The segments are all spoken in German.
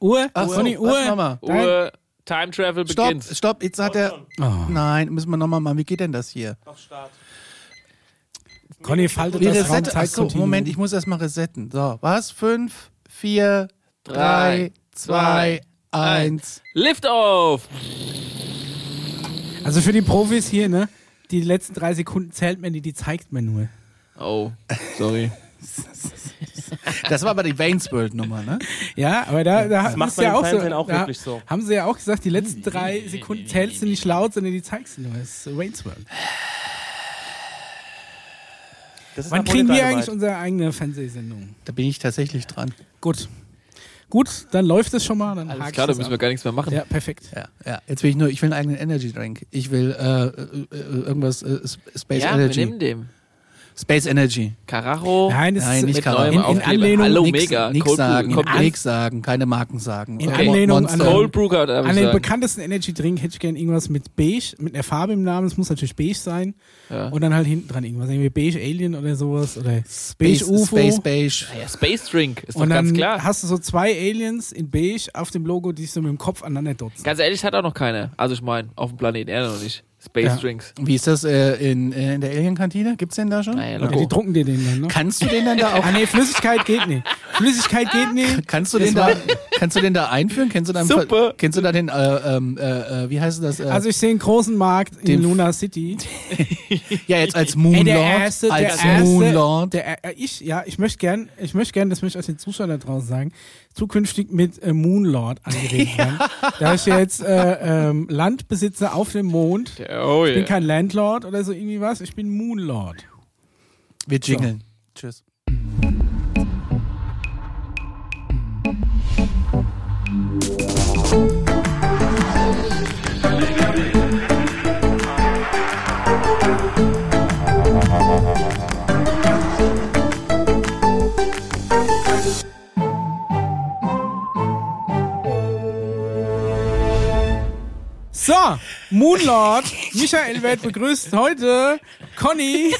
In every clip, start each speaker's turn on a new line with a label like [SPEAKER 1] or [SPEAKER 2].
[SPEAKER 1] Uhr,
[SPEAKER 2] Ach so,
[SPEAKER 1] Conny,
[SPEAKER 2] warte,
[SPEAKER 1] Uhr.
[SPEAKER 2] Mama.
[SPEAKER 3] Uhr, Time Travel
[SPEAKER 2] Stopp,
[SPEAKER 3] beginnt.
[SPEAKER 2] stopp, jetzt hat er. Nein, müssen wir nochmal machen. Wie geht denn das hier?
[SPEAKER 4] Auf Start.
[SPEAKER 1] Conny faltet
[SPEAKER 2] Wie
[SPEAKER 1] das
[SPEAKER 2] Reset. Achso,
[SPEAKER 1] Raumzeitkontinuum.
[SPEAKER 2] Moment, ich muss erstmal resetten. So, was? Fünf, vier, drei, zwei, eins.
[SPEAKER 3] Lift off!
[SPEAKER 1] Also für die Profis hier, ne? Die letzten drei Sekunden zählt man, die, die zeigt man nur.
[SPEAKER 3] Oh, sorry.
[SPEAKER 2] Das war aber die Wainsworld-Nummer, ne?
[SPEAKER 1] Ja, aber da, da
[SPEAKER 4] macht
[SPEAKER 1] ist
[SPEAKER 4] man
[SPEAKER 1] ja
[SPEAKER 4] im
[SPEAKER 1] auch so,
[SPEAKER 4] Fernsehen auch
[SPEAKER 1] da
[SPEAKER 4] wirklich so.
[SPEAKER 1] Haben sie ja auch gesagt, die letzten drei Sekunden zählst du nicht laut, sondern die zeigst du nur. Das ist Wayne's World.
[SPEAKER 4] Das ist
[SPEAKER 1] Wann
[SPEAKER 4] Napoleon
[SPEAKER 1] kriegen wir
[SPEAKER 4] Dynamite.
[SPEAKER 1] eigentlich unsere eigene Fernsehsendung?
[SPEAKER 2] Da bin ich tatsächlich dran.
[SPEAKER 1] Gut. Gut, dann läuft es schon mal. Dann hake
[SPEAKER 3] Alles
[SPEAKER 1] ich
[SPEAKER 3] klar, da
[SPEAKER 1] das
[SPEAKER 3] müssen wir
[SPEAKER 1] ab.
[SPEAKER 3] gar nichts mehr machen.
[SPEAKER 1] Ja, perfekt.
[SPEAKER 2] Ja, ja. Jetzt will ich nur, ich will einen eigenen Energy Drink. Ich will äh, äh, äh, irgendwas äh, S- Space
[SPEAKER 3] Ja, wir
[SPEAKER 2] Energy.
[SPEAKER 3] nehmen dem.
[SPEAKER 2] Space Energy.
[SPEAKER 3] Carajo.
[SPEAKER 1] Nein, das
[SPEAKER 2] Nein,
[SPEAKER 1] ist
[SPEAKER 2] nicht
[SPEAKER 3] mit
[SPEAKER 2] Karaoke.
[SPEAKER 3] neuem
[SPEAKER 1] In- in
[SPEAKER 3] Aufkleber.
[SPEAKER 1] Anlehnung-
[SPEAKER 3] Hallo,
[SPEAKER 2] nix,
[SPEAKER 3] mega.
[SPEAKER 2] Nix
[SPEAKER 3] Cold,
[SPEAKER 2] sagen,
[SPEAKER 3] Cold,
[SPEAKER 2] nix sagen, keine Marken sagen.
[SPEAKER 1] In
[SPEAKER 2] Oder Mo-
[SPEAKER 1] Anlehnung an-
[SPEAKER 2] Monster.
[SPEAKER 3] Cold Brew Card, würde ich
[SPEAKER 1] an den
[SPEAKER 3] sagen.
[SPEAKER 1] bekanntesten Energy Drink hätte ich gerne irgendwas mit beige, mit einer Farbe im Namen. Es muss natürlich beige sein.
[SPEAKER 3] Ja.
[SPEAKER 1] Und dann halt hinten dran irgendwas. Irgendwie beige Alien oder sowas. Oder
[SPEAKER 2] Space,
[SPEAKER 1] beige UFO.
[SPEAKER 2] Space Beige.
[SPEAKER 3] Ja, Space Drink, ist doch
[SPEAKER 1] Und
[SPEAKER 3] ganz
[SPEAKER 1] dann
[SPEAKER 3] klar.
[SPEAKER 1] hast du so zwei Aliens in beige auf dem Logo, die sich so mit dem Kopf aneinander dotzen.
[SPEAKER 3] Ganz ehrlich, hat auch noch keiner. Also ich meine, auf dem Planeten Erde noch nicht. Space
[SPEAKER 1] Ja.
[SPEAKER 3] Drinks.
[SPEAKER 2] Wie ist das äh, in, äh, in der Alien-Kantine? Gibt's den da schon?
[SPEAKER 3] Naja,
[SPEAKER 1] Ja, die
[SPEAKER 3] Logo.
[SPEAKER 1] drucken dir den dann, ne?
[SPEAKER 2] Kannst du den dann da auch?
[SPEAKER 1] Ah nee, Flüssigkeit geht nicht. Flüssigkeit geht nicht.
[SPEAKER 2] Kannst du, den da, kannst du den da einführen? Kennst du da, im Ver-
[SPEAKER 3] Super.
[SPEAKER 2] Kennst du da den, äh, ähm, äh, äh, wie heißt das? Äh,
[SPEAKER 1] Also ich sehe einen großen Markt in
[SPEAKER 2] Den
[SPEAKER 1] Luna City.
[SPEAKER 2] ja, jetzt als Moonlord. als Moonlord.
[SPEAKER 1] der äh, ich ja, ich möchte gern, ich möchte gern, das möchte ich auch den Zuschauern da draußen sagen, zukünftig mit äh, Moonlord angeregt werden. Da ich ja jetzt äh, ähm, Landbesitzer auf dem Mond.
[SPEAKER 3] Oh
[SPEAKER 1] Ich bin
[SPEAKER 3] yeah.
[SPEAKER 1] kein Landlord oder so irgendwie was, ich bin Moonlord.
[SPEAKER 2] Wir jingeln. Tschüss.
[SPEAKER 1] So, Moonlord, Michael Welt begrüßt heute Conny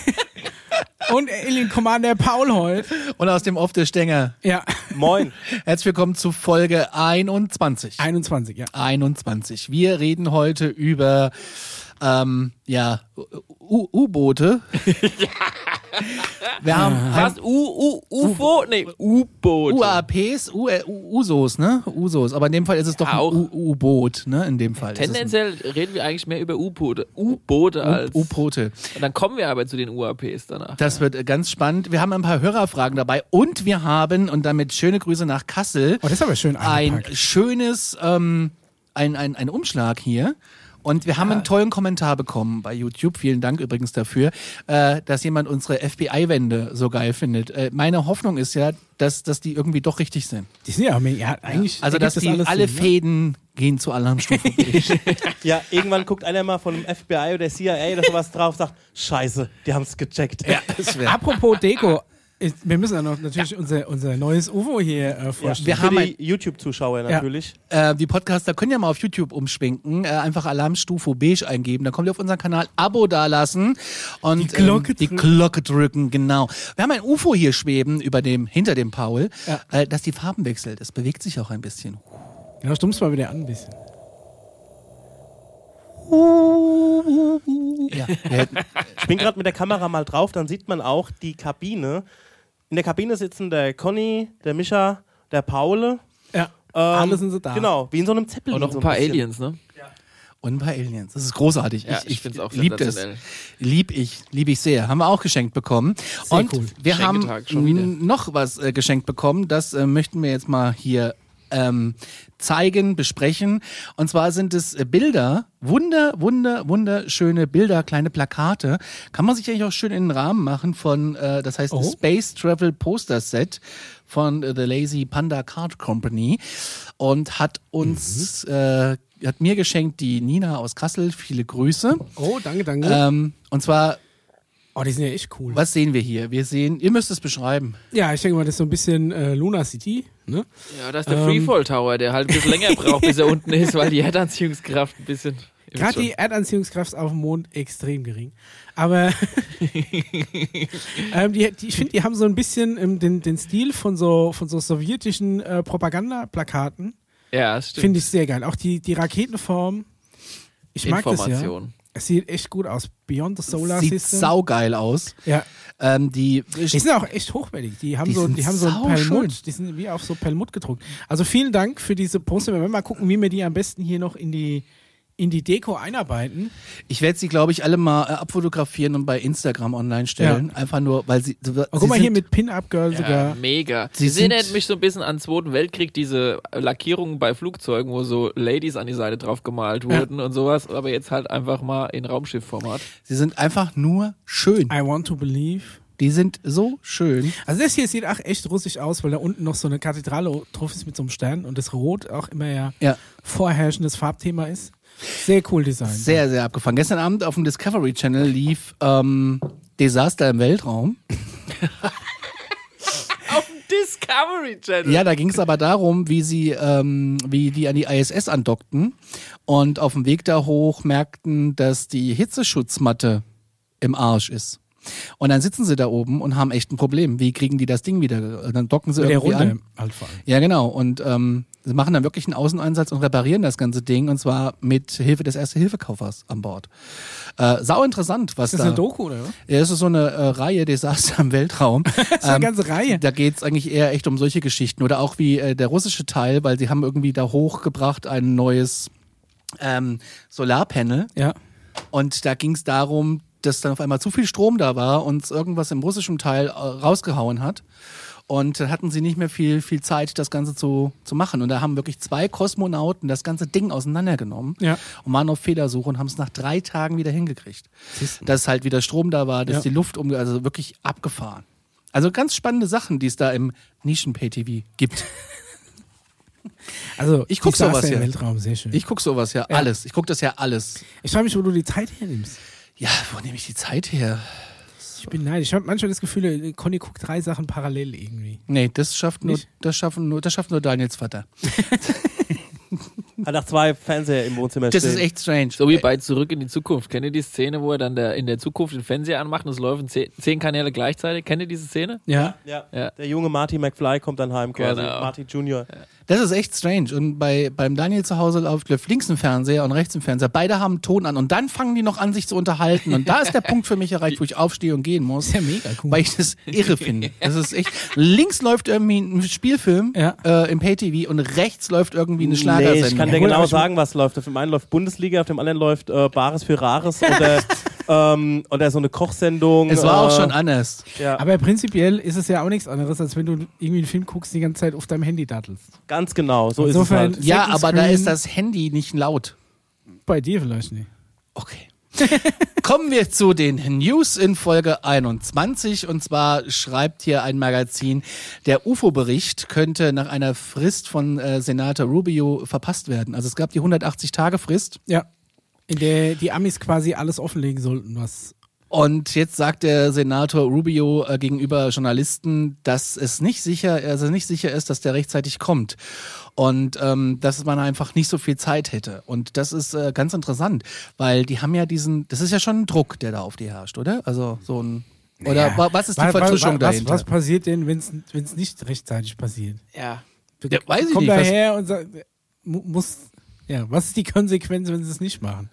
[SPEAKER 1] und Alien Commander Paul heute.
[SPEAKER 2] Und aus dem Off der Stänger.
[SPEAKER 1] Ja,
[SPEAKER 4] Moin.
[SPEAKER 2] Herzlich willkommen zu Folge 21.
[SPEAKER 1] 21, ja.
[SPEAKER 2] 21. Wir reden heute über ähm, ja, U- U-Boote. Wir haben ein-
[SPEAKER 3] Was? U, U, UFO? Nee, U-Boot.
[SPEAKER 2] UAPs, U äh, U- USOs, ne? USOs. Aber in dem Fall ist es doch ein
[SPEAKER 3] auch.
[SPEAKER 2] U- U-Boot, ne? In dem Fall. ist es ein
[SPEAKER 3] Tendenziell reden wir eigentlich mehr über U-Boote. U-Boote als.
[SPEAKER 2] U- U-Boote.
[SPEAKER 3] Und dann kommen wir aber zu den UAPs danach.
[SPEAKER 2] Das wird äh, ganz spannend. Wir haben ein paar Hörerfragen dabei und wir haben, und damit schöne Grüße nach Kassel,
[SPEAKER 1] Oh, das ist aber schön
[SPEAKER 2] ein
[SPEAKER 1] eingepackt.
[SPEAKER 2] schönes, ähm, ein, ein, ein Umschlag hier. Und wir haben einen tollen Kommentar bekommen bei YouTube. Vielen Dank übrigens dafür, äh, dass jemand unsere FBI-Wände so geil findet. Äh, meine Hoffnung ist ja, dass, dass die irgendwie doch richtig sind.
[SPEAKER 1] Die sind ja, auch mega- ja eigentlich.
[SPEAKER 2] Also,
[SPEAKER 1] ergibt
[SPEAKER 2] dass die alle
[SPEAKER 1] Sinn, ne?
[SPEAKER 2] Fäden gehen zu Alarmstufe.
[SPEAKER 4] Ja, irgendwann guckt einer mal von dem FBI oder CIA oder sowas drauf und sagt, scheiße, die haben es gecheckt. Ja.
[SPEAKER 2] Das wär-
[SPEAKER 1] Apropos Deko, ist- wir müssen ja noch natürlich unser, unser neues UFO hier äh, vorstellen.
[SPEAKER 2] Wir
[SPEAKER 4] Für
[SPEAKER 2] haben
[SPEAKER 4] die YouTube-Zuschauer natürlich.
[SPEAKER 2] äh, die Podcaster können ja mal auf YouTube umschwenken, äh, einfach Alarmstufe Beige eingeben, dann kommt ihr auf unseren Kanal, Abo dalassen und die
[SPEAKER 1] Glocke
[SPEAKER 2] die Glocke drücken, genau. Wir haben ein UFO hier schweben über dem, hinter dem Paul, äh, dass die Farben wechselt. Es bewegt sich auch ein bisschen.
[SPEAKER 1] Genau, stummst mal wieder an ein bisschen.
[SPEAKER 2] Ja, wir hätten,
[SPEAKER 4] Ich bin gerade mit der Kamera mal drauf, dann sieht man auch die Kabine. In der Kabine sitzen der Conny, der Micha, der Paul.
[SPEAKER 1] Ja,
[SPEAKER 4] Ähm,
[SPEAKER 1] alle sind sie da.
[SPEAKER 4] Genau, wie in so einem Zeppelin.
[SPEAKER 3] Und noch ein
[SPEAKER 4] so
[SPEAKER 3] paar
[SPEAKER 4] bisschen.
[SPEAKER 3] Aliens, ne?
[SPEAKER 2] und ein paar Aliens. Das ist großartig.
[SPEAKER 3] Ja, ich find's auch
[SPEAKER 2] lieb das.
[SPEAKER 3] sensationell.
[SPEAKER 2] Lieb ich, lieb ich sehr. Haben wir auch geschenkt bekommen.
[SPEAKER 1] Sehr
[SPEAKER 2] und
[SPEAKER 1] cool.
[SPEAKER 2] wir haben
[SPEAKER 3] Schenketag schon wieder.
[SPEAKER 2] n- noch was äh, geschenkt bekommen. Das äh, möchten wir jetzt mal hier ähm, zeigen, besprechen. Und zwar sind es äh, Bilder, wunder, wunder, wunderschöne Bilder, kleine Plakate. Kann man sich eigentlich auch schön in den Rahmen machen von, äh, das heißt,
[SPEAKER 1] Oh.
[SPEAKER 2] Space Travel Poster Set von äh, The Lazy Panda Card Company und hat uns,
[SPEAKER 1] Mhm.
[SPEAKER 2] äh, hat mir geschenkt die Nina aus Kassel. Viele Grüße.
[SPEAKER 1] Oh, danke, danke.
[SPEAKER 4] Äh,
[SPEAKER 2] Ähm, und zwar,
[SPEAKER 1] oh, die sind ja echt cool.
[SPEAKER 2] was sehen wir hier? Wir sehen, ihr müsst es beschreiben.
[SPEAKER 1] Ja, ich denke mal, das ist so ein bisschen äh, Luna City. Ne?
[SPEAKER 3] Ja, das ist
[SPEAKER 2] Ähm.
[SPEAKER 3] der Freefall Tower, der halt ein bisschen länger braucht, bis er unten ist, weil die Erdanziehungskraft ein bisschen. Ihr wisst
[SPEAKER 1] Gerade die Erdanziehungskraft auf dem Mond extrem gering. Aber ähm, die, die, ich finde, die haben so ein bisschen ähm, den, den Stil von so, von so sowjetischen äh, Propagandaplakaten.
[SPEAKER 3] Ja, das stimmt.
[SPEAKER 1] Finde ich sehr geil. Auch die, die Raketenform. Ich mag das ja.
[SPEAKER 3] Information.
[SPEAKER 1] Es sieht echt gut aus. Beyond the Solar
[SPEAKER 2] Sieht
[SPEAKER 1] System.
[SPEAKER 2] saugeil aus.
[SPEAKER 1] ja.
[SPEAKER 2] Ähm, die,
[SPEAKER 1] Die sind auch echt hochwertig. Die haben
[SPEAKER 2] Die
[SPEAKER 1] so,
[SPEAKER 2] sind
[SPEAKER 1] die haben so ein
[SPEAKER 2] sauschön.
[SPEAKER 1] Perlmutt. Die sind wie auf so Perlmutt gedruckt. Also vielen Dank für diese Poster. Wir werden mal gucken, wie wir die am besten hier noch in die, in die Deko einarbeiten.
[SPEAKER 2] ich werde sie, glaube ich, alle mal äh, abfotografieren und bei Instagram online stellen. Einfach nur, weil sie. sie
[SPEAKER 1] Oh, guck mal
[SPEAKER 2] sind-
[SPEAKER 1] hier mit Pin-Up-Girl
[SPEAKER 3] Ja,
[SPEAKER 1] sogar.
[SPEAKER 3] mega.
[SPEAKER 2] Sie
[SPEAKER 3] Sie
[SPEAKER 2] sind-
[SPEAKER 3] erinnert mich so ein bisschen an den Zweiten Weltkrieg, diese Lackierungen bei Flugzeugen, wo so Ladies an die Seite drauf gemalt wurden und sowas, aber jetzt halt einfach mal in Raumschiffformat.
[SPEAKER 2] Sie sind einfach nur schön.
[SPEAKER 1] I want to believe.
[SPEAKER 2] Die sind so schön.
[SPEAKER 1] Also das hier sieht auch echt russisch aus, weil da unten noch so eine Kathedrale drauf ist mit so einem Stern und das Rot auch immer ja,
[SPEAKER 2] Ja.
[SPEAKER 1] vorherrschendes Farbthema ist. Sehr cool Design.
[SPEAKER 2] Sehr, sehr abgefahren. Gestern Abend auf dem Discovery Channel lief ähm, Desaster im Weltraum.
[SPEAKER 3] Discovery Channel.
[SPEAKER 2] Ja, da ging es aber darum, wie sie, ähm, wie die an die ISS andockten und auf dem Weg da hoch merkten, dass die Hitzeschutzmatte im Arsch ist. Und dann sitzen sie da oben und haben echt ein Problem. Wie kriegen die das Ding wieder? Dann docken sie
[SPEAKER 1] Mit der
[SPEAKER 2] irgendwie
[SPEAKER 1] Runde
[SPEAKER 2] an.
[SPEAKER 1] halt vor allem.
[SPEAKER 2] Ja, genau. Und ähm, sie machen dann wirklich einen Außeneinsatz und reparieren das ganze Ding und zwar mit Hilfe des Erste-Hilfe-Kaufers an Bord. Äh, sau interessant, was
[SPEAKER 1] Ist das
[SPEAKER 2] da.
[SPEAKER 1] eine Doku oder was?
[SPEAKER 2] Ja, es ist so eine äh, Reihe Desaster im Weltraum. Ähm,
[SPEAKER 1] Das ist eine ganze Reihe.
[SPEAKER 2] Da geht's eigentlich eher echt um solche Geschichten. Oder auch wie äh, der russische Teil, weil sie haben irgendwie da hochgebracht ein neues ähm, Solarpanel.
[SPEAKER 1] Ja.
[SPEAKER 2] Und da ging's darum, dass dann auf einmal zu viel Strom da war und irgendwas im russischen Teil äh, rausgehauen hat. Und dann hatten sie nicht mehr viel, viel Zeit, das Ganze zu, zu machen. Und da haben wirklich zwei Kosmonauten das ganze Ding auseinandergenommen
[SPEAKER 1] Ja.
[SPEAKER 2] und waren auf Fehlersuche und haben es nach drei Tagen wieder hingekriegt.
[SPEAKER 1] Siehst du.
[SPEAKER 2] Dass halt wieder Strom da war, dass
[SPEAKER 1] Ja.
[SPEAKER 2] die Luft umge... Also wirklich abgefahren. Also ganz spannende Sachen, die es da im Nischen-Pay-TV gibt.
[SPEAKER 1] Also
[SPEAKER 2] Ich guck
[SPEAKER 1] Desaster
[SPEAKER 2] sowas
[SPEAKER 1] im
[SPEAKER 2] ja.
[SPEAKER 1] Weltraum, sehr schön. Ich,
[SPEAKER 2] Ich guck sowas ja, alles. Ich guck das ja alles.
[SPEAKER 1] frage mich, wo du die Zeit hernimmst.
[SPEAKER 2] Ja, wo nehme ich die Zeit her?
[SPEAKER 1] Ich bin neidisch. Ich habe manchmal das Gefühl, äh, Conny guckt drei Sachen parallel irgendwie.
[SPEAKER 2] Nee, das schafft nur,
[SPEAKER 1] Nicht?
[SPEAKER 2] das schaffen nur, das schafft nur Daniels Vater.
[SPEAKER 4] Hat Ah, nach zwei Fernseher im Wohnzimmer
[SPEAKER 2] Das
[SPEAKER 4] stehen.
[SPEAKER 2] ist echt strange.
[SPEAKER 3] So wie bei Zurück in die Zukunft. Kennt ihr die Szene, wo er dann der, in der Zukunft den Fernseher anmacht und es laufen zehn, zehn Kanäle gleichzeitig? Kennt ihr diese Szene?
[SPEAKER 1] Ja.
[SPEAKER 4] ja.
[SPEAKER 3] Ja.
[SPEAKER 4] Der junge Marty McFly kommt dann heim quasi.
[SPEAKER 3] Genau.
[SPEAKER 4] Marty Junior.
[SPEAKER 2] Das ist echt strange. Und bei, beim Daniel zu Hause läuft läuft links ein Fernseher und rechts ein Fernseher. Beide haben Ton an und dann fangen die noch an, sich zu unterhalten. Und da ist der Punkt für mich erreicht, wo ich aufstehe und gehen muss.
[SPEAKER 1] Ist ja mega cool.
[SPEAKER 2] Weil ich das irre finde. Das ist echt. Links läuft irgendwie ein Spielfilm
[SPEAKER 1] Ja.
[SPEAKER 2] äh, im Pay-TV und rechts läuft irgendwie eine Schlagersendung.
[SPEAKER 4] ich kann dir
[SPEAKER 1] Gut, aber
[SPEAKER 4] genau
[SPEAKER 1] ich-
[SPEAKER 4] sagen, was läuft. Auf dem einen läuft Bundesliga, auf dem anderen läuft äh, Bares für Rares oder, ähm, oder so eine Kochsendung.
[SPEAKER 1] genau
[SPEAKER 2] es war
[SPEAKER 4] äh,
[SPEAKER 2] auch schon anders.
[SPEAKER 4] Ja,
[SPEAKER 1] Aber prinzipiell ist es ja auch nichts anderes, als wenn du irgendwie einen Film guckst, die ganze Zeit auf deinem Handy dattelst.
[SPEAKER 4] ganz genau. So
[SPEAKER 1] Insofern-
[SPEAKER 4] ist es halt.
[SPEAKER 2] Ja,
[SPEAKER 1] Second
[SPEAKER 2] aber da
[SPEAKER 1] Screen.
[SPEAKER 2] ist das Handy nicht laut.
[SPEAKER 1] Bei dir vielleicht nicht.
[SPEAKER 2] Okay. Kommen wir zu den News in Folge 21. Und zwar schreibt hier ein Magazin, der UFO-Bericht könnte nach einer Frist von äh, Senator Rubio verpasst werden. Also es gab die 180-Tage-Frist.
[SPEAKER 1] Ja. In der die Amis quasi alles offenlegen sollten, was.
[SPEAKER 2] Und jetzt sagt der Senator Rubio äh, gegenüber Journalisten, dass es nicht sicher, also nicht sicher ist, dass der rechtzeitig kommt. Und ähm, dass man einfach nicht so viel Zeit hätte. Und das ist äh, ganz interessant, weil die haben ja diesen, das ist ja schon ein Druck, der da auf die herrscht, oder? Also so ein oder
[SPEAKER 1] Ja.
[SPEAKER 2] wa- was ist die
[SPEAKER 1] Wa- wa-
[SPEAKER 2] Vertuschung
[SPEAKER 1] wa-
[SPEAKER 2] dahinter?
[SPEAKER 1] Was, was passiert denn, wenn es nicht rechtzeitig passiert?
[SPEAKER 3] Ja.
[SPEAKER 2] Ja, weiß ich
[SPEAKER 1] Kommt
[SPEAKER 2] nicht. was-
[SPEAKER 1] daher und sagt, mu- muss. Ja, was ist die Konsequenz, wenn sie es nicht machen?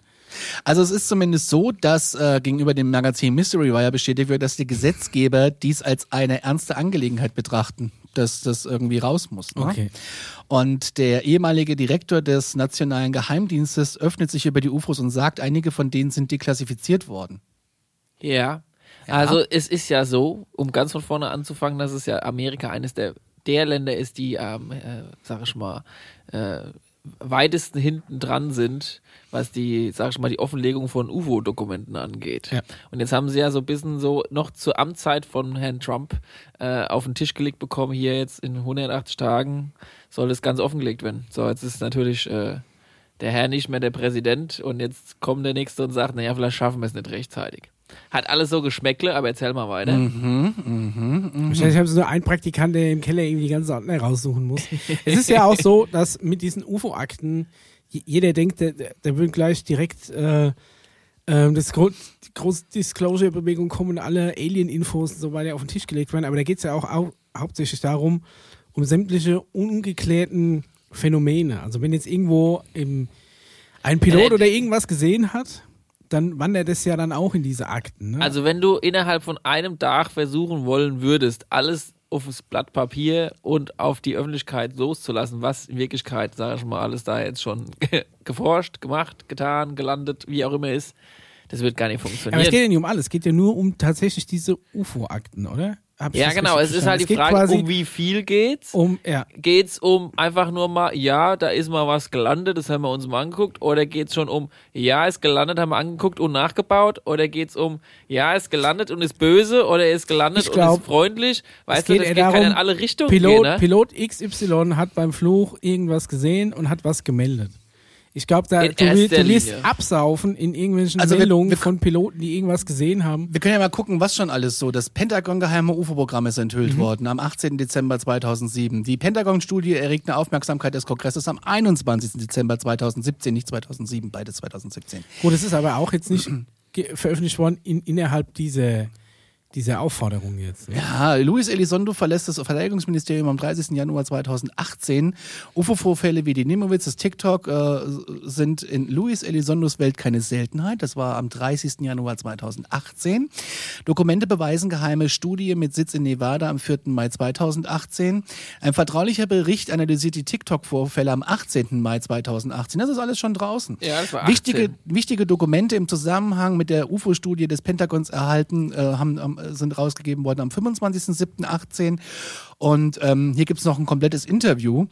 [SPEAKER 2] Also es ist zumindest so, dass äh, gegenüber dem Magazin Mystery Wire bestätigt wird, dass die Gesetzgeber dies als eine ernste Angelegenheit betrachten, dass das irgendwie raus muss. Ne?
[SPEAKER 1] Okay.
[SPEAKER 2] Und der ehemalige Direktor des Nationalen Geheimdienstes öffnet sich über die UFOs und sagt, einige von denen sind deklassifiziert worden.
[SPEAKER 3] Ja. Also es ist ja so, um ganz von vorne anzufangen, dass es ja Amerika eines der, der Länder ist, die, ähm, äh, sag ich mal, äh, weitesten hinten dran sind, was die, sag ich mal, die Offenlegung von UFO-Dokumenten angeht.
[SPEAKER 1] Ja.
[SPEAKER 3] Und jetzt haben sie ja so ein bisschen so noch zur Amtszeit von Herrn Trump äh, auf den Tisch gelegt bekommen, hier jetzt in 180 Tagen soll das ganz offengelegt werden. So, jetzt ist natürlich äh, der Herr nicht mehr der Präsident und jetzt kommt der Nächste und sagt, naja, vielleicht schaffen wir es nicht rechtzeitig. Hat alles so Geschmäckle, aber erzähl mal weiter. Hm.
[SPEAKER 1] Wahrscheinlich haben sie nur einen Praktikant, der im Keller irgendwie die ganzen Ordner raussuchen muss. es ist ja auch so, dass mit diesen UFO-Akten j- jeder denkt, der, der der wird gleich direkt äh, ähm, das Gro die große Disclosure-Bewegung kommen und alle Alien-Infos und so weiter auf den Tisch gelegt werden. Aber da geht es ja auch au hauptsächlich darum, um sämtliche ungeklärten Phänomene. Also wenn jetzt irgendwo im, ein Pilot
[SPEAKER 3] Äh,
[SPEAKER 1] oder irgendwas gesehen hat, dann wandert es ja dann auch in diese Akten. Ne?
[SPEAKER 3] Also wenn du innerhalb von einem Tag versuchen wollen würdest, alles auf das Blatt Papier und auf die Öffentlichkeit loszulassen, was in Wirklichkeit, sage ich mal, alles da jetzt schon geforscht, gemacht, getan, gelandet, wie auch immer ist, das wird gar nicht
[SPEAKER 1] Aber es
[SPEAKER 3] funktionieren.
[SPEAKER 1] geht ja nicht um alles, es geht ja nur um tatsächlich diese UFO-Akten, oder? Hab ich
[SPEAKER 3] ja
[SPEAKER 1] das
[SPEAKER 3] genau, es
[SPEAKER 1] richtig
[SPEAKER 3] ist halt die
[SPEAKER 1] verstanden?
[SPEAKER 3] Frage, um
[SPEAKER 1] es geht
[SPEAKER 3] wie viel geht's?
[SPEAKER 1] quasi um, ja,
[SPEAKER 3] Geht's um einfach nur mal, ja, da ist mal was gelandet, das haben wir uns mal angeguckt, oder geht's schon um, ja, ist gelandet, haben wir angeguckt und nachgebaut, oder geht's um, ja, ist gelandet und ist böse, oder ist gelandet
[SPEAKER 1] Ich
[SPEAKER 3] und
[SPEAKER 1] glaub,
[SPEAKER 3] ist freundlich? Weißt du,
[SPEAKER 1] geht
[SPEAKER 3] das
[SPEAKER 1] eher
[SPEAKER 3] geht kann
[SPEAKER 1] darum,
[SPEAKER 3] in alle Richtungen
[SPEAKER 1] Pilot,
[SPEAKER 3] gehen, ne?
[SPEAKER 1] Pilot XY hat beim Fluch irgendwas gesehen und hat was gemeldet. Ich glaube, da
[SPEAKER 3] In
[SPEAKER 1] du, will- du
[SPEAKER 3] erster
[SPEAKER 1] liest
[SPEAKER 3] Linie.
[SPEAKER 1] absaufen in irgendwelchen
[SPEAKER 2] Also wir-
[SPEAKER 1] Meldungen
[SPEAKER 2] wir-
[SPEAKER 1] von Piloten, die irgendwas gesehen haben.
[SPEAKER 2] Wir können ja mal gucken, was schon alles so. Das Pentagon-geheime UFO-Programm ist enthüllt worden am 18. Dezember 2007. Die Pentagon-Studie erregte Aufmerksamkeit des Kongresses am 21. Dezember 2017, nicht 2007, beides 2017.
[SPEAKER 1] Gut, es ist aber auch jetzt nicht ge- veröffentlicht worden in, innerhalb dieser, dieser Aufforderung jetzt. Ne?
[SPEAKER 2] Ja, Luis Elizondo verlässt das Verteidigungsministerium am 30. Januar 2018. UFO-Vorfälle wie die Nimowitz, das TikTok äh, sind in Luis Elizondos Welt keine Seltenheit. Das war am 30. Januar 2018. Dokumente beweisen geheime Studie mit Sitz in Nevada am 4. Mai 2018. Ein vertraulicher Bericht analysiert die TikTok-Vorfälle am 18. Mai 2018. Das ist alles schon draußen.
[SPEAKER 3] Ja, das war 18.
[SPEAKER 2] Wichtige wichtige Dokumente im Zusammenhang mit der UFO-Studie des Pentagons erhalten, äh, haben, am- äh, sind rausgegeben worden am 25.07.18. Und ähm, hier gibt es noch ein komplettes Interview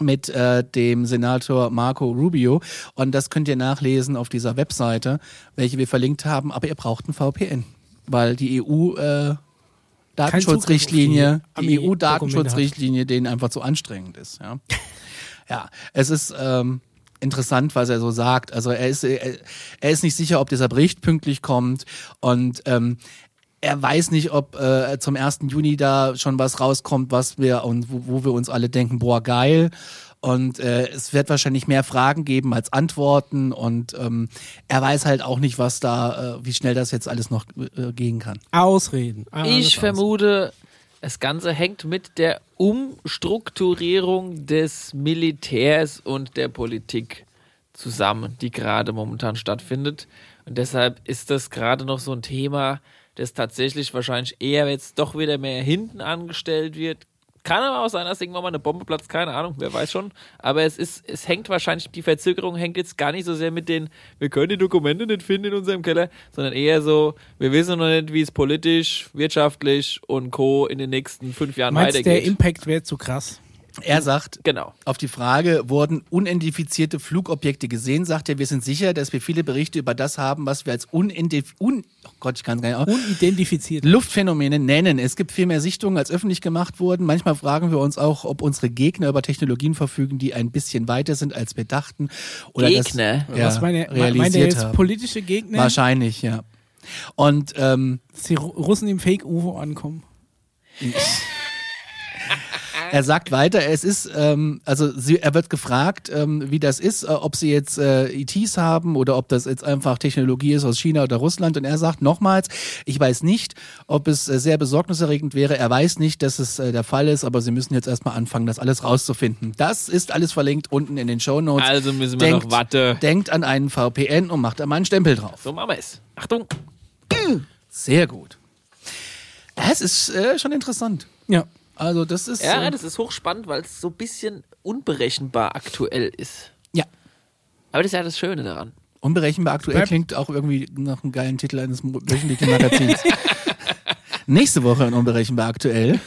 [SPEAKER 2] mit äh, dem Senator Marco Rubio. Und das könnt ihr nachlesen auf dieser Webseite, welche wir verlinkt haben. Aber ihr braucht ein VPN, weil die EU... Äh, Datenschutzrichtlinie,
[SPEAKER 1] Zugriff auf die-
[SPEAKER 2] die,
[SPEAKER 1] die
[SPEAKER 2] EU-Datenschutzrichtlinie, denen einfach zu anstrengend ist. Ja, ja es ist ähm, interessant, was er so sagt. Also er ist, er, er ist nicht sicher, ob dieser Bericht pünktlich kommt und ähm, er weiß nicht, ob äh, zum 1. Juni da schon was rauskommt, was wir und wo, wo wir uns alle denken, boah, geil. Und äh, es wird wahrscheinlich mehr Fragen geben als Antworten und ähm, er weiß halt auch nicht, was da, äh, wie schnell das jetzt alles noch äh, gehen kann.
[SPEAKER 1] Ausreden. Ah, Alles
[SPEAKER 3] Ich vermute, das Ganze hängt mit der Umstrukturierung des Militärs und der Politik zusammen, die gerade momentan stattfindet. Und deshalb ist das gerade noch so ein Thema, das tatsächlich wahrscheinlich eher jetzt doch wieder mehr hinten angestellt wird. Kann aber auch sein, dass irgendwann mal eine Bombe platzt, keine Ahnung, wer weiß schon. Aber es ist, es hängt wahrscheinlich, die Verzögerung hängt jetzt gar nicht so sehr mit den, wir können die Dokumente nicht finden in unserem Keller, sondern eher so, wir wissen noch nicht, wie es politisch, wirtschaftlich und Co. in den nächsten fünf Jahren
[SPEAKER 1] Meinst der
[SPEAKER 3] weitergeht.
[SPEAKER 1] Impact wäre zu krass?
[SPEAKER 2] Er sagt,
[SPEAKER 3] Genau.
[SPEAKER 2] Auf die Frage, wurden unidentifizierte Flugobjekte gesehen, sagt er, wir sind sicher, dass wir viele Berichte über das haben, was wir als unidentif un oh Gott, ich kann's gar nicht au-
[SPEAKER 1] Unidentifiziert.
[SPEAKER 2] Luftphänomene nennen. Es gibt viel mehr Sichtungen, als öffentlich gemacht wurden. Manchmal fragen wir uns auch, ob unsere Gegner über Technologien verfügen, die ein bisschen weiter sind, als wir dachten. Oder
[SPEAKER 3] Gegner?
[SPEAKER 2] Das, ja,
[SPEAKER 1] Was meine, meint er
[SPEAKER 2] realisiert
[SPEAKER 1] jetzt
[SPEAKER 2] haben.
[SPEAKER 1] politische Gegner,
[SPEAKER 2] Wahrscheinlich, ja. Und ähm,
[SPEAKER 1] dass die Ru- Russen im Fake-UFO ankommen?
[SPEAKER 2] Er sagt weiter, es ist, ähm, also sie, er wird gefragt, ähm, wie das ist, äh, ob sie jetzt äh, ETs haben oder ob das jetzt einfach Technologie ist aus China oder Russland. Und er sagt nochmals, ich weiß nicht, ob es äh, sehr besorgniserregend wäre. Er weiß nicht, dass es äh, der Fall ist, aber sie müssen jetzt erstmal anfangen, das alles rauszufinden. Das ist alles verlinkt unten in den Shownotes.
[SPEAKER 3] Also müssen wir noch warten.
[SPEAKER 2] Denkt an einen VPN und macht da mal einen Stempel drauf.
[SPEAKER 3] So machen wir es. Achtung!
[SPEAKER 2] Sehr gut. Das ist äh, schon interessant.
[SPEAKER 1] Ja.
[SPEAKER 2] Also das ist...
[SPEAKER 3] Ja,
[SPEAKER 2] äh,
[SPEAKER 3] das ist hochspannend, weil es so ein bisschen unberechenbar aktuell ist.
[SPEAKER 2] ja.
[SPEAKER 3] Aber das ist ja das Schöne daran.
[SPEAKER 2] Unberechenbar aktuell
[SPEAKER 1] Bleib-
[SPEAKER 2] klingt auch irgendwie nach einem geilen Titel eines mo- wöchentlichen Magazins. Nächste Woche in Unberechenbar aktuell.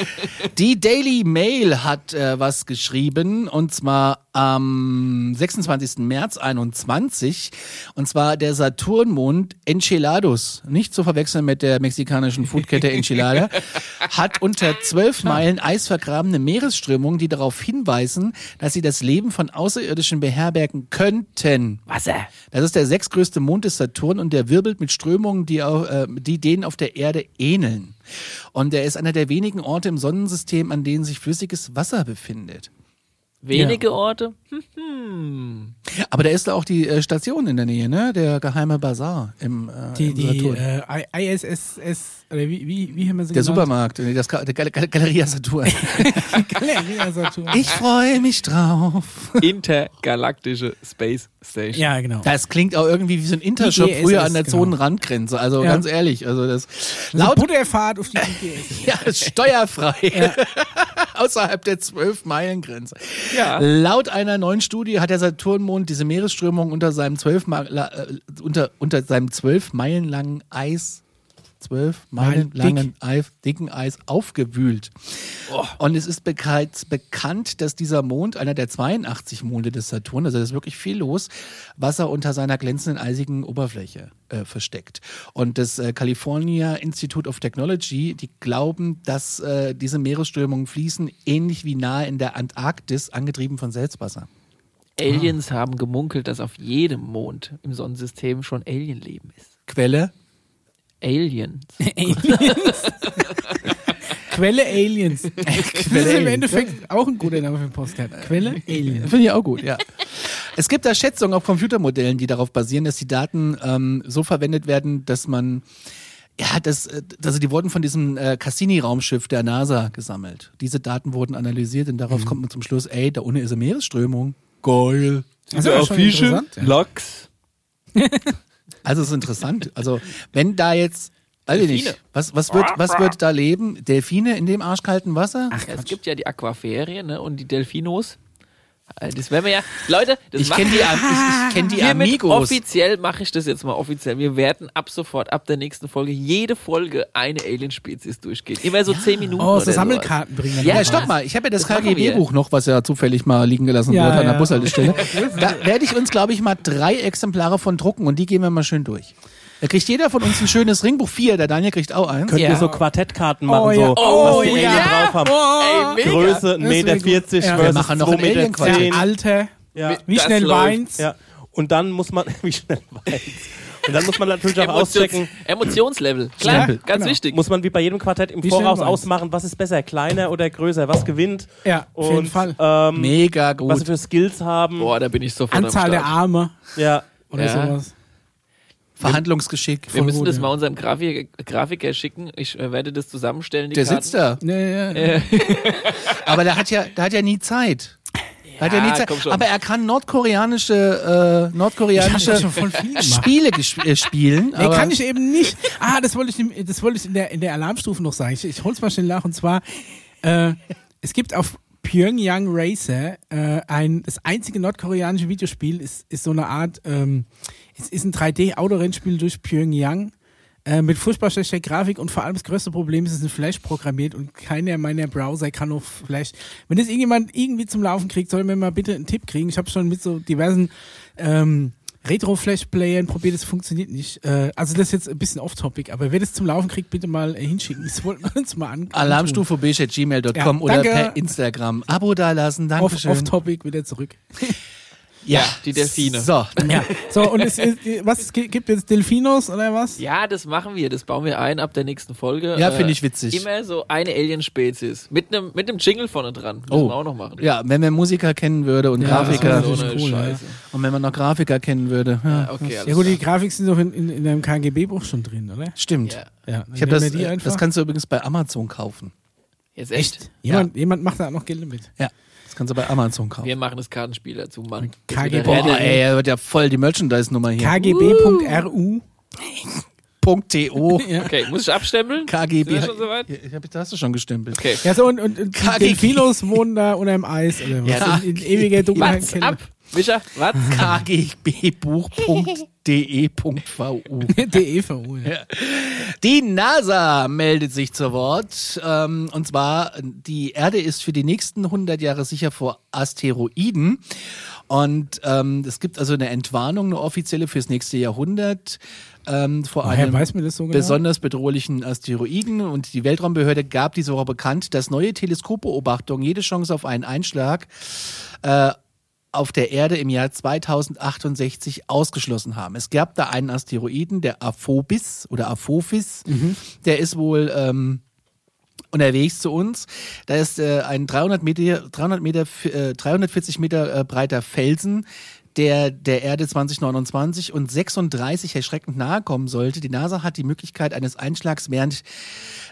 [SPEAKER 2] Die Daily Mail hat äh, was geschrieben und zwar am 26. März 21 und zwar der Saturnmond Enchilados, nicht zu verwechseln mit der mexikanischen Foodkette Enchilada, hat unter zwölf Meilen Eis vergrabene Meeresströmungen, die darauf hinweisen, dass sie das Leben von Außerirdischen beherbergen könnten.
[SPEAKER 3] Wasser!
[SPEAKER 2] Das ist der sechstgrößte Mond des Saturn und der wirbelt mit Strömungen, die, au- äh, die denen auf der Erde ähneln. Und er ist einer der wenigen Orte im Sonnensystem, an denen sich flüssiges Wasser befindet.
[SPEAKER 3] Wenige Orte? Hm, hm.
[SPEAKER 2] Aber da ist auch die äh, Station in der Nähe, ne? Der geheime Bazar im, äh,
[SPEAKER 1] Die,
[SPEAKER 2] im
[SPEAKER 1] die
[SPEAKER 2] Saturn.
[SPEAKER 1] äh, I- ISSS, oder wie, wie, wie haben wir sie
[SPEAKER 2] der
[SPEAKER 1] genannt?
[SPEAKER 2] Supermarkt, nee, das, Ga- der Gal Gal Galeria Saturn.
[SPEAKER 1] Galeria Saturn.
[SPEAKER 2] ich freue mich drauf.
[SPEAKER 3] Intergalaktische Space Station.
[SPEAKER 1] Ja, genau.
[SPEAKER 2] Das klingt auch irgendwie wie so ein Intershop
[SPEAKER 1] IGSS,
[SPEAKER 2] früher an der
[SPEAKER 1] genau.
[SPEAKER 2] Zonenrandgrenze. Also
[SPEAKER 1] Ja.
[SPEAKER 2] ganz ehrlich, also das
[SPEAKER 1] Laut
[SPEAKER 2] laut
[SPEAKER 1] Butterfahrt auf die GPS.
[SPEAKER 2] ja, ist steuerfrei außerhalb der 12-Meilen-Grenze.
[SPEAKER 3] Ja.
[SPEAKER 2] Laut einer neuen Studie hat der Saturnmond diese Meeresströmung unter seinem 12 Ma- la- äh, unter, unter seinem 12 Meilen langen Eis 12 Meilen
[SPEAKER 1] Meilen dick.
[SPEAKER 2] langen Eis, dicken Eis aufgewühlt. Und es ist bereits bekannt, dass dieser Mond, einer der 82 Monde des Saturn, also da ist wirklich viel los, Wasser unter seiner glänzenden eisigen Oberfläche äh, versteckt. Und das äh, California Institute of Technology, die glauben, dass äh, diese Meeresströmungen fließen, ähnlich wie nahe in der Antarktis, angetrieben von Salzwasser.
[SPEAKER 3] Aliens haben gemunkelt, dass auf jedem Mond im Sonnensystem schon Alienleben ist.
[SPEAKER 2] Quelle?
[SPEAKER 3] Aliens.
[SPEAKER 1] Quelle Aliens. das ist im
[SPEAKER 2] Aliens.
[SPEAKER 1] Endeffekt auch ein guter Name für den Postcard. Quelle Aliens.
[SPEAKER 2] Finde ich auch gut, ja. es gibt da Schätzungen auf Computermodellen, die darauf basieren, dass die Daten ähm, so verwendet werden, dass man ja, das, äh, also die wurden von diesem äh, Cassini-Raumschiff der NASA gesammelt. Diese Daten wurden analysiert und darauf kommt man zum Schluss, ey, da unten ist eine Meeresströmung. Geil.
[SPEAKER 1] Das ist aber Also schon interessant, ja.
[SPEAKER 3] Lachs.
[SPEAKER 2] Also es ist interessant. Also wenn da jetzt, weiß ich
[SPEAKER 3] Delfine.
[SPEAKER 2] nicht, was, was, wird, was wird da leben? Delfine in dem arschkalten Wasser?
[SPEAKER 3] Ja, es gibt ja die Aquaferien ne? und die Delfinos. Äh, Das wären wir ja. Leute, das
[SPEAKER 2] ich
[SPEAKER 3] machen
[SPEAKER 2] kenne die, Am- ich, ich kenn die
[SPEAKER 3] Hiermit
[SPEAKER 2] Amigos.
[SPEAKER 3] Offiziell mache ich das jetzt mal offiziell. Wir werden ab sofort, ab der nächsten Folge, jede Folge eine Alien-Spezies durchgehen. Immer so zehn Minuten.
[SPEAKER 1] Oh,
[SPEAKER 3] oder
[SPEAKER 1] so
[SPEAKER 3] sowas.
[SPEAKER 1] Sammelkarten bringen.
[SPEAKER 2] Ja,
[SPEAKER 3] Ja,
[SPEAKER 2] stopp mal. Ich habe ja das,
[SPEAKER 3] das machen wir.
[SPEAKER 2] KGB-Buch noch, was ja zufällig mal liegen gelassen
[SPEAKER 1] Ja,
[SPEAKER 2] wurde an der
[SPEAKER 1] ja.
[SPEAKER 2] Bushaltestelle. da werde ich uns, glaube ich, mal drei Exemplare von drucken und die gehen wir mal schön durch. Da kriegt jeder von uns ein schönes Ringbuch. Vier, der Daniel kriegt auch eins.
[SPEAKER 4] Könnt
[SPEAKER 3] Ja.
[SPEAKER 4] ihr so Quartettkarten machen,
[SPEAKER 1] ja.
[SPEAKER 4] so,
[SPEAKER 1] Oh,
[SPEAKER 4] was die Alien
[SPEAKER 1] ja.
[SPEAKER 4] drauf haben.
[SPEAKER 1] Oh.
[SPEAKER 3] Ey, mega.
[SPEAKER 4] Größe 1,40
[SPEAKER 1] Das ist
[SPEAKER 4] Meter,
[SPEAKER 1] wirklich gut.
[SPEAKER 4] 40
[SPEAKER 1] Ja.
[SPEAKER 2] Wir
[SPEAKER 4] versus
[SPEAKER 2] machen noch
[SPEAKER 4] 2,10
[SPEAKER 2] einen
[SPEAKER 4] Meter.
[SPEAKER 2] Alien-Quartett.
[SPEAKER 4] zehn.
[SPEAKER 1] Alter.
[SPEAKER 4] Ja.
[SPEAKER 1] Wie
[SPEAKER 3] Das
[SPEAKER 1] schnell
[SPEAKER 3] läuft.
[SPEAKER 1] weinst.
[SPEAKER 4] ja. Und dann muss man, wie schnell weiß. Und dann muss man natürlich auch
[SPEAKER 3] Emotions
[SPEAKER 4] auschecken,
[SPEAKER 3] Emotionslevel. Klar,
[SPEAKER 1] Stempel.
[SPEAKER 3] ganz
[SPEAKER 1] Genau.
[SPEAKER 3] wichtig.
[SPEAKER 4] muss man wie bei jedem Quartett im
[SPEAKER 1] Wie schnell
[SPEAKER 4] Voraus
[SPEAKER 1] war's?
[SPEAKER 4] ausmachen, was ist besser, kleiner oder größer, was gewinnt.
[SPEAKER 1] Ja, auf
[SPEAKER 4] und,
[SPEAKER 1] jeden Fall.
[SPEAKER 4] Ähm,
[SPEAKER 2] Mega
[SPEAKER 4] was
[SPEAKER 2] gut.
[SPEAKER 4] sie für Skills haben.
[SPEAKER 3] Boah, da bin ich sofort
[SPEAKER 1] Anzahl
[SPEAKER 3] am
[SPEAKER 1] der
[SPEAKER 3] Start.
[SPEAKER 1] Arme
[SPEAKER 4] Ja.
[SPEAKER 1] oder
[SPEAKER 3] Ja.
[SPEAKER 1] sowas.
[SPEAKER 2] Verhandlungsgeschick.
[SPEAKER 3] Wir müssen
[SPEAKER 1] gut,
[SPEAKER 3] das
[SPEAKER 1] ja.
[SPEAKER 3] mal unserem Grafi- Grafiker schicken. Ich äh, werde das zusammenstellen. Die
[SPEAKER 2] Der
[SPEAKER 3] Karten.
[SPEAKER 2] sitzt da.
[SPEAKER 1] Ja, ja, ja.
[SPEAKER 2] Aber der hat ja, der hat ja nie Zeit. Der hat ja nie
[SPEAKER 3] Ja,
[SPEAKER 2] Zeit.
[SPEAKER 3] komm schon.
[SPEAKER 2] Aber er kann nordkoreanische, äh,
[SPEAKER 1] Ich hab das schon
[SPEAKER 2] nordkoreanische
[SPEAKER 1] voll viel gemacht.
[SPEAKER 2] Spiele gesp- äh, spielen.
[SPEAKER 1] Nee,
[SPEAKER 2] aber-
[SPEAKER 1] kann ich eben nicht. Ah, das wollte ich, im- das wollte ich in, der, in der Alarmstufe noch sagen. Ich, ich hol's mal schnell nach. Und zwar, äh, es gibt auf Pyongyang Racer äh, ein, das einzige nordkoreanische Videospiel ist, ist so eine Art, ähm, es ist ein 3D-Autorennspiel durch Pyongyang. Äh, mit furchtbar schlechter Grafik und vor allem das größte Problem ist, es ist in Flash programmiert und keiner meiner Browser kann auf Flash. Wenn das irgendjemand irgendwie zum Laufen kriegt, soll mir mal bitte einen Tipp kriegen. Ich habe schon mit so diversen ähm, Retro-Flash-Playern probiert, es funktioniert nicht. Äh, also das ist jetzt ein bisschen off-topic, aber wer das zum Laufen kriegt, bitte mal äh, hinschicken. Das wollten wir uns mal an.
[SPEAKER 2] Ah, Alarmstufe gmail.com
[SPEAKER 1] Ja,
[SPEAKER 2] oder
[SPEAKER 1] danke.
[SPEAKER 2] per Instagram. Abo dalassen,
[SPEAKER 1] Off-
[SPEAKER 2] Dankeschön.
[SPEAKER 1] Off-topic wieder zurück.
[SPEAKER 3] Ja, die Delfine.
[SPEAKER 2] So,
[SPEAKER 1] Ja. So, und es ist, was es gi- gibt jetzt Delfinos oder was?
[SPEAKER 3] Ja, das machen wir. Das bauen wir ein ab der nächsten Folge. Äh,
[SPEAKER 2] Ja, finde ich witzig.
[SPEAKER 3] Immer so eine Alien-Spezies. Mit einem mit nem Jingle vorne dran. Müssen
[SPEAKER 2] Oh.
[SPEAKER 3] wir auch noch machen.
[SPEAKER 2] Ja, wenn man Musiker kennen würde und Grafiker.
[SPEAKER 1] das
[SPEAKER 3] So
[SPEAKER 1] ist
[SPEAKER 3] eine
[SPEAKER 1] cool, ja.
[SPEAKER 3] Scheiße.
[SPEAKER 2] Und wenn man noch Grafiker kennen würde. Ja.
[SPEAKER 3] Ja, okay, alles
[SPEAKER 1] Ja gut, die
[SPEAKER 3] klar.
[SPEAKER 1] Grafik sind doch in, in, in einem KGB-Buch schon drin, oder?
[SPEAKER 2] Stimmt.
[SPEAKER 3] Ja.
[SPEAKER 1] Ja,
[SPEAKER 2] Ich habe das,
[SPEAKER 1] die
[SPEAKER 2] äh,
[SPEAKER 1] einfach.
[SPEAKER 2] das kannst du übrigens bei Amazon kaufen.
[SPEAKER 3] Jetzt echt.
[SPEAKER 1] Jemand, jemand macht da auch noch Geld mit.
[SPEAKER 2] Ja, das kannst du bei Amazon kaufen.
[SPEAKER 3] Wir eh- machen das Kartenspiel dazu, Mann.
[SPEAKER 1] KGB.
[SPEAKER 3] Boah,
[SPEAKER 2] Boah, ey, er wird ja voll die Merchandise-Nummer hier.
[SPEAKER 1] KGB.ru.
[SPEAKER 2] KG.to.
[SPEAKER 1] Ja.
[SPEAKER 3] Okay, muss ich abstempeln?
[SPEAKER 2] KGB.
[SPEAKER 3] Sind wir schon soweit?
[SPEAKER 2] Ja, ich hab, da hast du schon gestempelt.
[SPEAKER 3] Okay.
[SPEAKER 1] Ja, so, und, und, und die
[SPEAKER 2] KGB.
[SPEAKER 1] Delfinos wohnen da unter dem Eis oder was?
[SPEAKER 2] Ja.
[SPEAKER 1] in, in ewiger Dunkelheit.
[SPEAKER 3] What's
[SPEAKER 1] Keller.
[SPEAKER 3] ab? Micha, was?
[SPEAKER 2] E KGBbuch.de.vu.
[SPEAKER 1] DEVU. E Ja.
[SPEAKER 2] Die NASA meldet sich zu Wort. Ähm, und zwar, die Erde ist für die nächsten 100 Jahre sicher vor Asteroiden. Und ähm, es gibt also eine Entwarnung, eine offizielle fürs nächste Jahrhundert. Ähm, vor
[SPEAKER 1] Woher
[SPEAKER 2] einem
[SPEAKER 1] weiß man das so genau?
[SPEAKER 2] besonders bedrohlichen Asteroiden. Und die Weltraumbehörde gab diese Woche bekannt, dass neue Teleskopbeobachtungen jede Chance auf einen Einschlag auf der Erde im Jahr 2068 ausgeschlossen haben. Es gab da einen Asteroiden, der Aphobis oder Aphobis, der ist wohl ähm, unterwegs zu uns. Da ist äh, ein 300 Meter, 300 Meter, äh, 340 Meter äh, breiter Felsen, der der Erde 2029 und 36 erschreckend nahe kommen sollte. Die NASA hat die Möglichkeit eines Einschlags während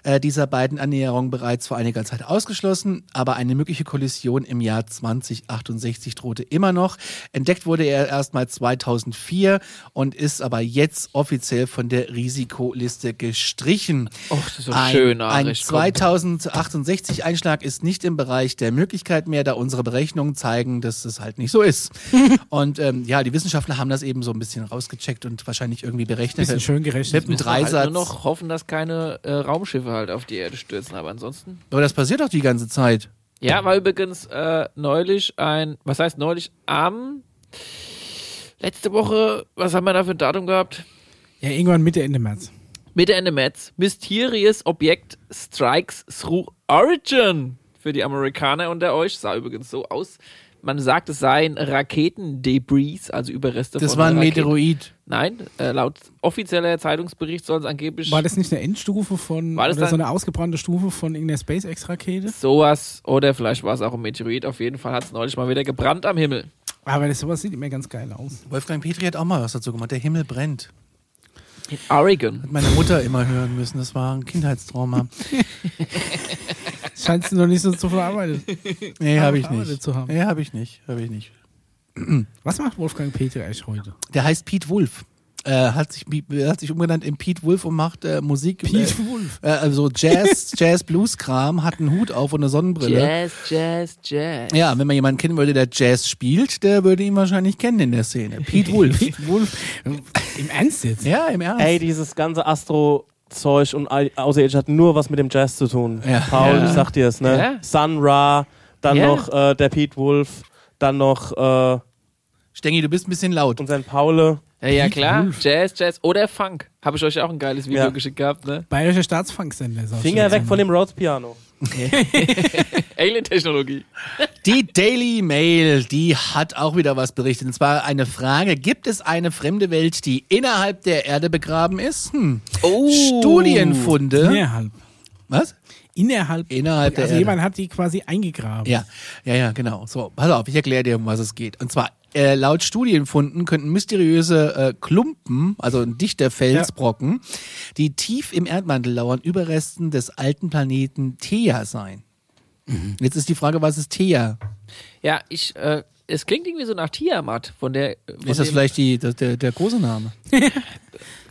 [SPEAKER 2] äh, dieser beiden Annäherungen bereits vor einiger Zeit ausgeschlossen, aber eine mögliche Kollision im Jahr 2068 drohte immer noch. Entdeckt wurde er erstmal 2004 und ist aber jetzt offiziell von der Risikoliste gestrichen.
[SPEAKER 3] Och, das ist doch
[SPEAKER 2] ein,
[SPEAKER 3] schön,
[SPEAKER 2] ein
[SPEAKER 3] Arich, komm.
[SPEAKER 2] 2068 Einschlag ist nicht im Bereich der Möglichkeit mehr, da unsere Berechnungen zeigen, dass es halt nicht so ist. und ähm, ja, die Wissenschaftler haben das eben so ein bisschen rausgecheckt und wahrscheinlich irgendwie berechnet.
[SPEAKER 1] Bisschen schön gerechnet.
[SPEAKER 2] Mit einem
[SPEAKER 3] Halt
[SPEAKER 2] Dreisatz.
[SPEAKER 3] nur noch hoffen, dass keine äh, Raumschiffe halt auf die Erde stürzen, aber ansonsten.
[SPEAKER 2] Aber das passiert doch die ganze Zeit.
[SPEAKER 3] Ja, war übrigens äh, neulich ein, was heißt neulich, am letzte Woche, was haben wir da für ein Datum gehabt?
[SPEAKER 1] Ja, irgendwann Mitte, Ende März.
[SPEAKER 3] Mitte Ende März. Mysterious Objekt Strikes Through Origin. Für die Amerikaner unter euch sah übrigens so aus. Man sagt, es seien Raketendebris, also Überreste
[SPEAKER 2] Das
[SPEAKER 3] von
[SPEAKER 2] war ein
[SPEAKER 3] Raketen.
[SPEAKER 2] Meteoroid.
[SPEAKER 3] Nein, äh, laut offizieller Zeitungsbericht soll es angeblich
[SPEAKER 1] War das nicht eine Endstufe von,
[SPEAKER 3] War das
[SPEAKER 1] oder so
[SPEAKER 3] dann-
[SPEAKER 1] eine ausgebrannte Stufe von irgendeiner SpaceX-Rakete?
[SPEAKER 3] sowas oder vielleicht war es auch ein Meteorit. Auf jeden Fall hat es neulich mal wieder gebrannt am Himmel.
[SPEAKER 1] Aber das, sowas sieht immer ganz geil aus.
[SPEAKER 2] Wolfgang Petri hat auch mal was dazu gemacht. Der Himmel brennt.
[SPEAKER 3] Oregon.
[SPEAKER 2] Hat meine Mutter immer hören müssen. Das war ein Kindheitstrauma.
[SPEAKER 1] Scheinst du noch nicht so zu verarbeitet.
[SPEAKER 2] Nee, habe ich
[SPEAKER 1] Arbeit
[SPEAKER 2] nicht.
[SPEAKER 1] zu haben.
[SPEAKER 2] Nee, habe ich nicht. Habe ich nicht.
[SPEAKER 1] Was macht Wolfgang Petri eigentlich heute?
[SPEAKER 2] Der heißt Pete Wolf. Äh, hat, sich, hat sich umgenannt in Pete Wolf und macht äh, Musik. äh,
[SPEAKER 1] Wolf.
[SPEAKER 2] äh, also Jazz, Jazz, Blues-Kram, hat einen Hut auf und eine Sonnenbrille.
[SPEAKER 3] Jazz, Jazz, Jazz.
[SPEAKER 2] Ja, wenn man jemanden kennen würde, der Jazz spielt, der würde ihn wahrscheinlich kennen in der Szene. Pete Wolf.
[SPEAKER 1] Pete Wolf. Im Ernst jetzt?
[SPEAKER 2] ja, im Ernst.
[SPEAKER 4] Ey, dieses ganze Astro-Zeug und all- Außerirdisch hat nur was mit dem Jazz zu tun.
[SPEAKER 2] Ja.
[SPEAKER 4] Paul,
[SPEAKER 3] Ja.
[SPEAKER 4] ich sag dir es, ne?
[SPEAKER 3] Ja.
[SPEAKER 4] Sun Ra, dann
[SPEAKER 3] Ja.
[SPEAKER 4] noch äh, der Pete Wolf, dann noch äh,
[SPEAKER 2] Stengi, du bist ein bisschen laut.
[SPEAKER 4] unseren Paule.
[SPEAKER 3] Ja, ja
[SPEAKER 1] Pete
[SPEAKER 3] klar.
[SPEAKER 1] Wolf.
[SPEAKER 3] Jazz, Jazz oder Funk. Habe ich euch auch ein geiles Video
[SPEAKER 4] Ja.
[SPEAKER 3] geschickt gehabt, ne?
[SPEAKER 1] Bayerischer Staatsfunksender. sagst du
[SPEAKER 4] Finger
[SPEAKER 1] jetzt
[SPEAKER 4] weg
[SPEAKER 1] immer.
[SPEAKER 4] von dem Rhodes-Piano.
[SPEAKER 3] Alien-Technologie.
[SPEAKER 2] Die Daily Mail, die hat auch wieder was berichtet. Und zwar eine Frage: Gibt es eine fremde Welt, die innerhalb der Erde begraben ist? Hm.
[SPEAKER 3] Oh.
[SPEAKER 2] Studienfunde.
[SPEAKER 1] Innerhalb.
[SPEAKER 2] Was?
[SPEAKER 1] Innerhalb.
[SPEAKER 2] Innerhalb der
[SPEAKER 1] also
[SPEAKER 2] Erde.
[SPEAKER 1] jemand hat die quasi eingegraben.
[SPEAKER 2] Ja, ja, ja, genau. So, pass auf, ich erkläre dir, um was es geht. Und zwar, äh, laut Studienfunden könnten mysteriöse äh, Klumpen, also ein dichter Felsbrocken, die tief im Erdmantel lauern, Überresten des alten Planeten Theia sein.
[SPEAKER 3] Mhm.
[SPEAKER 2] Jetzt ist die Frage, was ist Theia?
[SPEAKER 3] Ja, ich, äh, es klingt irgendwie so nach Tiamat. Von der. Von
[SPEAKER 2] Ist das
[SPEAKER 3] dem-
[SPEAKER 2] vielleicht die, der- der, der große Name?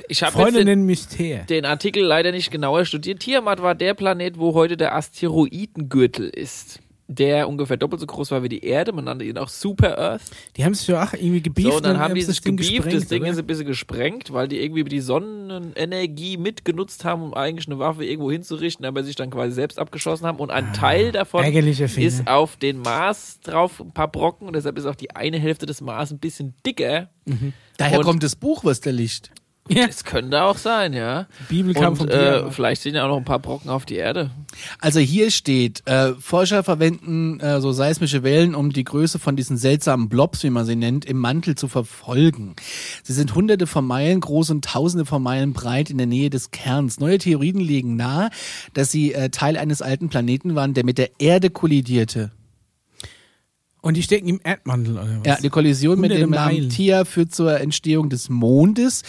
[SPEAKER 3] Ich habe jetzt
[SPEAKER 1] Freunde
[SPEAKER 3] den,
[SPEAKER 1] nennen mich Thea.
[SPEAKER 3] den Artikel leider nicht genauer studiert. Tiamat war der Planet, wo heute der Asteroidengürtel ist. Der ungefähr doppelt so groß war wie die Erde. Man nannte ihn auch Super Earth.
[SPEAKER 1] Die haben sich ja auch irgendwie gebieft. ne?
[SPEAKER 3] So, und dann haben die
[SPEAKER 1] sie
[SPEAKER 3] sich gebieft, das Ding
[SPEAKER 1] oder?
[SPEAKER 3] ist ein bisschen gesprengt, weil die irgendwie die Sonnenenergie mitgenutzt haben, um eigentlich eine Waffe irgendwo hinzurichten, aber sich dann quasi selbst abgeschossen haben. Und ein Teil davon
[SPEAKER 1] Ah, ärgerlicher Fehler.
[SPEAKER 3] ist auf den Mars drauf, ein paar Brocken, und deshalb ist auch die eine Hälfte des Mars ein bisschen dicker.
[SPEAKER 2] Daher
[SPEAKER 3] Und-
[SPEAKER 2] kommt das Buch, was der Licht.
[SPEAKER 1] Ja. um
[SPEAKER 3] Das könnte auch sein, ja.
[SPEAKER 1] Die Bibel kam
[SPEAKER 3] Und
[SPEAKER 1] vom
[SPEAKER 3] äh,
[SPEAKER 1] Tier.
[SPEAKER 3] vielleicht sind ja auch noch ein paar Brocken auf die Erde.
[SPEAKER 2] Also hier steht, äh, Forscher verwenden äh, so seismische Wellen, um die Größe von diesen seltsamen Blobs, wie man sie nennt, im Mantel zu verfolgen. Sie sind hunderte von Meilen groß und tausende von Meilen breit in der Nähe des Kerns. Neue Theorien legen nahe, dass sie äh, Teil eines alten Planeten waren, der mit der Erde kollidierte.
[SPEAKER 1] Und die stecken im Erdmantel, oder was?
[SPEAKER 2] Ja, die Kollision mit
[SPEAKER 1] Hunderte
[SPEAKER 2] dem Namen
[SPEAKER 1] Meilen.
[SPEAKER 2] Tia führt zur Entstehung des Mondes,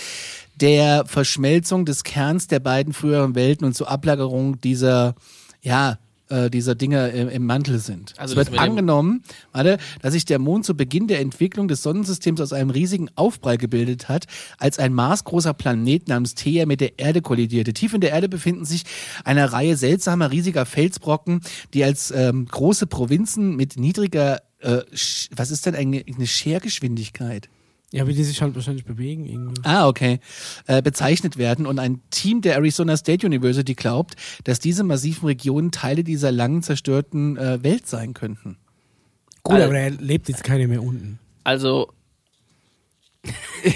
[SPEAKER 2] der Verschmelzung des Kerns der beiden früheren Welten und zur Ablagerung dieser, ja, äh, dieser Dinge im, im Mantel sind.
[SPEAKER 3] Also
[SPEAKER 2] es
[SPEAKER 3] das
[SPEAKER 2] wird
[SPEAKER 3] mit dem-
[SPEAKER 2] angenommen, warte, dass sich der Mond zu Beginn der Entwicklung des Sonnensystems aus einem riesigen Aufprall gebildet hat, als ein maßgroßer Planet namens Theia mit der Erde kollidierte. Tief in der Erde befinden sich eine Reihe seltsamer riesiger Felsbrocken, die als ähm, große Provinzen mit niedriger äh, Sch- was ist denn eine, eine Schergeschwindigkeit?
[SPEAKER 1] Ja, wie die sich halt wahrscheinlich bewegen irgendwie.
[SPEAKER 2] Ah, okay. Äh, bezeichnet werden. Und ein Team der Arizona State University glaubt, dass diese massiven Regionen Teile dieser langen zerstörten äh, Welt sein könnten.
[SPEAKER 1] Gut,
[SPEAKER 3] Also-
[SPEAKER 1] aber er lebt jetzt keiner mehr unten.
[SPEAKER 3] Also, Ja,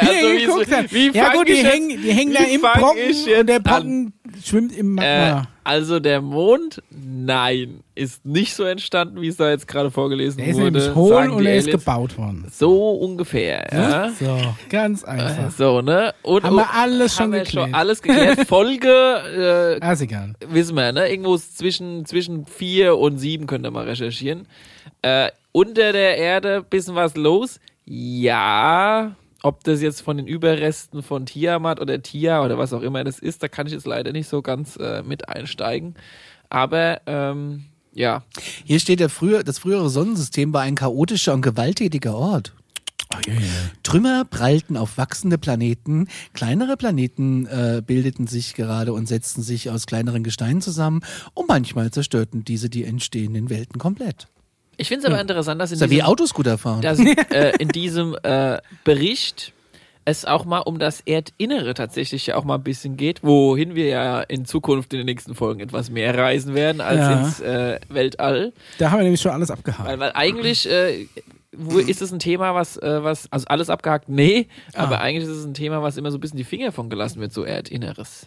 [SPEAKER 3] also
[SPEAKER 1] Hier
[SPEAKER 3] wie so-
[SPEAKER 1] geguckt hat.
[SPEAKER 3] wie
[SPEAKER 1] ja
[SPEAKER 3] fang
[SPEAKER 1] gut,
[SPEAKER 3] ich
[SPEAKER 1] die
[SPEAKER 3] jetzt-
[SPEAKER 1] hängen, die hängen da
[SPEAKER 3] wie
[SPEAKER 1] im
[SPEAKER 3] fang ich
[SPEAKER 1] Brocken
[SPEAKER 3] jetzt
[SPEAKER 1] und der Brocken schwimmt im
[SPEAKER 3] Äh,
[SPEAKER 1] Magma.
[SPEAKER 3] also der Mond, nein, ist nicht so entstanden, wie es da jetzt gerade vorgelesen
[SPEAKER 1] der ist
[SPEAKER 3] wurde.
[SPEAKER 1] nämlich hohl
[SPEAKER 3] sagen
[SPEAKER 1] und
[SPEAKER 3] die Äh?
[SPEAKER 1] er ist
[SPEAKER 3] Aliens.
[SPEAKER 1] gebaut worden.
[SPEAKER 3] So ungefähr, ja.
[SPEAKER 1] So, ganz einfach.
[SPEAKER 3] So, ne? Und,
[SPEAKER 1] Haben wir alles
[SPEAKER 3] haben
[SPEAKER 1] schon
[SPEAKER 3] wir
[SPEAKER 1] geklärt.
[SPEAKER 3] schon alles geklärt. Folge, äh,
[SPEAKER 1] Ah, ist egal.
[SPEAKER 3] wissen wir, ne? Irgendwo zwischen, zwischen vier und sieben könnt ihr mal recherchieren. Äh, unter der Erde bisschen was los. Ja. Ob das jetzt von den Überresten von Tiamat oder Tia oder was auch immer das ist, da kann ich jetzt leider nicht so ganz äh, mit einsteigen. Aber ähm, ja,
[SPEAKER 2] Hier steht, der früher, das frühere Sonnensystem war ein chaotischer und gewalttätiger Ort. Trümmer prallten auf wachsende Planeten, kleinere Planeten äh, bildeten sich gerade und setzten sich aus kleineren Gesteinen zusammen und manchmal zerstörten diese die entstehenden Welten komplett.
[SPEAKER 3] ich finde es
[SPEAKER 1] Hm.
[SPEAKER 3] aber interessant, dass in
[SPEAKER 2] Ist ja wie
[SPEAKER 3] diesem-
[SPEAKER 2] Autoscooter fahren.
[SPEAKER 3] dass äh, in diesem äh, Bericht es auch mal um das Erdinnere tatsächlich ja auch mal ein bisschen geht, wohin wir ja in Zukunft in den nächsten Folgen etwas mehr reisen werden als
[SPEAKER 1] Ja.
[SPEAKER 3] ins äh, Weltall.
[SPEAKER 1] Da haben wir nämlich schon alles abgehakt.
[SPEAKER 3] Weil, weil eigentlich äh, wo ist es ein Thema, was, äh, was, also alles abgehakt, nee,
[SPEAKER 2] Ah.
[SPEAKER 3] aber eigentlich ist es ein Thema, was immer so ein bisschen die Finger von gelassen wird, so Erdinneres.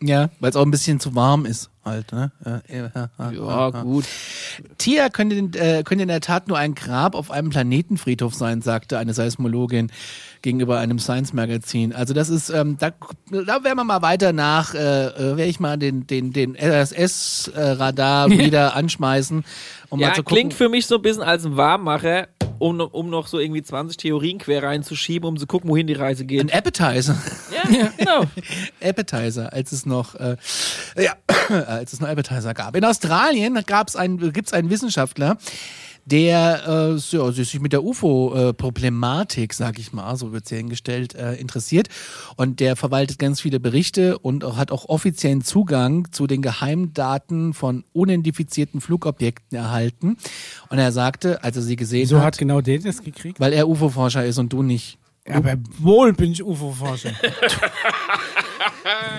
[SPEAKER 2] ja, weil es auch ein bisschen zu warm ist halt. Ne? Äh, äh, äh, äh,
[SPEAKER 3] Ja,
[SPEAKER 2] äh, äh.
[SPEAKER 3] gut.
[SPEAKER 2] Tia könnte, in- äh, könnte in der Tat nur ein Grab auf einem Planetenfriedhof sein, sagte eine Seismologin gegenüber einem Science-Magazin. Also das ist, ähm, da, da werden wir mal weiter nach, äh, äh, werde ich mal den, den, den RSS-Radar äh, wieder anschmeißen, um
[SPEAKER 3] Ja,
[SPEAKER 2] mal zu gucken.
[SPEAKER 3] klingt für mich so ein bisschen als ein Warmmacher, um, um noch so irgendwie 20 Theorien quer reinzuschieben, um zu gucken, wohin die Reise
[SPEAKER 2] ein
[SPEAKER 3] geht.
[SPEAKER 2] Appetizer,
[SPEAKER 3] Ja, genau.
[SPEAKER 2] Appetizer, als es noch, äh, ja, als es noch Appetizer gab. In Australien gab's einen, gibt's einen Wissenschaftler, der äh, so, sich mit der UFO-Problematik, sag ich mal, so wird's hier hingestellt, äh, interessiert. Und der verwaltet ganz viele Berichte und auch, hat auch offiziellen Zugang zu den Geheimdaten von unidentifizierten Flugobjekten erhalten. Und er sagte, als er sie gesehen
[SPEAKER 1] Wieso hat
[SPEAKER 2] hat,
[SPEAKER 1] genau der das gekriegt?
[SPEAKER 2] weil er UFO-Forscher ist und du nicht.
[SPEAKER 1] Aber wohl bin ich UFO-Forscher.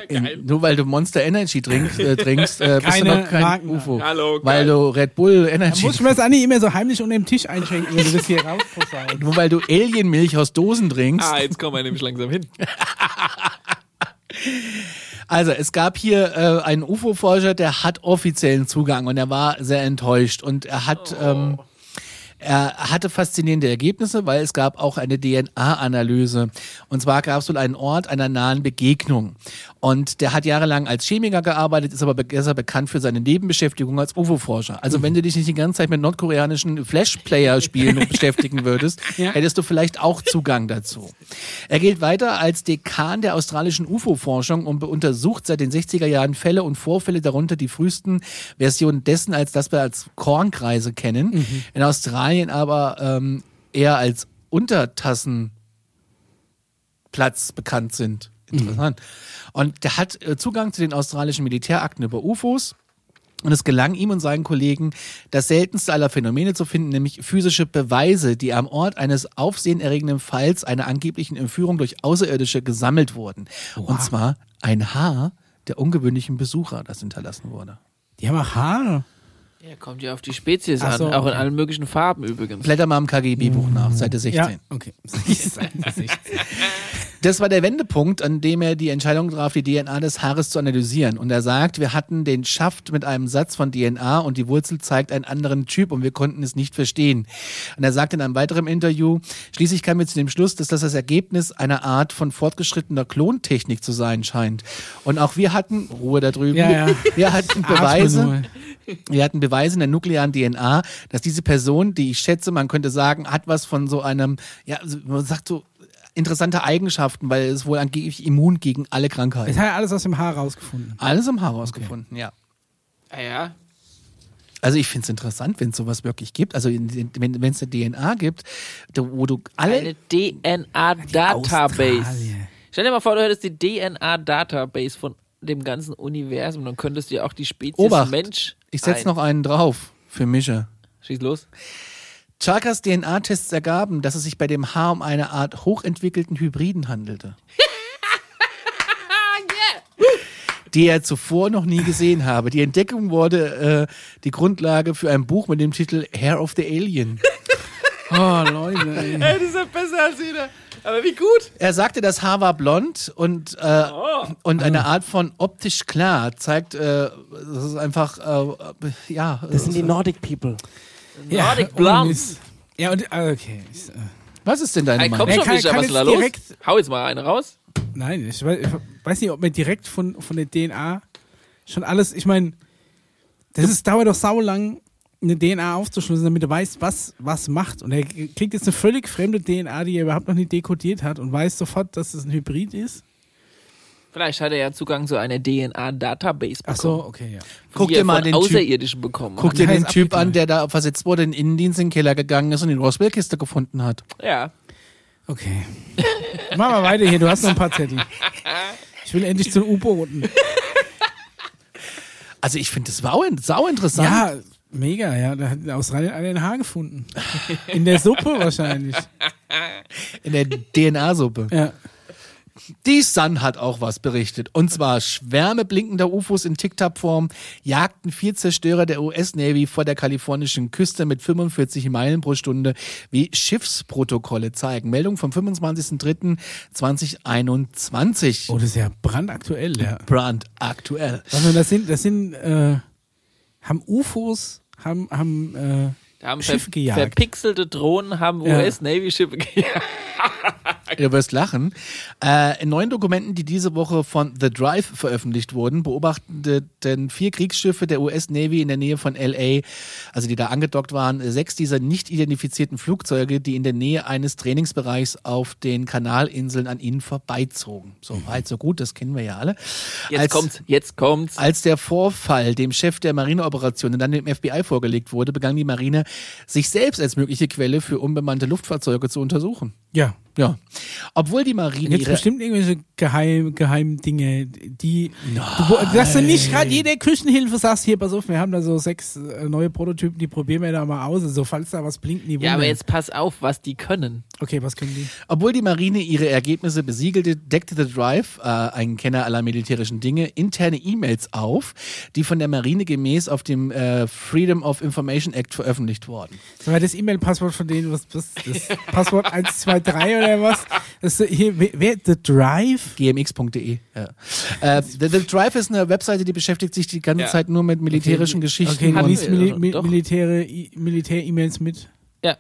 [SPEAKER 2] In, nur weil du Monster Energy trinkst, äh, trinkst äh, bist du
[SPEAKER 1] Keine
[SPEAKER 2] noch kein
[SPEAKER 1] Marken.
[SPEAKER 2] UFO.
[SPEAKER 3] Hallo,
[SPEAKER 2] weil
[SPEAKER 3] geil.
[SPEAKER 2] du Red Bull Energy
[SPEAKER 1] Muss ich mir das Anni immer so heimlich unter dem Tisch einschenken, wenn du das hier rausposaunen.
[SPEAKER 2] Nur weil du Alien-Milch aus Dosen trinkst.
[SPEAKER 3] Ah, jetzt kommen wir nämlich langsam hin.
[SPEAKER 2] Also, es gab hier äh, einen UFO-Forscher, der hat offiziellen Zugang und er war sehr enttäuscht und er hat. Ähm, er hatte faszinierende Ergebnisse, weil es gab auch eine DNA-Analyse. Und zwar gab es wohl einen Ort einer nahen Begegnung. Und der hat jahrelang als Chemiker gearbeitet, ist aber be- besser bekannt für seine Nebenbeschäftigung als UFO-Forscher. Also wenn du dich nicht die ganze Zeit mit nordkoreanischen Flash-Player-Spielen beschäftigen würdest, hättest du vielleicht auch Zugang dazu. Er gilt weiter als Dekan der australischen UFO-Forschung und beuntersucht seit den 60er Jahren Fälle und Vorfälle, darunter die frühesten Versionen dessen, als das wir als Kornkreise kennen. In Australien aber ähm, eher als Untertassen Platz bekannt sind. Interessant. Und der hat äh, Zugang zu den australischen Militärakten über UFOs. Und es gelang ihm und seinen Kollegen, das seltenste aller Phänomene zu finden, nämlich physische Beweise, die am Ort eines aufsehenerregenden Falls einer angeblichen Entführung durch Außerirdische gesammelt wurden. Und zwar ein Haar der ungewöhnlichen Besucher, das hinterlassen wurde.
[SPEAKER 1] Die haben auch Haare.
[SPEAKER 3] Ja, kommt ja auf die Spezies
[SPEAKER 1] Ach
[SPEAKER 3] an,
[SPEAKER 1] so,
[SPEAKER 3] auch in
[SPEAKER 1] okay.
[SPEAKER 3] allen möglichen Farben übrigens.
[SPEAKER 2] Blätter mal im KGB-Buch nach, Seite 16.
[SPEAKER 1] Ja, okay.
[SPEAKER 2] Das war der Wendepunkt, an dem er die Entscheidung traf, die DNA des Haares zu analysieren. Und er sagt, wir hatten den Schaft mit einem Satz von DNA und die Wurzel zeigt einen anderen Typ und wir konnten es nicht verstehen. Und er sagt in einem weiteren Interview, schließlich kamen wir zu dem Schluss, dass das das Ergebnis einer Art von fortgeschrittener Klontechnik zu sein scheint. Und auch wir hatten, Ruhe da drüben,
[SPEAKER 1] Ja, ja.
[SPEAKER 2] wir hatten Beweise. Wir hatten Beweise in der nuklearen DNA, dass diese Person, die ich schätze, man könnte sagen, hat was von so einem, ja, man sagt so interessante Eigenschaften, weil es wohl angeblich immun gegen alle
[SPEAKER 1] Das
[SPEAKER 2] Krankheiten.
[SPEAKER 1] hat er alles aus dem Haar rausgefunden.
[SPEAKER 2] Alles im Haar rausgefunden, ja.
[SPEAKER 3] Ah, ja.
[SPEAKER 2] Also ich finde es interessant, wenn es sowas wirklich gibt. Also in den- wenn es eine DNA gibt, da- wo du alle
[SPEAKER 3] Eine DNA-Database.
[SPEAKER 1] Australien.
[SPEAKER 3] Stell dir mal vor, du hättest die DNA-Database von dem ganzen Universum, dann könntest du ja auch die Spezies
[SPEAKER 2] Obacht.
[SPEAKER 3] Mensch.
[SPEAKER 2] Ich setze
[SPEAKER 3] ein-
[SPEAKER 2] noch einen drauf für Mische.
[SPEAKER 3] Schieß los.
[SPEAKER 2] Chakas DNA-Tests ergaben, dass es sich bei dem Haar um eine Art hochentwickelten Hybriden handelte. die er zuvor noch nie gesehen habe. Die Entdeckung wurde äh, die Grundlage für ein Buch mit dem Titel Hair of the Alien. Oh, Leute, ey.
[SPEAKER 3] Ey, die ist ja besser als jeder. Aber wie gut.
[SPEAKER 2] Er sagte, das Haar war blond und, äh,
[SPEAKER 3] Oh.
[SPEAKER 2] und eine Art von optisch klar zeigt, äh, das ist einfach, äh, ja.
[SPEAKER 4] Das sind die Nordic People.
[SPEAKER 3] Nordic
[SPEAKER 1] oh,
[SPEAKER 3] Blonde.
[SPEAKER 1] Mist. ja, und, ah, okay. Ich, äh,
[SPEAKER 2] was ist denn deine
[SPEAKER 3] Ey, komm
[SPEAKER 1] Ey,
[SPEAKER 2] Meinung?
[SPEAKER 3] schon,
[SPEAKER 1] kann-
[SPEAKER 3] Micha,
[SPEAKER 1] kann
[SPEAKER 3] was ist
[SPEAKER 1] jetzt
[SPEAKER 3] da los?
[SPEAKER 1] direkt-
[SPEAKER 3] Hau jetzt mal einen raus.
[SPEAKER 1] nein, ich weiß, ich weiß nicht, ob mir direkt von, von der DNA schon alles, ich meine, das ist, dauert doch saulang, eine DNA aufzuschlüsseln, damit er weiß, was, was macht. Und er kriegt jetzt eine völlig fremde DNA, die er überhaupt noch nicht dekodiert hat und weiß sofort, dass es ein Hybrid ist.
[SPEAKER 3] Vielleicht hat er ja Zugang zu einer DNA-Database bekommen.
[SPEAKER 1] Ach so, okay, ja.
[SPEAKER 2] Guck
[SPEAKER 3] die
[SPEAKER 2] dir
[SPEAKER 3] er
[SPEAKER 2] mal
[SPEAKER 3] von
[SPEAKER 2] den Typ-
[SPEAKER 3] Außerirdischen bekommen.
[SPEAKER 2] Guck
[SPEAKER 3] hat.
[SPEAKER 2] dir
[SPEAKER 1] Ja,
[SPEAKER 2] den
[SPEAKER 1] ist
[SPEAKER 2] Typ
[SPEAKER 1] abgegangen.
[SPEAKER 2] an, der da versetzt wurde, in den Innendienst in den Keller gegangen ist und die Roswell-Kiste gefunden hat.
[SPEAKER 3] Ja.
[SPEAKER 1] Okay. Mach mal weiter hier, du hast noch ein paar Zettel. Ich will endlich zu den U-Booten.
[SPEAKER 2] Also ich finde das wow, sau interessant.
[SPEAKER 1] Ja, mega, ja. Da hat Australien einen in Haar gefunden. In der Suppe wahrscheinlich.
[SPEAKER 2] In der DNA-Suppe.
[SPEAKER 1] Ja.
[SPEAKER 2] Die Sun hat auch was berichtet. Und zwar Schwärme blinkender UFOs in TikTok-Form jagten vier Zerstörer der US-Navy vor der kalifornischen Küste mit 45 Meilen pro Stunde, wie Schiffsprotokolle zeigen. Meldung vom 25.03.2021.
[SPEAKER 1] Oh, das ist ja brandaktuell, ja.
[SPEAKER 2] Brand aktuell.
[SPEAKER 1] Also das sind, das sind, äh, haben UFOs, haben, haben, äh,
[SPEAKER 3] Da haben
[SPEAKER 1] Schiffe
[SPEAKER 3] ver
[SPEAKER 1] gejagt.
[SPEAKER 3] Verpixelte Drohnen haben
[SPEAKER 1] Ja.
[SPEAKER 3] US-Navy-Schiffe gejagt.
[SPEAKER 2] Du wirst lachen. Äh, in neuen Dokumenten, die diese Woche von The Drive veröffentlicht wurden, beobachteten vier Kriegsschiffe der US Navy in der Nähe von LA, also die da angedockt waren, sechs dieser nicht identifizierten Flugzeuge, die in der Nähe eines Trainingsbereichs auf den Kanalinseln an ihnen vorbeizogen. So weit, so gut, das kennen wir ja alle.
[SPEAKER 3] Mhm. Jetzt
[SPEAKER 2] Als-
[SPEAKER 3] kommt's, jetzt kommt's.
[SPEAKER 2] als der Vorfall dem Chef der Marineoperationen dann dem FBI vorgelegt wurde, begann die Marine, sich selbst als mögliche Quelle für unbemannte Luftfahrzeuge zu untersuchen.
[SPEAKER 1] ja.
[SPEAKER 2] Ja. Obwohl die Marine
[SPEAKER 1] Jetzt
[SPEAKER 2] ihre
[SPEAKER 1] bestimmt irgendwelche geheim, geheim Dinge, die, du, dass du nicht gerade jeder Küchenhilfe sagst, hier, pass auf, wir haben da so sechs äh, neue Prototypen, die probieren wir da mal aus. So, falls da was blinkt, die
[SPEAKER 3] ja, aber
[SPEAKER 1] wundern.
[SPEAKER 3] jetzt pass auf, was die können.
[SPEAKER 1] Okay, was können die?
[SPEAKER 2] Obwohl die Marine ihre Ergebnisse besiegelte, deckte The Drive, äh, ein Kenner aller militärischen Dinge, interne E-Mails auf, die von der Marine gemäß auf dem äh, Freedom of Information Act veröffentlicht wurden.
[SPEAKER 1] Sag mal, das E-Mail-Passwort von denen, was, was das Passwort 123 oder was? Das ist so, hier, wer- wer, The Drive?
[SPEAKER 2] gmx.de. E, Ja. Äh, The, The Drive ist eine Webseite, die beschäftigt sich die ganze
[SPEAKER 3] Ja.
[SPEAKER 2] Zeit nur mit militärischen
[SPEAKER 1] Okay,
[SPEAKER 2] Geschichten.
[SPEAKER 1] die
[SPEAKER 3] Mann,
[SPEAKER 1] liest
[SPEAKER 3] äh,
[SPEAKER 1] Mil Mil
[SPEAKER 3] doch.
[SPEAKER 1] Militäre, I- Militär-E-Mails mit.
[SPEAKER 3] Ja.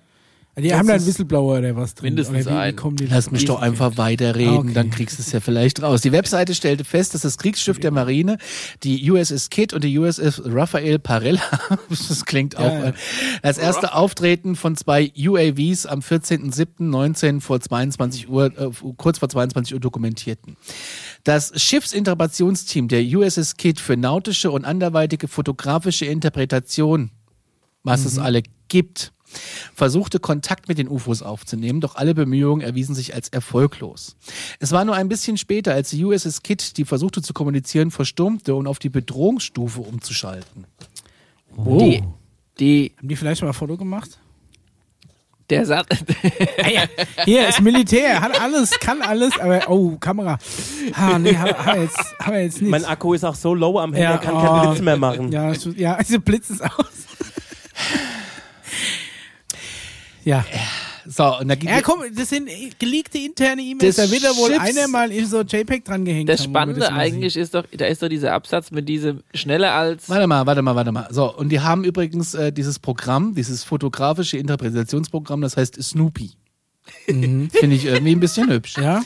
[SPEAKER 1] Also die
[SPEAKER 2] Das
[SPEAKER 1] haben da einen
[SPEAKER 2] ist
[SPEAKER 1] Whistleblower oder was drin.
[SPEAKER 3] mindestens
[SPEAKER 1] oder wie, wie
[SPEAKER 3] einen.
[SPEAKER 1] kommen die
[SPEAKER 2] Lass
[SPEAKER 1] da-
[SPEAKER 2] mich doch einfach weiterreden,
[SPEAKER 1] Ah, okay.
[SPEAKER 2] dann kriegst du es ja vielleicht raus. Die Webseite stellte fest, dass das Kriegsschiff der Marine, die USS Kidd und die USS Rafael Parella, das klingt auch,
[SPEAKER 1] ja.
[SPEAKER 2] äh, das erste Auftreten von zwei UAVs am 14.07.19 vor 22 Uhr, äh, kurz vor 22 Uhr dokumentierten. Das Schiffsinterpretationsteam der USS Kidd für nautische und anderweitige fotografische Interpretation was es alle gibt, versuchte Kontakt mit den UFOs aufzunehmen, doch alle Bemühungen erwiesen sich als erfolglos. Es war nur ein bisschen später, als die USS Kidd, die versuchte zu kommunizieren, verstummte und auf die Bedrohungsstufe umzuschalten.
[SPEAKER 1] Wow.
[SPEAKER 3] Die, die,
[SPEAKER 1] Haben die vielleicht mal ein Foto gemacht?
[SPEAKER 3] der sagt,
[SPEAKER 1] Ah, Hier, ist Militär, hat alles, kann alles, aber, oh, Kamera. Ha, nee, haben ha, jetzt, haben wir jetzt
[SPEAKER 4] Mein
[SPEAKER 1] nichts.
[SPEAKER 4] Akku ist auch so low am Handy,
[SPEAKER 1] Ja,
[SPEAKER 4] er kann keinen
[SPEAKER 1] oh.
[SPEAKER 4] Blitz mehr machen.
[SPEAKER 1] Ja, es- ja, also blitzt es aus. ja.
[SPEAKER 2] Äh, So, und da ging
[SPEAKER 1] Ja, komm, das sind geleakte interne E-Mails.
[SPEAKER 2] Des
[SPEAKER 1] Da wird ja wohl
[SPEAKER 2] Schiffs-
[SPEAKER 1] einer mal in so JPEG dran gehängt.
[SPEAKER 3] das
[SPEAKER 1] haben, wo man
[SPEAKER 3] Spannende
[SPEAKER 1] immer
[SPEAKER 3] eigentlich ist doch, da ist doch dieser Absatz mit diesem schneller als.
[SPEAKER 2] Warte mal, warte mal, warte mal. So, und die haben übrigens äh, dieses Programm, dieses fotografische Interpretationsprogramm, das heißt Snoopy. Finde ich irgendwie ein bisschen hübsch.
[SPEAKER 1] sieht. Ja?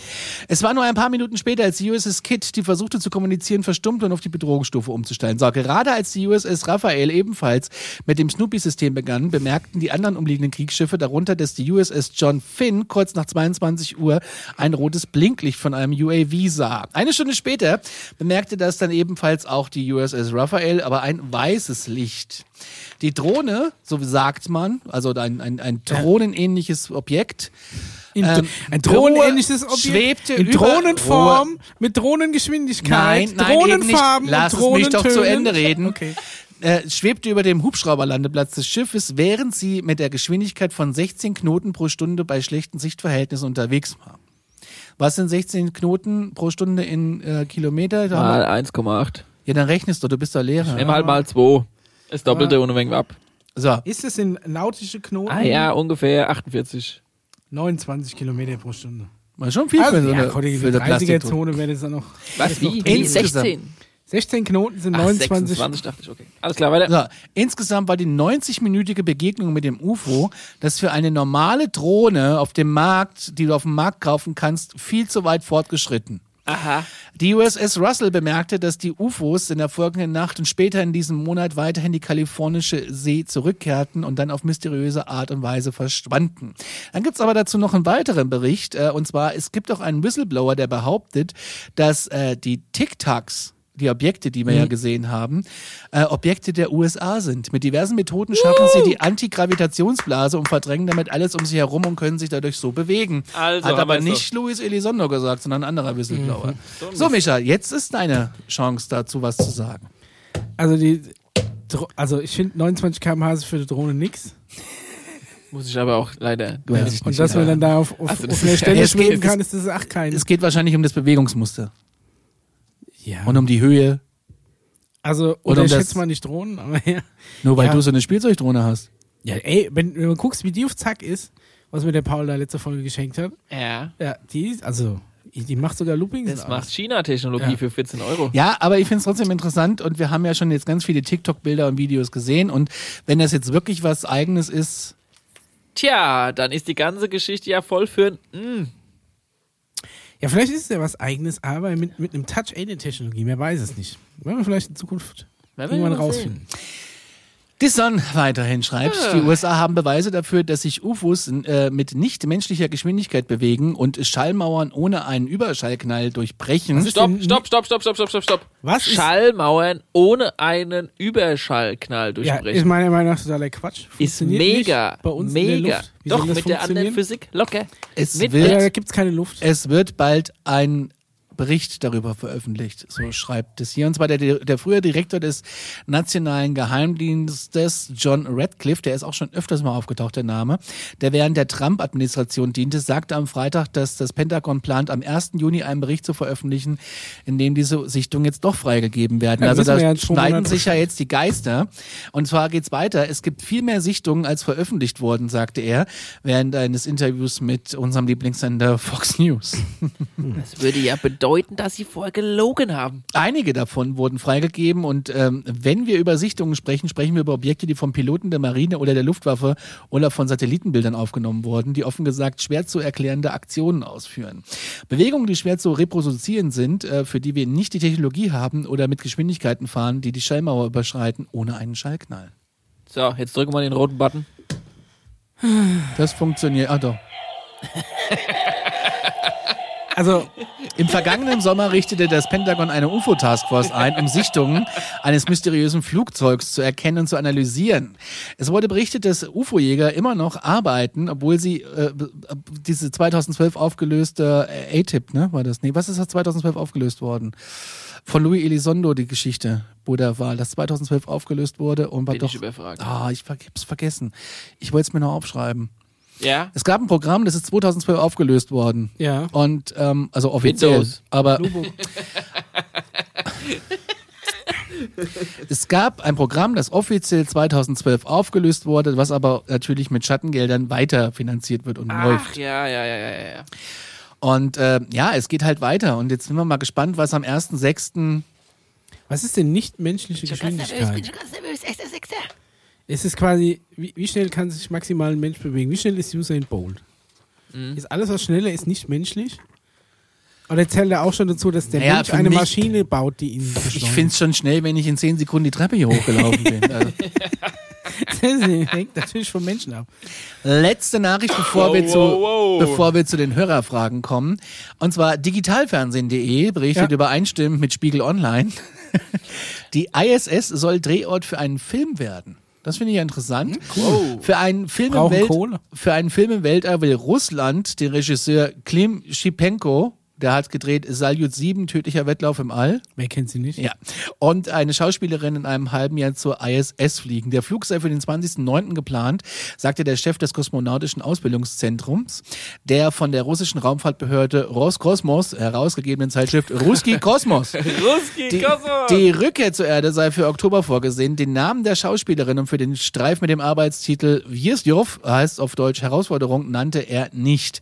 [SPEAKER 2] Es war nur ein paar Minuten später, als die USS Kidd, die versuchte zu kommunizieren, verstummte und auf die Bedrohungsstufe umzusteigen. So, gerade als die USS Raphael ebenfalls mit dem Snoopy-System begann, bemerkten die anderen umliegenden Kriegsschiffe darunter, dass die USS John Finn kurz nach 22 Uhr ein rotes Blinklicht von einem UAV sah. Eine Stunde später bemerkte das dann ebenfalls auch die USS Raphael, aber ein weißes Licht. Die Drohne, so sagt man, also ein, ein, ein drohnenähnliches Objekt,
[SPEAKER 1] In,
[SPEAKER 2] Ähm,
[SPEAKER 1] ein drohnenähnliches
[SPEAKER 2] Ruhe
[SPEAKER 1] Objekt.
[SPEAKER 2] schwebte
[SPEAKER 1] in
[SPEAKER 2] über-
[SPEAKER 1] Drohnenform, mit Drohnengeschwindigkeit,
[SPEAKER 2] Nein, nein, eben nicht.
[SPEAKER 1] Drohnenfarben,
[SPEAKER 2] Lass
[SPEAKER 1] und
[SPEAKER 2] es mich doch zu
[SPEAKER 1] Drohnentönen.
[SPEAKER 2] Ende reden.
[SPEAKER 1] Okay.
[SPEAKER 2] äh, schwebte über dem Hubschrauberlandeplatz des Schiffes, während sie mit der Geschwindigkeit von 16 Knoten pro Stunde bei schlechten Sichtverhältnissen unterwegs war. Was sind 16 Knoten pro Stunde in äh, Kilometer? Da haben wir-
[SPEAKER 3] Mal 1,8.
[SPEAKER 2] Ja, dann rechnest du, du bist doch Lehrer.
[SPEAKER 3] Nimm halt mal 2. Das Doppelte und ein wenig ab.
[SPEAKER 2] So,
[SPEAKER 1] Ist es in nautische Knoten?
[SPEAKER 3] Ah ja, ungefähr 48.
[SPEAKER 1] 29 Kilometer pro Stunde.
[SPEAKER 2] war schon viel für so eine,
[SPEAKER 1] Also, Kollege,
[SPEAKER 2] für
[SPEAKER 1] die
[SPEAKER 2] eine Plastiktonne.
[SPEAKER 1] 30er-Zone wäre das dann noch.
[SPEAKER 3] Was? Wie?
[SPEAKER 1] noch drin.
[SPEAKER 3] Wie?
[SPEAKER 2] 16.
[SPEAKER 3] 16.
[SPEAKER 1] 16 Knoten sind
[SPEAKER 3] Ach,
[SPEAKER 1] 29.
[SPEAKER 3] 26 dachte ich, okay. Alles klar, weiter.
[SPEAKER 2] So, insgesamt war die 90-minütige Begegnung mit dem UFO, das für eine normale Drohne auf dem Markt, die du auf dem Markt kaufen kannst, viel zu weit fortgeschritten.
[SPEAKER 3] Aha.
[SPEAKER 2] Die USS Russell bemerkte, dass die UFOs in der folgenden Nacht und später in diesem Monat weiterhin die kalifornische See zurückkehrten und dann auf mysteriöse Art und Weise verschwanden. Dann gibt's aber dazu noch einen weiteren Bericht, äh, und zwar, es gibt auch einen Whistleblower, der behauptet, dass äh, die Tic-Tacs die Objekte, die wir ja gesehen haben, äh, Objekte der USA sind. Mit diversen Methoden schaffen sie die Antigravitationsblase und verdrängen damit alles um sich herum und können sich dadurch so bewegen.
[SPEAKER 3] Also,
[SPEAKER 2] Hat
[SPEAKER 3] haben
[SPEAKER 2] aber
[SPEAKER 3] wir's doch.
[SPEAKER 2] nicht Luis Elizondo gesagt, sondern ein anderer Whistleblower. So, Micha, jetzt ist deine Chance dazu, was zu sagen.
[SPEAKER 1] Also, die, Dro- also ich finde 29 km/h ist für die Drohne nix.
[SPEAKER 3] Muss ich aber auch leider.
[SPEAKER 2] Weiß ich
[SPEAKER 1] Und
[SPEAKER 2] nicht.
[SPEAKER 1] dass man dann da auf, auf,
[SPEAKER 3] Also, das
[SPEAKER 1] auf einer
[SPEAKER 3] ist-
[SPEAKER 1] Stelle
[SPEAKER 2] es geht-
[SPEAKER 1] schweben
[SPEAKER 2] es-
[SPEAKER 1] kann, ist das ach kein.
[SPEAKER 2] es geht wahrscheinlich um das Bewegungsmuster
[SPEAKER 1] Ja.
[SPEAKER 2] und um die Höhe,
[SPEAKER 1] Also,
[SPEAKER 2] Oder um
[SPEAKER 1] unterschätzt
[SPEAKER 2] das-
[SPEAKER 1] man nicht Drohnen, aber ja.
[SPEAKER 2] nur weil
[SPEAKER 1] Ja.
[SPEAKER 2] du so eine Spielzeugdrohne hast.
[SPEAKER 1] Ja, ey, wenn, wenn man guckst, wie die auf Zack ist, was mir der Paul da letzte Folge geschenkt hat,
[SPEAKER 3] Ja. Genau.
[SPEAKER 1] ja, die ist, also, die macht sogar Loopings.
[SPEAKER 3] Das
[SPEAKER 1] und
[SPEAKER 3] macht
[SPEAKER 1] alles.
[SPEAKER 3] China-Technologie
[SPEAKER 1] Ja.
[SPEAKER 3] für 14 Euro.
[SPEAKER 2] Ja, aber ich finde es trotzdem interessant und wir haben ja schon jetzt ganz viele TikTok-Bilder und Videos gesehen und wenn das jetzt wirklich was Eigenes ist,
[SPEAKER 3] Tja, dann ist die ganze Geschichte ja voll für ein.
[SPEAKER 1] Ja, vielleicht ist es ja was eigenes, aber mit, mit einem Touch-Aided-Technologie, mehr weiß es nicht. Werden wir vielleicht in Zukunft
[SPEAKER 3] Werden wir
[SPEAKER 1] irgendwann
[SPEAKER 3] mal sehen.
[SPEAKER 1] rausfinden.
[SPEAKER 2] Die Sun weiterhin schreibt, die USA haben Beweise dafür, dass sich UFOs äh, mit nicht menschlicher Geschwindigkeit bewegen und Schallmauern ohne einen Überschallknall durchbrechen.
[SPEAKER 3] Also Stopp,
[SPEAKER 1] denn-
[SPEAKER 3] stopp, stopp, stopp, stopp, stopp, stopp, stopp.
[SPEAKER 1] Was ist-
[SPEAKER 3] Schallmauern ohne einen Überschallknall
[SPEAKER 1] Ja, ist
[SPEAKER 3] durchbrechen.
[SPEAKER 1] meiner Meinung nach totaler Quatsch.
[SPEAKER 3] ist
[SPEAKER 1] Funktioniert
[SPEAKER 3] mega.
[SPEAKER 1] Nicht bei uns
[SPEAKER 3] mega.
[SPEAKER 1] In der Luft. Wie
[SPEAKER 3] Doch,
[SPEAKER 1] soll das
[SPEAKER 3] mit der anderen
[SPEAKER 1] funktionieren?
[SPEAKER 3] Physik Äh. locker.
[SPEAKER 2] Es
[SPEAKER 3] mit
[SPEAKER 1] Ja, da
[SPEAKER 2] wird,
[SPEAKER 1] gibt es keine Luft.
[SPEAKER 2] es wird bald ein Bericht darüber veröffentlicht, so schreibt es hier. Und zwar der, der frühere Direktor des Nationalen Geheimdienstes, John Radcliffe, der ist auch schon öfters mal aufgetaucht, der Name, der während der Trump-Administration diente, sagte am Freitag, dass das Pentagon plant, am 1. Juni einen Bericht zu veröffentlichen, in dem diese Sichtungen jetzt doch freigegeben werden.
[SPEAKER 1] Ja,
[SPEAKER 2] also
[SPEAKER 1] müssen
[SPEAKER 2] da
[SPEAKER 1] wir ja in zwei
[SPEAKER 2] schneiden
[SPEAKER 1] Monaten
[SPEAKER 2] sich ja jetzt die Geister. Und zwar geht's weiter. Es gibt viel mehr Sichtungen als veröffentlicht wurden, sagte er, während eines Interviews mit unserem Lieblingssender Fox News.
[SPEAKER 3] Das würde ja bedeuten, dass sie vorher gelogen haben.
[SPEAKER 2] Einige davon wurden freigegeben und ähm, wenn wir über Sichtungen sprechen, sprechen wir über Objekte, die vom Piloten der Marine oder der Luftwaffe oder von Satellitenbildern aufgenommen wurden, die offen gesagt schwer zu erklärende Aktionen ausführen. Bewegungen, die schwer zu reproduzieren sind, äh, für die wir nicht die Technologie haben oder mit Geschwindigkeiten fahren, die die Schallmauer überschreiten, ohne einen Schallknall.
[SPEAKER 3] So, jetzt drücken wir den roten Button.
[SPEAKER 2] Das funktioniert. Ah doch.
[SPEAKER 1] Also,
[SPEAKER 2] Im vergangenen Sommer richtete das Pentagon eine UFO-Taskforce ein, um Sichtungen eines mysteriösen Flugzeugs zu erkennen und zu analysieren. Es wurde berichtet, dass UFO-Jäger immer noch arbeiten, obwohl sie äh, b- b- diese 2012 aufgelöste äh, ATIP, ne, war das? Nee, was ist das 2012 aufgelöst worden? Von Louis Elizondo die Geschichte, wo der war, das 2012 aufgelöst wurde und war
[SPEAKER 3] Bin
[SPEAKER 2] doch.
[SPEAKER 3] ich überfragt.
[SPEAKER 2] Ah, ich ver- hab's vergessen. Ich wollte es mir noch aufschreiben.
[SPEAKER 3] Ja?
[SPEAKER 2] Es gab ein Programm, das ist 2012 aufgelöst worden.
[SPEAKER 1] ja.
[SPEAKER 2] Und ähm, also offiziell.
[SPEAKER 3] Windows.
[SPEAKER 2] Aber es gab ein Programm, das offiziell 2012 aufgelöst wurde, was aber natürlich mit Schattengeldern weiter finanziert wird und
[SPEAKER 3] Ach,
[SPEAKER 2] läuft.
[SPEAKER 3] ja, ja, ja, ja, ja.
[SPEAKER 2] Und äh, ja, es geht halt weiter. Und jetzt sind wir mal gespannt, was am 1.6.
[SPEAKER 1] Was ist denn nichtmenschliche Geschwindigkeit? Es ist quasi, wie, wie schnell kann sich maximal ein Mensch bewegen? Wie schnell ist Usain Bolt?
[SPEAKER 3] Mhm.
[SPEAKER 1] Ist alles, was schneller ist, nicht menschlich? Oder zählt da auch schon dazu, dass der
[SPEAKER 2] Naja,
[SPEAKER 1] Mensch
[SPEAKER 2] für
[SPEAKER 1] eine
[SPEAKER 2] mich-
[SPEAKER 1] Maschine baut, die ihn beschleunigt?
[SPEAKER 2] Ich finde es schon schnell, wenn ich in 10 Sekunden die Treppe hier hochgelaufen bin. Also,
[SPEAKER 1] das hängt natürlich vom Menschen ab.
[SPEAKER 2] Letzte Nachricht, bevor, wir zu, bevor wir zu den Hörerfragen kommen. Und zwar digitalfernsehen.de berichtet
[SPEAKER 1] Ja.
[SPEAKER 2] übereinstimmend mit Spiegel Online. Die ISS soll Drehort für einen Film werden. Das finde ich ja interessant. Cool. Für einen, Film im
[SPEAKER 1] Hm, Brauchen
[SPEAKER 2] Welt,
[SPEAKER 1] Kohle.
[SPEAKER 2] für einen Film im Weltall will Russland den Regisseur Klim Schipenko Der hat gedreht Saljut 7, tödlicher Wettlauf im All.
[SPEAKER 1] Wer kennt sie nicht?
[SPEAKER 2] Ja. Und eine Schauspielerin in einem halben Jahr zur ISS fliegen. Der Flug sei für den 20.09. geplant, sagte der Chef des kosmonautischen Ausbildungszentrums, der von der russischen Raumfahrtbehörde Roskosmos herausgegebenen Zeitschrift Ruski Kosmos.
[SPEAKER 3] Ruski
[SPEAKER 2] Die, die Rückkehr zur Erde sei für Oktober vorgesehen. Den Namen der Schauspielerin und für den Streif mit dem Arbeitstitel Wiesjow heißt auf Deutsch Herausforderung, nannte er nicht.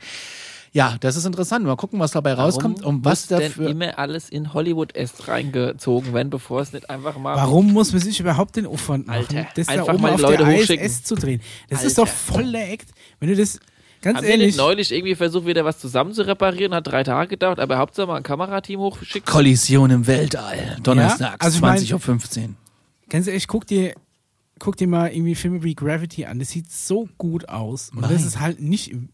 [SPEAKER 2] Ja, das ist interessant. Mal gucken, was dabei rauskommt und was
[SPEAKER 3] muss
[SPEAKER 2] dafür.
[SPEAKER 3] denn immer alles in Hollywood erst reingezogen werden, bevor es nicht einfach mal
[SPEAKER 1] Warum muss man sich überhaupt den Aufwand machen,
[SPEAKER 3] Alter,
[SPEAKER 1] das da
[SPEAKER 3] einfach
[SPEAKER 1] oben
[SPEAKER 3] mal
[SPEAKER 1] auf
[SPEAKER 3] Leute
[SPEAKER 1] der
[SPEAKER 3] hochschicken.
[SPEAKER 1] ISS zu drehen? Das ist
[SPEAKER 3] Alter.
[SPEAKER 1] doch voll der Act. Wenn du das, ganz
[SPEAKER 3] Haben wir
[SPEAKER 1] ehrlich,
[SPEAKER 3] nicht neulich irgendwie versucht, wieder was zusammen zu reparieren? Hat drei Tage gedauert, aber Hauptsache mal ein Kamerateam hochgeschickt.
[SPEAKER 2] Kollision im Weltall. Donnerstag,
[SPEAKER 1] also ich mein-
[SPEAKER 2] 20.15 Uhr.
[SPEAKER 1] ganz ehrlich, guck dir, guck dir mal irgendwie Filme wie Gravity an. Das sieht so gut aus. Und
[SPEAKER 2] Nein.
[SPEAKER 1] das ist halt nicht im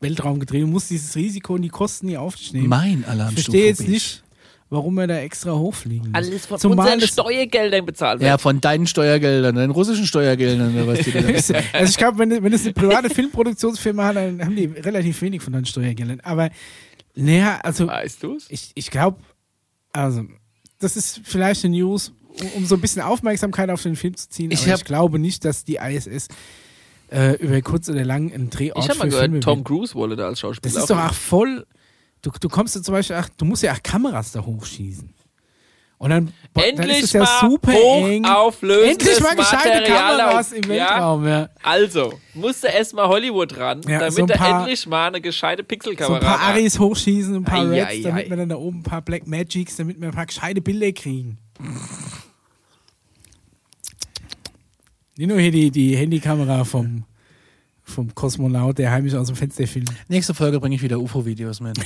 [SPEAKER 1] Weltraum gedreht. Du musst dieses Risiko und die Kosten nie auf dich nehmen.
[SPEAKER 2] Mein
[SPEAKER 1] ich
[SPEAKER 2] Alarmstufe.
[SPEAKER 1] verstehe jetzt
[SPEAKER 2] Beach.
[SPEAKER 1] nicht, warum wir da extra hochfliegen. muss.
[SPEAKER 3] Alles von
[SPEAKER 1] Zumal
[SPEAKER 3] unseren
[SPEAKER 1] das-
[SPEAKER 3] Steuergeldern bezahlt
[SPEAKER 2] Ja,
[SPEAKER 3] werden.
[SPEAKER 2] von deinen Steuergeldern, deinen russischen Steuergeldern oder was die da
[SPEAKER 1] also ich glaube, wenn, wenn es eine private Filmproduktionsfirma hat, dann haben die relativ wenig von deinen Steuergeldern. Aber naja, also
[SPEAKER 3] Weißt du's?
[SPEAKER 1] ich, ich glaube, also das ist vielleicht eine News, um, um so ein bisschen Aufmerksamkeit auf den Film zu ziehen.
[SPEAKER 2] Ich
[SPEAKER 1] aber
[SPEAKER 2] hab-
[SPEAKER 1] ich glaube nicht, dass die ISS äh, über kurz oder lang einen Drehort
[SPEAKER 3] Ich habe mal
[SPEAKER 1] für Filme
[SPEAKER 3] gehört, Tom
[SPEAKER 1] wird.
[SPEAKER 3] Cruise wolle da als Schauspieler.
[SPEAKER 1] Das ist
[SPEAKER 3] auch-
[SPEAKER 1] doch auch voll. Du, du kommst ja zum Beispiel, ach, du musst ja auch Kameras da hochschießen. Und dann, boah, dann
[SPEAKER 3] Endlich
[SPEAKER 1] ist es ja
[SPEAKER 3] mal
[SPEAKER 1] super eng.
[SPEAKER 3] hochauflösendes
[SPEAKER 1] Endlich mal gescheite
[SPEAKER 3] Material
[SPEAKER 1] Kameras
[SPEAKER 3] auf-
[SPEAKER 1] im
[SPEAKER 3] Ja.
[SPEAKER 1] Weltraum, ja.
[SPEAKER 3] Also, musste erstmal Hollywood ran,
[SPEAKER 1] Ja,
[SPEAKER 3] damit
[SPEAKER 1] so ein
[SPEAKER 3] er
[SPEAKER 1] paar-
[SPEAKER 3] endlich mal eine gescheite
[SPEAKER 1] So
[SPEAKER 3] Pixelkamera
[SPEAKER 1] ein paar
[SPEAKER 3] hat.
[SPEAKER 1] Aris hochschießen, ein paar
[SPEAKER 3] Ei,
[SPEAKER 1] Reds,
[SPEAKER 3] ei,
[SPEAKER 1] damit
[SPEAKER 3] ei.
[SPEAKER 1] wir dann da oben ein paar Black Magics, damit wir ein paar gescheite Bilder kriegen. Nicht nur hier die, die Handykamera vom, vom Kosmonaut, der heimlich aus dem Fenster filmt.
[SPEAKER 2] Nächste Folge bringe ich wieder UFO-Videos mit.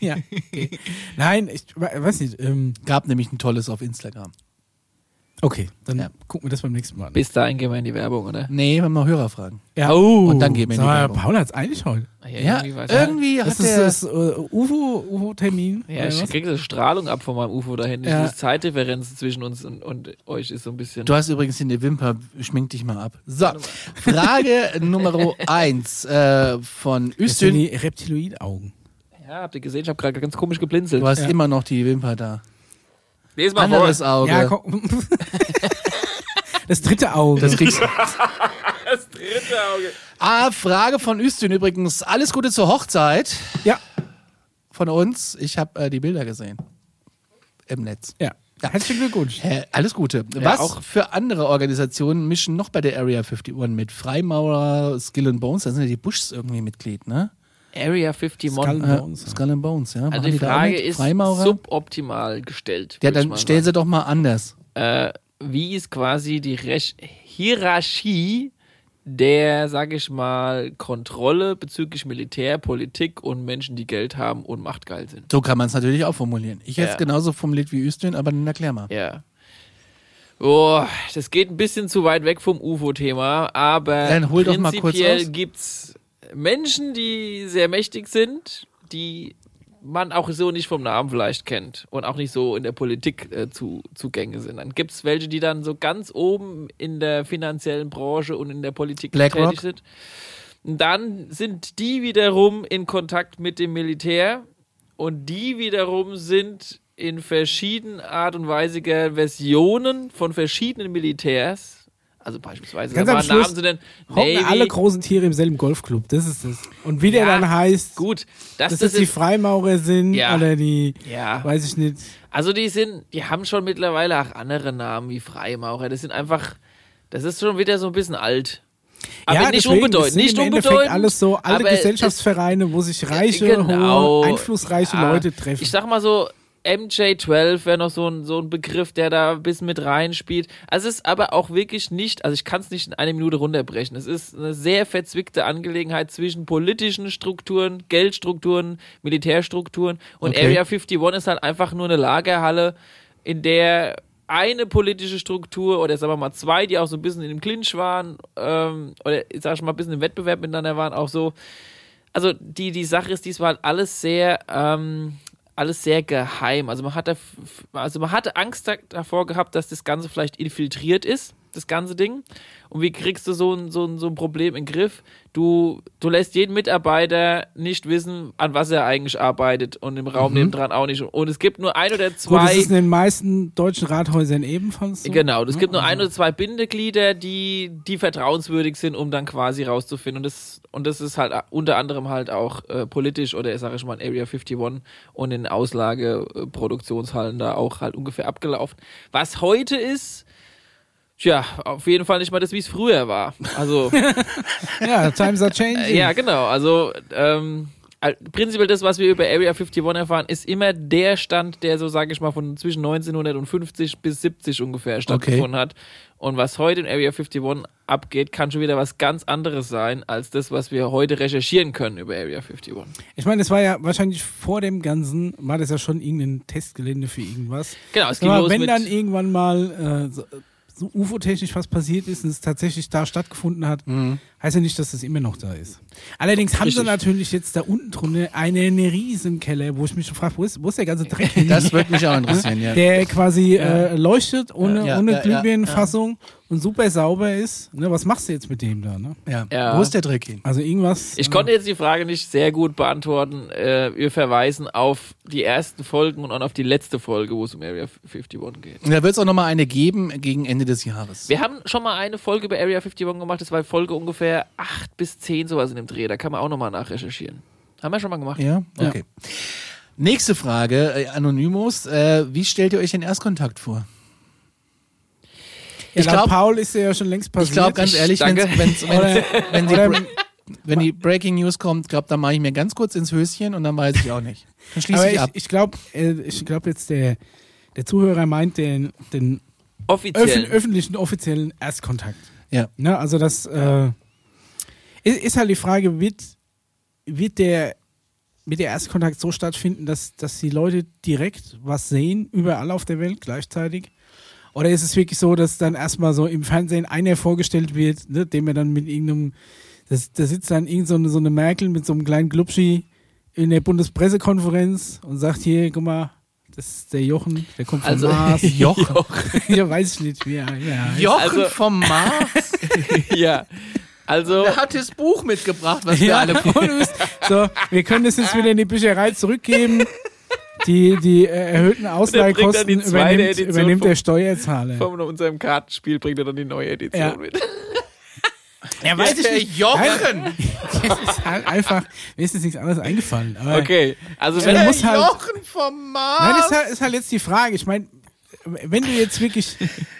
[SPEAKER 1] Ja, okay. Nein, ich we- weiß nicht. Ähm,
[SPEAKER 2] Gab nämlich ein tolles auf Instagram.
[SPEAKER 1] okay, dann
[SPEAKER 2] Ja.
[SPEAKER 1] gucken wir das beim nächsten Mal an.
[SPEAKER 3] Bis dahin gehen wir in die Werbung, oder?
[SPEAKER 2] Nee, wir haben noch Hörerfragen.
[SPEAKER 1] Ja. Oh,
[SPEAKER 2] Und dann gehen wir in
[SPEAKER 1] Sag
[SPEAKER 2] die
[SPEAKER 1] mal,
[SPEAKER 2] Werbung.
[SPEAKER 1] Paul hat's eilig heute.
[SPEAKER 2] Ja,
[SPEAKER 3] irgendwie weiß ich.
[SPEAKER 2] irgendwie hat
[SPEAKER 1] Das ist
[SPEAKER 2] der...
[SPEAKER 1] das äh, UFO UFO-Termin.
[SPEAKER 3] Ja, ich krieg so Strahlung ab von meinem UFO dahin.
[SPEAKER 1] Ja.
[SPEAKER 3] Die Zeitdifferenz zwischen uns und, und euch ist so ein bisschen.
[SPEAKER 2] Du hast übrigens in der Wimper, schmink dich mal ab. So, Frage Nummer eins äh, von
[SPEAKER 1] das sind
[SPEAKER 2] Üstün.
[SPEAKER 1] die Reptiloid-Augen.
[SPEAKER 3] Ja, habt ihr gesehen, ich habe gerade ganz komisch geblinzelt.
[SPEAKER 2] Du hast
[SPEAKER 1] Ja.
[SPEAKER 2] immer noch die Wimper da.
[SPEAKER 3] Lies mal vor.
[SPEAKER 2] Anderes Auge.
[SPEAKER 1] Ja, komm. das dritte Auge.
[SPEAKER 2] das kriegst du.
[SPEAKER 3] Das dritte Auge.
[SPEAKER 2] Ah, Frage von Üstün übrigens. Alles Gute zur Hochzeit
[SPEAKER 1] ja.
[SPEAKER 2] von uns. Ich habe äh, die Bilder gesehen. Im Netz.
[SPEAKER 1] Ja. Herzlichen Glückwunsch.
[SPEAKER 2] Hä, alles Gute. Was
[SPEAKER 3] auch-
[SPEAKER 2] für andere Organisationen mischen noch bei der Area 51 mit? Freimaurer, Skill and Bones, da sind ja die Bushs irgendwie Mitglied, ne?
[SPEAKER 3] Area 51.
[SPEAKER 1] Skull-
[SPEAKER 2] Äh,
[SPEAKER 1] Bones, ja.
[SPEAKER 2] Skull and Bones, ja. Machen
[SPEAKER 3] also die
[SPEAKER 2] da auch
[SPEAKER 3] Frage
[SPEAKER 2] mit?
[SPEAKER 3] ist
[SPEAKER 2] Freimaurer?
[SPEAKER 3] suboptimal gestellt.
[SPEAKER 2] ja,
[SPEAKER 3] würd ich
[SPEAKER 2] dann
[SPEAKER 3] mal
[SPEAKER 2] stellen
[SPEAKER 3] sagen.
[SPEAKER 2] sie doch mal anders.
[SPEAKER 3] Äh, wie ist quasi die Rech Hierarchie der, sage ich mal, Kontrolle bezüglich Militär, Politik und Menschen, die Geld haben und machtgeil sind?
[SPEAKER 2] So kann man es natürlich auch formulieren. Ich hätte es
[SPEAKER 3] Ja.
[SPEAKER 2] genauso formuliert wie Üstün, aber dann erklär mal.
[SPEAKER 3] Ja. Oh, das geht ein bisschen zu weit weg vom UFO-Thema, aber
[SPEAKER 2] Dann hol doch mal kurz
[SPEAKER 3] prinzipiell
[SPEAKER 2] aus.
[SPEAKER 3] gibt's Menschen, die sehr mächtig sind, die man auch so nicht vom Namen vielleicht kennt und auch nicht so in der Politik äh, zu, zugänge sind. Dann gibt's welche, die dann so ganz oben in der finanziellen Branche und in der Politik
[SPEAKER 2] BlackRock?
[SPEAKER 3] tätig sind. Und dann sind die wiederum in Kontakt mit dem Militär und die wiederum sind in verschiedenen Art und Weisiger Versionen von verschiedenen Militärs. Also beispielsweise
[SPEAKER 1] Ganz
[SPEAKER 3] da
[SPEAKER 1] am
[SPEAKER 3] waren
[SPEAKER 1] Schluss
[SPEAKER 3] Namen zu nennen.
[SPEAKER 1] Hocken
[SPEAKER 3] Navy.
[SPEAKER 1] alle großen Tiere im selben Golfclub. Das ist es. Und wie der
[SPEAKER 3] Ja,
[SPEAKER 1] dann heißt,
[SPEAKER 3] Gut, das,
[SPEAKER 1] dass
[SPEAKER 3] das
[SPEAKER 1] das
[SPEAKER 3] ist
[SPEAKER 1] die Freimaurer sind
[SPEAKER 3] Ja.
[SPEAKER 1] oder die,
[SPEAKER 3] ja.
[SPEAKER 1] weiß ich nicht.
[SPEAKER 3] Also die sind, die haben schon mittlerweile auch andere Namen wie Freimaurer. Das sind einfach, das ist schon wieder so ein bisschen alt. Aber
[SPEAKER 1] ja,
[SPEAKER 3] nicht
[SPEAKER 1] deswegen, das
[SPEAKER 3] unbedeutend,
[SPEAKER 1] sind
[SPEAKER 3] nicht
[SPEAKER 1] im Endeffekt
[SPEAKER 3] unbedeutend.
[SPEAKER 1] alles so alte
[SPEAKER 3] aber es-
[SPEAKER 1] Gesellschaftsvereine, wo sich reiche,
[SPEAKER 3] Genau.
[SPEAKER 1] hohe, einflussreiche
[SPEAKER 3] Ja.
[SPEAKER 1] Leute treffen.
[SPEAKER 3] Ich sag mal so, MJ12 wäre noch so ein, so ein Begriff, der da ein bisschen mit reinspielt. Also es ist aber auch wirklich nicht, also ich kann es nicht in eine Minute runterbrechen. Es ist eine sehr verzwickte Angelegenheit zwischen politischen Strukturen, Geldstrukturen, Militärstrukturen und
[SPEAKER 2] Okay.
[SPEAKER 3] Area 51 ist halt einfach nur eine Lagerhalle, in der eine politische Struktur oder sagen wir mal zwei, die auch so ein bisschen in dem Clinch waren ähm, oder ich sag schon mal ein bisschen im Wettbewerb miteinander waren, auch so also die, die Sache ist, diesmal halt alles sehr, ähm, alles sehr geheim. Also man hatte, also man hatte Angst da, davor gehabt, dass das Ganze vielleicht infiltriert ist. das ganze Ding. Und wie kriegst du so ein, so ein, so ein Problem in den Griff? Du, du lässt jeden Mitarbeiter nicht wissen, an was er eigentlich arbeitet und im Raum nebendran auch nicht. Und es gibt nur ein oder
[SPEAKER 1] Mhm. Gut, das
[SPEAKER 3] zwei.
[SPEAKER 1] ist in den meisten deutschen Rathäusern ebenfalls so.
[SPEAKER 3] Genau, es gibt nur
[SPEAKER 1] Also-
[SPEAKER 3] ein oder zwei Bindeglieder, die, die vertrauenswürdig sind, um dann quasi rauszufinden. Und das, und das ist halt unter anderem halt auch äh, politisch oder sag ich mal in Area 51 und in Auslageproduktionshallen da auch halt ungefähr abgelaufen. Was heute ist, tja, auf jeden Fall nicht mal das, wie es früher war. Also.
[SPEAKER 1] Ja, Times are changing.
[SPEAKER 3] Ja, genau. Also ähm, al- prinzipiell das, was wir über Area 51 erfahren, ist immer der Stand, der so, sage ich mal, von zwischen 1950 bis 70 ungefähr stattgefunden hat. Und was heute in Area 51 abgeht, kann schon wieder was ganz anderes sein, als das, was wir heute recherchieren können über Area 51.
[SPEAKER 1] Ich meine, es war ja wahrscheinlich vor dem Ganzen, war das ja schon irgendein Testgelände für irgendwas.
[SPEAKER 3] Genau, es ging
[SPEAKER 1] Aber
[SPEAKER 3] los
[SPEAKER 1] wenn
[SPEAKER 3] mit...
[SPEAKER 1] dann irgendwann mal äh, so, so UFO-technisch was passiert ist und es tatsächlich da stattgefunden hat,
[SPEAKER 2] Mhm.
[SPEAKER 1] heißt ja nicht, dass das immer noch da ist. Allerdings haben sie
[SPEAKER 3] Richtig.
[SPEAKER 1] natürlich jetzt da unten drunter einen riesen Keller, wo ich mich schon frage, wo ist, wo ist der ganze Dreck hin?
[SPEAKER 2] Das würde mich auch interessieren, ja.
[SPEAKER 1] der quasi äh, leuchtet ohne,
[SPEAKER 2] Ja,
[SPEAKER 1] ohne
[SPEAKER 2] ja, ja,
[SPEAKER 1] Glühbirnenfassung und super sauber ist. Ne, was machst du jetzt mit dem da? Ne?
[SPEAKER 2] ja.
[SPEAKER 3] Ja.
[SPEAKER 2] Wo ist der Trick hin?
[SPEAKER 1] Also irgendwas.
[SPEAKER 3] Ich
[SPEAKER 1] äh,
[SPEAKER 3] konnte jetzt die Frage nicht sehr gut beantworten. Äh, wir verweisen auf die ersten Folgen und auch auf die letzte Folge, wo es um Area 51 geht.
[SPEAKER 2] Und Da wird es auch nochmal eine geben gegen Ende des Jahres.
[SPEAKER 3] Wir haben schon mal eine Folge über Area 51 gemacht. Das war Folge ungefähr 8 bis 10, sowas in dem Dreh. Da kann man auch nochmal nachrecherchieren. Haben wir schon mal gemacht.
[SPEAKER 2] Ja? Okay. Nächste Frage, äh, Anonymous. Äh, wie stellt ihr euch den Erstkontakt vor?
[SPEAKER 1] ja,
[SPEAKER 2] ich
[SPEAKER 1] laut
[SPEAKER 2] glaub-
[SPEAKER 1] Paul ist ja ja schon längst passiert.
[SPEAKER 2] Ich glaube, ganz ehrlich, wenn's,
[SPEAKER 3] danke.
[SPEAKER 2] wenn's, wenn's, wenn, die,
[SPEAKER 1] Oder-
[SPEAKER 2] Bre- wenn die Breaking News kommt, glaube dann mache ich mir ganz kurz ins Höschen und dann weiß ich auch nicht. Dann schließe
[SPEAKER 1] Aber
[SPEAKER 2] ich
[SPEAKER 1] ich,
[SPEAKER 2] ab.
[SPEAKER 1] ich glaube, äh, ich glaube jetzt der, der Zuhörer meint den, den öffn,
[SPEAKER 3] Offiziell.
[SPEAKER 1] öffentlichen, offiziellen Erstkontakt.
[SPEAKER 2] Ja.
[SPEAKER 1] Ne? Also das äh, ist, ist halt die Frage, wird, wird der mit der Erstkontakt so stattfinden, dass, dass die Leute direkt was sehen, überall auf der Welt gleichzeitig? Oder ist es wirklich so, dass dann erstmal so im Fernsehen einer vorgestellt wird, ne, dem er dann mit irgendeinem, das, da sitzt dann irgend so eine, so eine Merkel mit so einem kleinen Glubschi in der Bundespressekonferenz und sagt hier, guck mal, das ist der Jochen, der kommt vom
[SPEAKER 3] Also-
[SPEAKER 1] Mars.
[SPEAKER 2] Joch.
[SPEAKER 1] ja, weiß ich nicht, wie er, wie er heißt.
[SPEAKER 2] Jochen
[SPEAKER 3] Also-
[SPEAKER 2] vom Mars
[SPEAKER 3] ja. Also,
[SPEAKER 2] hat das Buch mitgebracht, was wir
[SPEAKER 1] Ja,
[SPEAKER 2] alle
[SPEAKER 1] und du bist- so, wir können das jetzt wieder in die Bücherei zurückgeben. Die, die äh, erhöhten
[SPEAKER 3] bringt dann die
[SPEAKER 1] Ausleihkosten
[SPEAKER 3] zweite
[SPEAKER 1] übernimmt,
[SPEAKER 3] Edition
[SPEAKER 1] übernimmt
[SPEAKER 3] vom-
[SPEAKER 1] der Steuerzahler.
[SPEAKER 3] von unserem Kartenspiel bringt er dann die neue Edition
[SPEAKER 1] Ja.
[SPEAKER 3] mit.
[SPEAKER 1] Ja, weiß ich
[SPEAKER 2] Der
[SPEAKER 1] nicht.
[SPEAKER 2] Jochen!
[SPEAKER 1] Das ist halt einfach, mir ist jetzt nichts anderes eingefallen. Aber
[SPEAKER 3] Okay. Also, wenn
[SPEAKER 1] Ja,
[SPEAKER 2] Der
[SPEAKER 1] du musst halt-
[SPEAKER 2] Jochen
[SPEAKER 1] Nein,
[SPEAKER 2] vom Mars!
[SPEAKER 1] ist halt, ist halt jetzt die Frage. Ich meine, wenn du jetzt wirklich,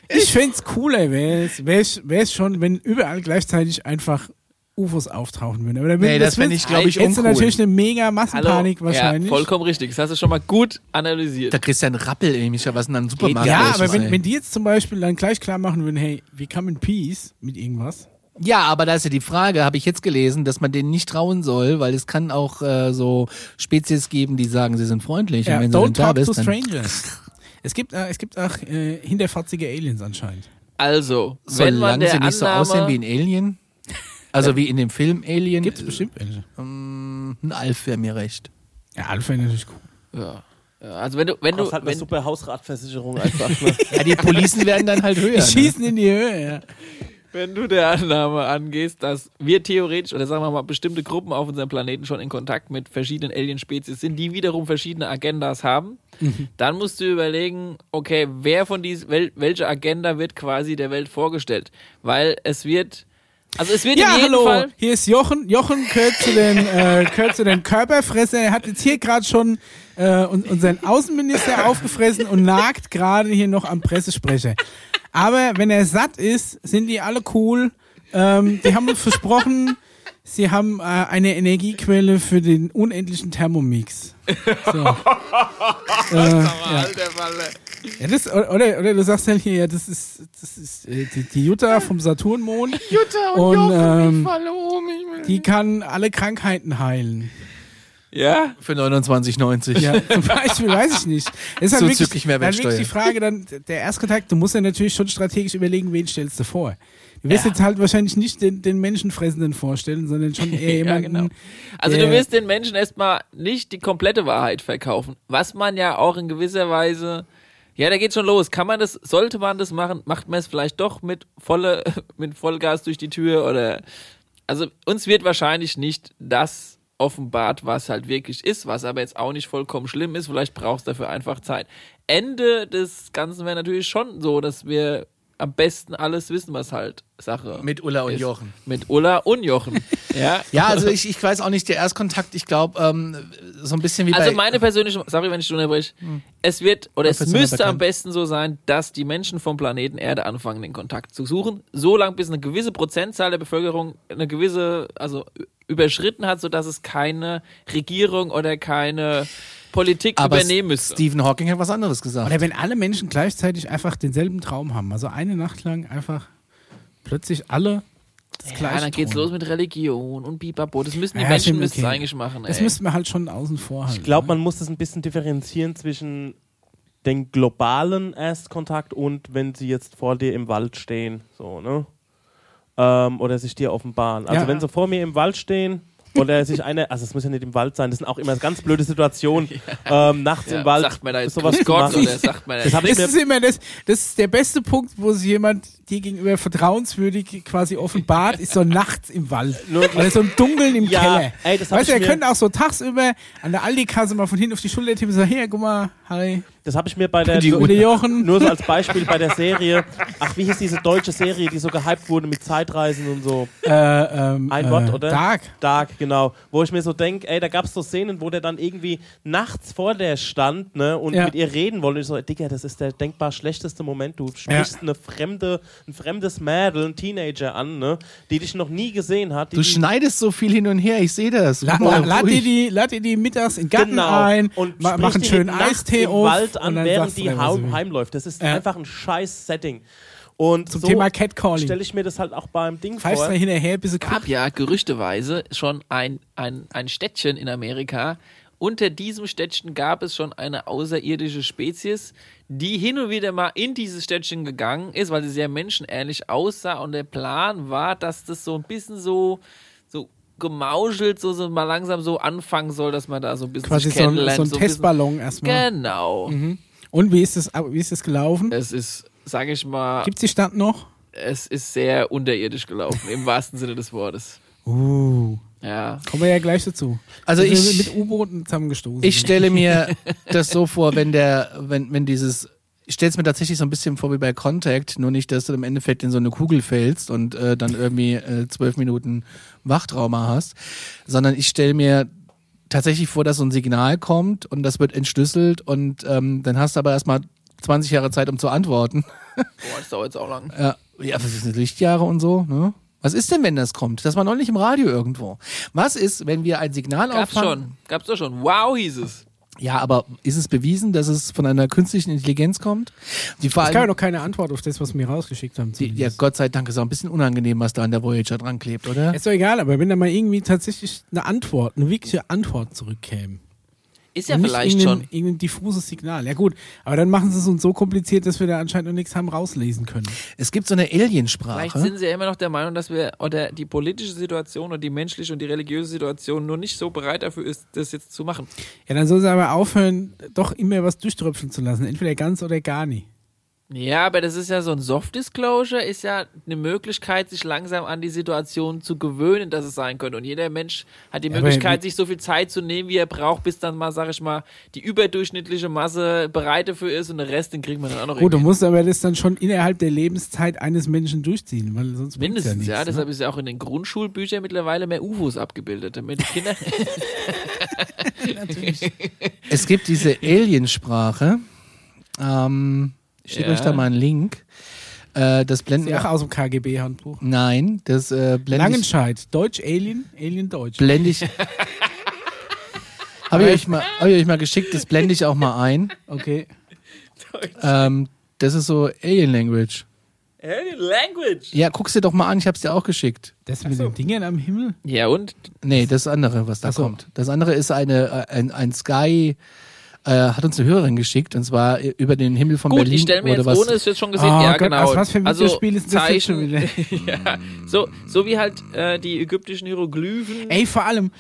[SPEAKER 1] ich fände es cooler, wär's, wär's, wär's schon, wenn überall gleichzeitig einfach UFOs auftauchen würden. Aber da würden-
[SPEAKER 2] nee, das fände ich,
[SPEAKER 1] würden's-
[SPEAKER 2] glaube ich,
[SPEAKER 1] Hättest du
[SPEAKER 2] uncool.
[SPEAKER 1] natürlich eine mega Massenpanik
[SPEAKER 3] ja,
[SPEAKER 1] wahrscheinlich.
[SPEAKER 3] vollkommen richtig. Das hast du schon mal gut analysiert.
[SPEAKER 2] Da kriegst du einen Rappel nämlich, was in einem Supermarkt
[SPEAKER 1] Ja,
[SPEAKER 2] los
[SPEAKER 1] aber
[SPEAKER 2] ist,
[SPEAKER 1] wenn,
[SPEAKER 2] ey.
[SPEAKER 1] wenn die jetzt zum Beispiel dann gleich klar machen würden, hey, we come in peace mit irgendwas.
[SPEAKER 2] Ja, aber da ist ja die Frage, habe ich jetzt gelesen, dass man denen nicht trauen soll, weil es kann auch äh, so Spezies geben, die sagen, sie sind freundlich.
[SPEAKER 1] Ja,
[SPEAKER 2] und wenn du
[SPEAKER 1] don't
[SPEAKER 2] dann da
[SPEAKER 1] talk
[SPEAKER 2] bist,
[SPEAKER 1] to
[SPEAKER 2] dann
[SPEAKER 1] strangers. Es gibt, äh, es gibt auch äh, hinterfotzige Aliens anscheinend.
[SPEAKER 3] Also, wenn man
[SPEAKER 2] solange
[SPEAKER 3] der
[SPEAKER 2] sie nicht so
[SPEAKER 3] Annahme,
[SPEAKER 2] aussehen wie ein Alien, also wie in dem Film Alien, Ähm,
[SPEAKER 1] Gibt es bestimmt welche.
[SPEAKER 2] ein Alf wäre mir recht.
[SPEAKER 1] Ja, Alpha ist natürlich cool.
[SPEAKER 3] ja. Ja, also wenn du, wenn du,
[SPEAKER 4] Das ist halt eine
[SPEAKER 3] wenn,
[SPEAKER 4] super Hausratversicherung einfach. Ne?
[SPEAKER 2] Ja, die Policen werden dann halt höher.
[SPEAKER 1] Die
[SPEAKER 2] Ne?
[SPEAKER 1] schießen in die Höhe, ja.
[SPEAKER 3] Wenn du der Annahme angehst, dass wir theoretisch oder sagen wir mal bestimmte Gruppen auf unserem Planeten schon in Kontakt mit verschiedenen Alien-Spezies sind, die wiederum verschiedene Agendas haben,
[SPEAKER 1] Mhm.
[SPEAKER 3] dann musst du überlegen, okay, wer von diesen, wel, welche Agenda wird quasi der Welt vorgestellt? Weil es wird, also es wird in
[SPEAKER 1] Ja,
[SPEAKER 3] jedem
[SPEAKER 1] hallo,
[SPEAKER 3] Fall,
[SPEAKER 1] hier ist Jochen. Jochen gehört zu den, äh, gehört zu den Körperfressern. Er hat jetzt hier gerade schon äh, un unseren Außenminister aufgefressen und nagt gerade hier noch am Pressesprecher. Aber wenn er satt ist, sind die alle cool. Ähm, die haben uns versprochen, sie haben äh, eine Energiequelle für den unendlichen Thermomix. So. äh, ja. Ja, das, oder, oder du sagst halt hier, ja, das ist, das ist äh, die, die Jutta vom Saturnmond. Jutta und, ähm, Die kann alle Krankheiten heilen.
[SPEAKER 3] ja,
[SPEAKER 2] Für 29,90.
[SPEAKER 1] Ja, zum Beispiel weiß ich nicht. Das ist halt wirklich,
[SPEAKER 2] Zuzüglich
[SPEAKER 1] dann
[SPEAKER 2] Mehrwertsteuer.
[SPEAKER 1] wirklich die Frage, dann der Erstkontakt, du musst ja natürlich schon strategisch überlegen, wen stellst du vor. Du wirst jetzt halt wahrscheinlich nicht den, den Menschenfressenden vorstellen, sondern schon eher
[SPEAKER 3] ja,
[SPEAKER 1] jemanden.
[SPEAKER 3] genau. Also
[SPEAKER 1] der-
[SPEAKER 3] du wirst den Menschen erstmal nicht die komplette Wahrheit verkaufen, was man ja auch in gewisser Weise Ja, da geht schon los. Kann man das, sollte man das machen, macht man es vielleicht doch mit volle, mit Vollgas durch die Tür oder also uns wird wahrscheinlich nicht das offenbart, was halt wirklich ist, was aber jetzt auch nicht vollkommen schlimm ist. Vielleicht braucht es dafür einfach Zeit. Ende des Ganzen wäre natürlich schon so, dass wir am besten alles wissen, was halt Sache
[SPEAKER 2] Mit Ulla und
[SPEAKER 3] ist.
[SPEAKER 2] Jochen.
[SPEAKER 3] Mit Ulla und Jochen. ja.
[SPEAKER 2] Ja, also ich, ich weiß auch nicht, der Erstkontakt, ich glaube, ähm, so ein bisschen wie
[SPEAKER 3] Also
[SPEAKER 2] bei...
[SPEAKER 3] meine persönliche, sorry, wenn ich dich unterbreche, es wird oder es
[SPEAKER 2] Professionell
[SPEAKER 3] müsste
[SPEAKER 2] bekannt.
[SPEAKER 3] am besten so sein, dass die Menschen vom Planeten Erde anfangen, den Kontakt zu suchen, so lange bis eine gewisse Prozentzahl der Bevölkerung eine gewisse, also ü- überschritten hat, sodass es keine Regierung oder keine Politik
[SPEAKER 2] aber
[SPEAKER 3] übernehmen müsste.
[SPEAKER 2] Stephen Hawking hat was anderes gesagt.
[SPEAKER 1] Oder wenn alle Menschen gleichzeitig einfach denselben Traum haben. Also eine Nacht lang einfach plötzlich alle das gleiche
[SPEAKER 3] ja, dann geht's
[SPEAKER 1] träumen.
[SPEAKER 3] los mit Religion und Bibabo. Das müssen die
[SPEAKER 1] Ja,
[SPEAKER 3] Menschen
[SPEAKER 1] stimmt,
[SPEAKER 3] müssen's
[SPEAKER 1] okay.
[SPEAKER 3] eigentlich machen.
[SPEAKER 1] Das
[SPEAKER 3] ey.
[SPEAKER 1] müssten wir halt schon außen vor halten. ne?
[SPEAKER 4] Ich glaube, man muss das ein bisschen differenzieren zwischen den globalen Erstkontakt und wenn sie jetzt vor dir im Wald stehen, so, ne? Ähm, oder sich dir offenbaren. Also
[SPEAKER 1] Ja.
[SPEAKER 4] wenn sie vor mir im Wald stehen oder sich eine, also es muss ja nicht im Wald sein, das sind auch immer ganz blöde Situationen, ähm, nachts
[SPEAKER 3] ja,
[SPEAKER 4] im Wald
[SPEAKER 3] sagt man da jetzt
[SPEAKER 4] sowas
[SPEAKER 3] sowas
[SPEAKER 4] zu
[SPEAKER 3] Gott
[SPEAKER 4] machen.
[SPEAKER 3] oder sagt man da
[SPEAKER 4] Das hab ich
[SPEAKER 1] Das
[SPEAKER 4] mir
[SPEAKER 1] ist immer das, das ist der beste Punkt, wo sich jemand dir gegenüber vertrauenswürdig quasi offenbart, ist so nachts im Wald. Oder so im Dunkeln im
[SPEAKER 4] Äh, Ja,
[SPEAKER 1] Keller.
[SPEAKER 4] ey, das hab
[SPEAKER 1] weißt du,
[SPEAKER 4] ich
[SPEAKER 1] er
[SPEAKER 4] mir-
[SPEAKER 1] könnte auch so tagsüber an der Aldi-Kasse mal von hinten auf die Schulter tippen und sagen, hier, guck mal, hi,
[SPEAKER 4] Das habe ich mir bei der
[SPEAKER 1] Die
[SPEAKER 4] nur,
[SPEAKER 1] Uhr. Jochen.
[SPEAKER 4] nur so als Beispiel bei der Serie. Ach, wie hieß diese deutsche Serie, die so gehypt wurde mit Zeitreisen und so?
[SPEAKER 1] äh, ähm,
[SPEAKER 4] Ein
[SPEAKER 1] äh,
[SPEAKER 4] Wort, oder?
[SPEAKER 1] Dark.
[SPEAKER 4] Dark, genau. Wo ich mir so denke, ey, da gab es so Szenen, wo der dann irgendwie nachts vor der stand, ne, und
[SPEAKER 1] Ja.
[SPEAKER 4] mit ihr reden wollte. Und ich so, Digga, das ist der denkbar schlechteste Moment. Du sprichst eine fremde, ein fremdes Mädel, ein Teenager an, ne, die dich noch nie gesehen hat. Die
[SPEAKER 2] du
[SPEAKER 4] die-
[SPEAKER 2] schneidest so viel hin und her, ich sehe das.
[SPEAKER 1] La,
[SPEAKER 2] Guck mal,
[SPEAKER 1] la, lad,
[SPEAKER 2] ruhig.
[SPEAKER 1] dir die, lad dir die mittags in den Garten
[SPEAKER 4] Genau.
[SPEAKER 1] ein,
[SPEAKER 4] und
[SPEAKER 1] ma,
[SPEAKER 4] sprich
[SPEAKER 1] mach einen
[SPEAKER 4] die
[SPEAKER 1] schönen
[SPEAKER 4] nachts
[SPEAKER 1] Eistee
[SPEAKER 4] im
[SPEAKER 1] auf
[SPEAKER 4] Wald
[SPEAKER 1] und
[SPEAKER 4] an,
[SPEAKER 1] dann
[SPEAKER 4] während
[SPEAKER 1] sagst du
[SPEAKER 4] die
[SPEAKER 1] dir, was
[SPEAKER 4] heim,
[SPEAKER 1] du willst.
[SPEAKER 4] heimläuft. Das ist
[SPEAKER 1] Ja.
[SPEAKER 4] einfach ein scheiß Setting. Und
[SPEAKER 1] Zum
[SPEAKER 4] so
[SPEAKER 1] Thema Catcalling.
[SPEAKER 4] stelle ich mir das halt auch beim Ding
[SPEAKER 1] Pfeifst
[SPEAKER 4] vor.
[SPEAKER 1] da hinterher, bis sie
[SPEAKER 3] gab ja gerüchteweise schon ein, ein, ein Städtchen in Amerika. Unter diesem Städtchen gab es schon eine außerirdische Spezies, die hin und wieder mal in dieses Städtchen gegangen ist, weil sie sehr menschenähnlich aussah. Und der Plan war, dass das so ein bisschen so, so gemauschelt, so, so mal langsam so anfangen soll, dass man da so ein bisschen
[SPEAKER 1] quasi
[SPEAKER 3] sich
[SPEAKER 1] so ein,
[SPEAKER 3] kennenlernt.
[SPEAKER 1] so ein
[SPEAKER 3] ein bisschen-
[SPEAKER 1] Testballon ne? Mhm. erstmal.
[SPEAKER 3] Genau.
[SPEAKER 1] Und wie ist das, ab- wie ist das gelaufen?
[SPEAKER 3] Es ist, sag ich mal,
[SPEAKER 1] Gibt die Stadt noch?
[SPEAKER 3] es ist sehr unterirdisch gelaufen, im wahrsten Sinne des Wortes.
[SPEAKER 1] Uh.
[SPEAKER 3] Ja.
[SPEAKER 1] Kommen wir ja gleich dazu.
[SPEAKER 2] Also
[SPEAKER 1] Dass wir
[SPEAKER 2] ich-
[SPEAKER 1] mit U-Booten zusammengestoßen.
[SPEAKER 2] Ich
[SPEAKER 1] sind.
[SPEAKER 2] stelle mir das so vor, wenn der, wenn, wenn dieses, ich stelle es mir tatsächlich so ein bisschen vor wie bei Contact, nur nicht, dass du im Endeffekt in so eine Kugel fällst und äh, dann irgendwie äh, zwölf Minuten Wachtrauma hast, sondern ich stelle mir tatsächlich vor, dass so ein Signal kommt und das wird entschlüsselt und ähm, dann hast du aber erstmal 20 Jahre Zeit, um zu antworten.
[SPEAKER 3] Boah, das dauert jetzt auch lang.
[SPEAKER 2] Ja, ja, was ist das, Lichtjahre und so, ne? Was ist denn, wenn das kommt? Das war neulich im Radio irgendwo. Was ist, wenn wir ein Signal
[SPEAKER 3] Gab's
[SPEAKER 2] auffangen?
[SPEAKER 3] schon. Gab's doch schon. Wow, hieß es.
[SPEAKER 2] Ja, aber ist es bewiesen, dass es von einer künstlichen Intelligenz kommt? Die vor
[SPEAKER 1] Es gab ja
[SPEAKER 2] allem,
[SPEAKER 1] noch keine Antwort auf das, was wir rausgeschickt haben.
[SPEAKER 2] die, ja,
[SPEAKER 1] zumindest.
[SPEAKER 2] Gott sei Dank ist auch ein bisschen unangenehm, was da an der Voyager dran klebt, oder?
[SPEAKER 1] Ist doch egal, aber wenn da mal irgendwie tatsächlich eine Antwort, eine wirkliche Antwort zurückkäme.
[SPEAKER 3] Ist ja
[SPEAKER 1] Und nicht
[SPEAKER 3] vielleicht
[SPEAKER 1] irgendein,
[SPEAKER 3] schon.
[SPEAKER 1] Irgendein diffuses Signal. Ja, gut, aber dann machen sie es uns so kompliziert, dass wir da anscheinend noch nichts haben rauslesen können.
[SPEAKER 2] Es gibt so eine
[SPEAKER 3] Vielleicht
[SPEAKER 2] Aliensprache.
[SPEAKER 3] sind sie ja immer noch der Meinung, dass wir oder die politische Situation und die menschliche und die religiöse Situation nur nicht so bereit dafür ist, das jetzt zu machen.
[SPEAKER 1] Ja, dann sollen sie aber aufhören, doch immer was durchtröpfeln zu lassen. Entweder ganz oder gar nicht.
[SPEAKER 3] Ja, aber das ist ja so ein Soft Disclosure, ist ja eine Möglichkeit, sich langsam an die Situation zu gewöhnen, dass es sein könnte. Und jeder Mensch hat die
[SPEAKER 1] aber
[SPEAKER 3] Möglichkeit,
[SPEAKER 1] mit-
[SPEAKER 3] sich so viel Zeit zu nehmen, wie er braucht, bis dann mal, sag ich mal, die überdurchschnittliche Masse bereit dafür ist und den Rest, den kriegen wir dann auch noch
[SPEAKER 1] Gut, du
[SPEAKER 3] irgendwie.
[SPEAKER 1] musst aber das dann schon innerhalb der Lebenszeit eines Menschen durchziehen, weil sonst bringt's
[SPEAKER 3] Mindestens, ja.
[SPEAKER 1] ja, nichts, ne?
[SPEAKER 3] Deshalb ist ja auch in den Grundschulbüchern mittlerweile mehr UFOs abgebildet, damit die Kinder.
[SPEAKER 2] Es gibt diese Aliensprache. Ähm, ich schicke
[SPEAKER 3] Ja.
[SPEAKER 2] euch da mal einen Link. Äh, das
[SPEAKER 1] Ist
[SPEAKER 2] blenden
[SPEAKER 1] ja
[SPEAKER 2] wir.
[SPEAKER 1] auch aus dem KGB-Handbuch.
[SPEAKER 2] Nein, das äh, blende ich.
[SPEAKER 1] Langenscheid, Deutsch Alien, Alien Deutsch.
[SPEAKER 2] Blende ich. Habe ich, euch mal- hab ich euch mal geschickt, das blende ich auch mal ein.
[SPEAKER 1] Okay.
[SPEAKER 2] Ähm, das ist so Alien Language.
[SPEAKER 3] Alien Language!
[SPEAKER 2] Ja, guck's dir doch mal an, ich hab's dir auch geschickt.
[SPEAKER 1] Das mit den Dingern am Himmel?
[SPEAKER 3] Ja, und
[SPEAKER 2] Nee, das andere, was da
[SPEAKER 1] Ach so.
[SPEAKER 2] kommt. Das andere ist eine, äh, ein, ein Sky, äh, hat uns eine Hörerin geschickt, und zwar äh, über den Himmel von
[SPEAKER 3] Gut,
[SPEAKER 2] Berlin
[SPEAKER 3] ich stelle mir
[SPEAKER 2] oder
[SPEAKER 3] jetzt
[SPEAKER 2] was.
[SPEAKER 3] ohne es jetzt schon gesehen.
[SPEAKER 1] Oh
[SPEAKER 3] ja,
[SPEAKER 1] Gott,
[SPEAKER 3] genau.
[SPEAKER 1] aus was für ein Videospiel ist das jetzt schon
[SPEAKER 3] ja, so, so wie halt äh, die ägyptischen Hieroglyphen.
[SPEAKER 1] Ey, vor allem,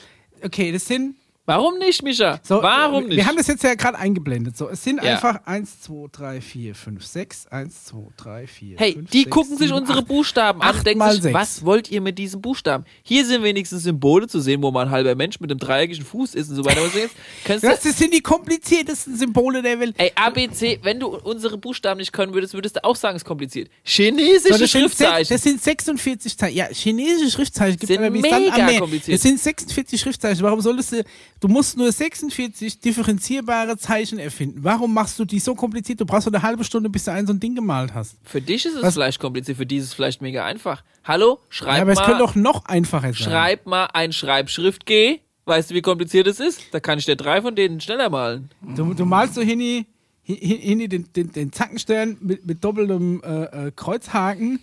[SPEAKER 1] okay, das sind
[SPEAKER 3] Warum nicht, Micha?
[SPEAKER 1] So,
[SPEAKER 3] Warum
[SPEAKER 1] äh,
[SPEAKER 3] nicht?
[SPEAKER 1] Wir haben das jetzt ja gerade eingeblendet. So, es sind
[SPEAKER 3] Ja.
[SPEAKER 1] einfach 1, 2, 3, 4, 5, 6. 1, 2, 3, 4.
[SPEAKER 3] hey,
[SPEAKER 1] 5,
[SPEAKER 3] die
[SPEAKER 1] 6,
[SPEAKER 3] gucken sich
[SPEAKER 1] 7,
[SPEAKER 3] unsere
[SPEAKER 1] 8.
[SPEAKER 3] Buchstaben an
[SPEAKER 1] acht
[SPEAKER 3] und denken
[SPEAKER 1] mal
[SPEAKER 3] sich,
[SPEAKER 1] sechs.
[SPEAKER 3] was wollt ihr mit diesem Buchstaben? Hier sind wenigstens Symbole zu sehen, wo man ein halber Mensch mit einem dreieckigen Fuß ist und so weiter. Aber so jetzt kannst du,
[SPEAKER 1] Das, das sind die kompliziertesten Symbole der Welt.
[SPEAKER 3] ey, A, B, C, wenn du unsere Buchstaben nicht können würdest, würdest du auch sagen, es ist kompliziert. Chinesische
[SPEAKER 1] das, sind, sech-
[SPEAKER 3] Schriftzeichen.
[SPEAKER 1] das sind 46 Zeichen. Ja, chinesische Schriftzeichen gibt
[SPEAKER 3] Sind
[SPEAKER 1] aber wie
[SPEAKER 3] mega
[SPEAKER 1] Sand am Meer.
[SPEAKER 3] kompliziert.
[SPEAKER 1] Es sind 46 Schriftzeichen. Warum solltest du. Du musst nur 46 differenzierbare Zeichen erfinden. Warum machst du die so kompliziert? Du brauchst so eine halbe Stunde, bis du ein so ein Ding gemalt hast.
[SPEAKER 3] Für dich ist es
[SPEAKER 1] Was-
[SPEAKER 3] vielleicht kompliziert, für die ist es vielleicht mega einfach. Hallo,
[SPEAKER 1] Ja,
[SPEAKER 3] schreib
[SPEAKER 1] aber es könnte
[SPEAKER 3] mal,
[SPEAKER 1] doch noch einfacher sein.
[SPEAKER 3] schreib mal ein Schreibschrift G. Weißt du, wie kompliziert es ist? Da kann ich dir drei von denen schneller malen.
[SPEAKER 1] Du, du malst so Hini, Hi- Hini den, den, den Zackenstern mit, mit doppeltem äh, äh, Kreuzhaken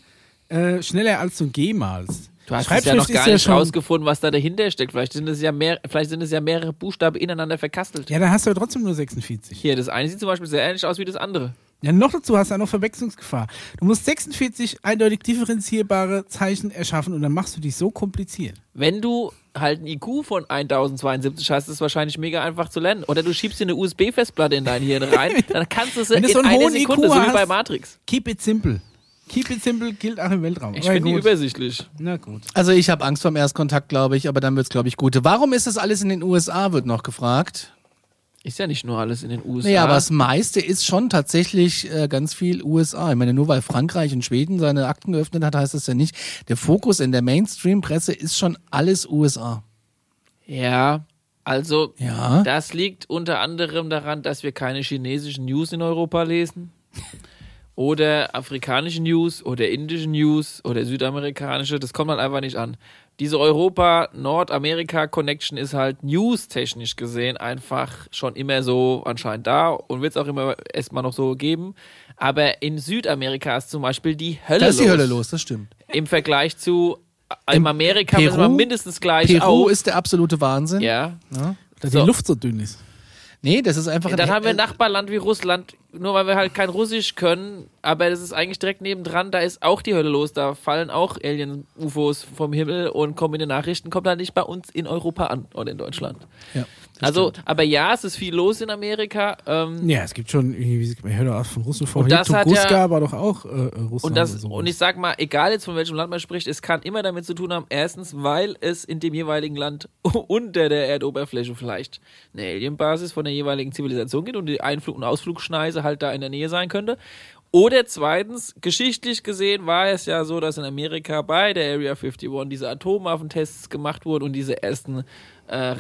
[SPEAKER 1] äh, schneller als du ein G malst.
[SPEAKER 3] Du hast es ja
[SPEAKER 1] Schreibschrift
[SPEAKER 3] noch gar
[SPEAKER 1] ist ja
[SPEAKER 3] nicht
[SPEAKER 1] schon-
[SPEAKER 3] rausgefunden, was da dahinter steckt. Vielleicht sind es ja, mehr, vielleicht sind es ja mehrere Buchstaben ineinander verkastelt.
[SPEAKER 1] Ja, dann hast du ja trotzdem nur 46.
[SPEAKER 3] Hier, das eine sieht zum Beispiel sehr ähnlich aus wie das andere.
[SPEAKER 1] Ja, noch dazu hast du auch noch Verwechslungsgefahr. Du musst 46 eindeutig differenzierbare Zeichen erschaffen und dann machst du dich so kompliziert.
[SPEAKER 3] Wenn du halt ein IQ von 1072 hast, ist es wahrscheinlich mega einfach zu lernen. Oder du schiebst dir eine USB-Festplatte in dein Hirn rein, dann kannst du es
[SPEAKER 1] Wenn
[SPEAKER 3] in
[SPEAKER 1] du so einen
[SPEAKER 3] einer
[SPEAKER 1] hohen
[SPEAKER 3] Sekunde,
[SPEAKER 1] IQ
[SPEAKER 3] so wie bei
[SPEAKER 1] hast-
[SPEAKER 3] Matrix.
[SPEAKER 1] Keep it simple. Keep it simple gilt auch im Weltraum.
[SPEAKER 3] Ich
[SPEAKER 1] Aber
[SPEAKER 3] finde die
[SPEAKER 1] gut.
[SPEAKER 3] übersichtlich.
[SPEAKER 1] Na gut.
[SPEAKER 2] Also ich habe Angst vorm Erstkontakt, glaube ich, aber dann wird's, glaube ich, gut. Warum ist das alles in den USA, wird noch gefragt.
[SPEAKER 3] Ist ja nicht nur alles in den USA.
[SPEAKER 2] Naja, aber das meiste ist schon tatsächlich äh, ganz viel USA. Ich meine, nur weil Frankreich und Schweden seine Akten geöffnet hat, heißt das ja nicht. Der Fokus in der Mainstream-Presse ist schon alles USA.
[SPEAKER 3] Ja, also
[SPEAKER 2] Ja.
[SPEAKER 3] das liegt unter anderem daran, dass wir keine chinesischen News in Europa lesen oder afrikanische News oder indische News oder südamerikanische. Das kommt halt einfach nicht an. Diese Europa-Nordamerika-Connection ist halt news-technisch gesehen einfach schon immer so anscheinend da und wird es auch immer erstmal noch so geben. Aber in Südamerika ist zum Beispiel die Hölle
[SPEAKER 2] Da ist
[SPEAKER 3] los.
[SPEAKER 2] die Hölle los, das stimmt.
[SPEAKER 3] Im Vergleich zu äh, im Amerika
[SPEAKER 2] Peru-
[SPEAKER 3] müssen wir mindestens gleich
[SPEAKER 2] Peru
[SPEAKER 3] auf.
[SPEAKER 2] ist der absolute Wahnsinn.
[SPEAKER 3] ja.
[SPEAKER 1] Dass
[SPEAKER 3] So.
[SPEAKER 1] die Luft so dünn ist.
[SPEAKER 2] Nee, das ist einfach... äh,
[SPEAKER 3] Dann
[SPEAKER 2] ein-
[SPEAKER 3] haben wir ein Nachbarland wie Russland, nur weil wir halt kein Russisch können, aber das ist eigentlich direkt nebendran, da ist auch die Hölle los, da fallen auch Alien-UFOs vom Himmel und kommen in den Nachrichten, kommt halt nicht bei uns in Europa an oder in Deutschland.
[SPEAKER 2] Ja,
[SPEAKER 3] also, aber ja, es ist viel los in Amerika. Ähm,
[SPEAKER 1] Ja, es gibt schon, irgendwie, ich höre auch von Russen vorhin.
[SPEAKER 3] Und das hat
[SPEAKER 1] Tunguska
[SPEAKER 3] ja-
[SPEAKER 1] war doch auch äh, Russland.
[SPEAKER 3] Und, das,
[SPEAKER 1] oder so.
[SPEAKER 3] und ich sag mal, egal jetzt von welchem Land man spricht, es kann immer damit zu tun haben, erstens, weil es in dem jeweiligen Land unter der Erdoberfläche vielleicht eine Alienbasis von der jeweiligen Zivilisation gibt und die Einflug- und Ausflugschneise halt da in der Nähe sein könnte. Oder zweitens, geschichtlich gesehen war es ja so, dass in Amerika bei der Area 51 diese Atomwaffentests gemacht wurden und diese ersten äh,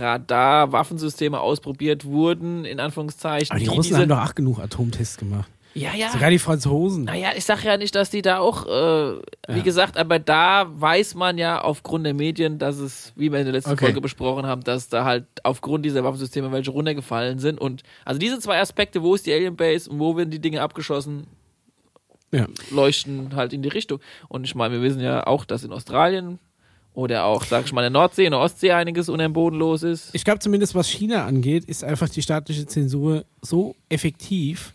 [SPEAKER 3] Radar-Waffensysteme ausprobiert wurden, in Anführungszeichen.
[SPEAKER 1] aber die Russen
[SPEAKER 3] diese-
[SPEAKER 1] haben doch auch genug Atomtests gemacht.
[SPEAKER 3] ja, ja.
[SPEAKER 1] Sogar die Franzosen.
[SPEAKER 3] Naja, ich sage ja nicht, dass die da auch, äh, wie gesagt, aber da weiß man ja aufgrund der Medien, dass es, wie wir in der letzten
[SPEAKER 2] Okay.
[SPEAKER 3] Folge besprochen haben, dass da halt aufgrund dieser Waffensysteme welche runtergefallen sind. Und also diese zwei Aspekte, wo ist die Alien Base und wo werden die Dinge abgeschossen,
[SPEAKER 1] Ja.
[SPEAKER 3] leuchten halt in die Richtung. Und ich meine, wir wissen ja auch, dass in Australien oder auch, sag ich mal, in der Nordsee, in der Ostsee einiges unter dem Boden los ist.
[SPEAKER 1] Ich glaube zumindest, was China angeht, ist einfach die staatliche Zensur so effektiv,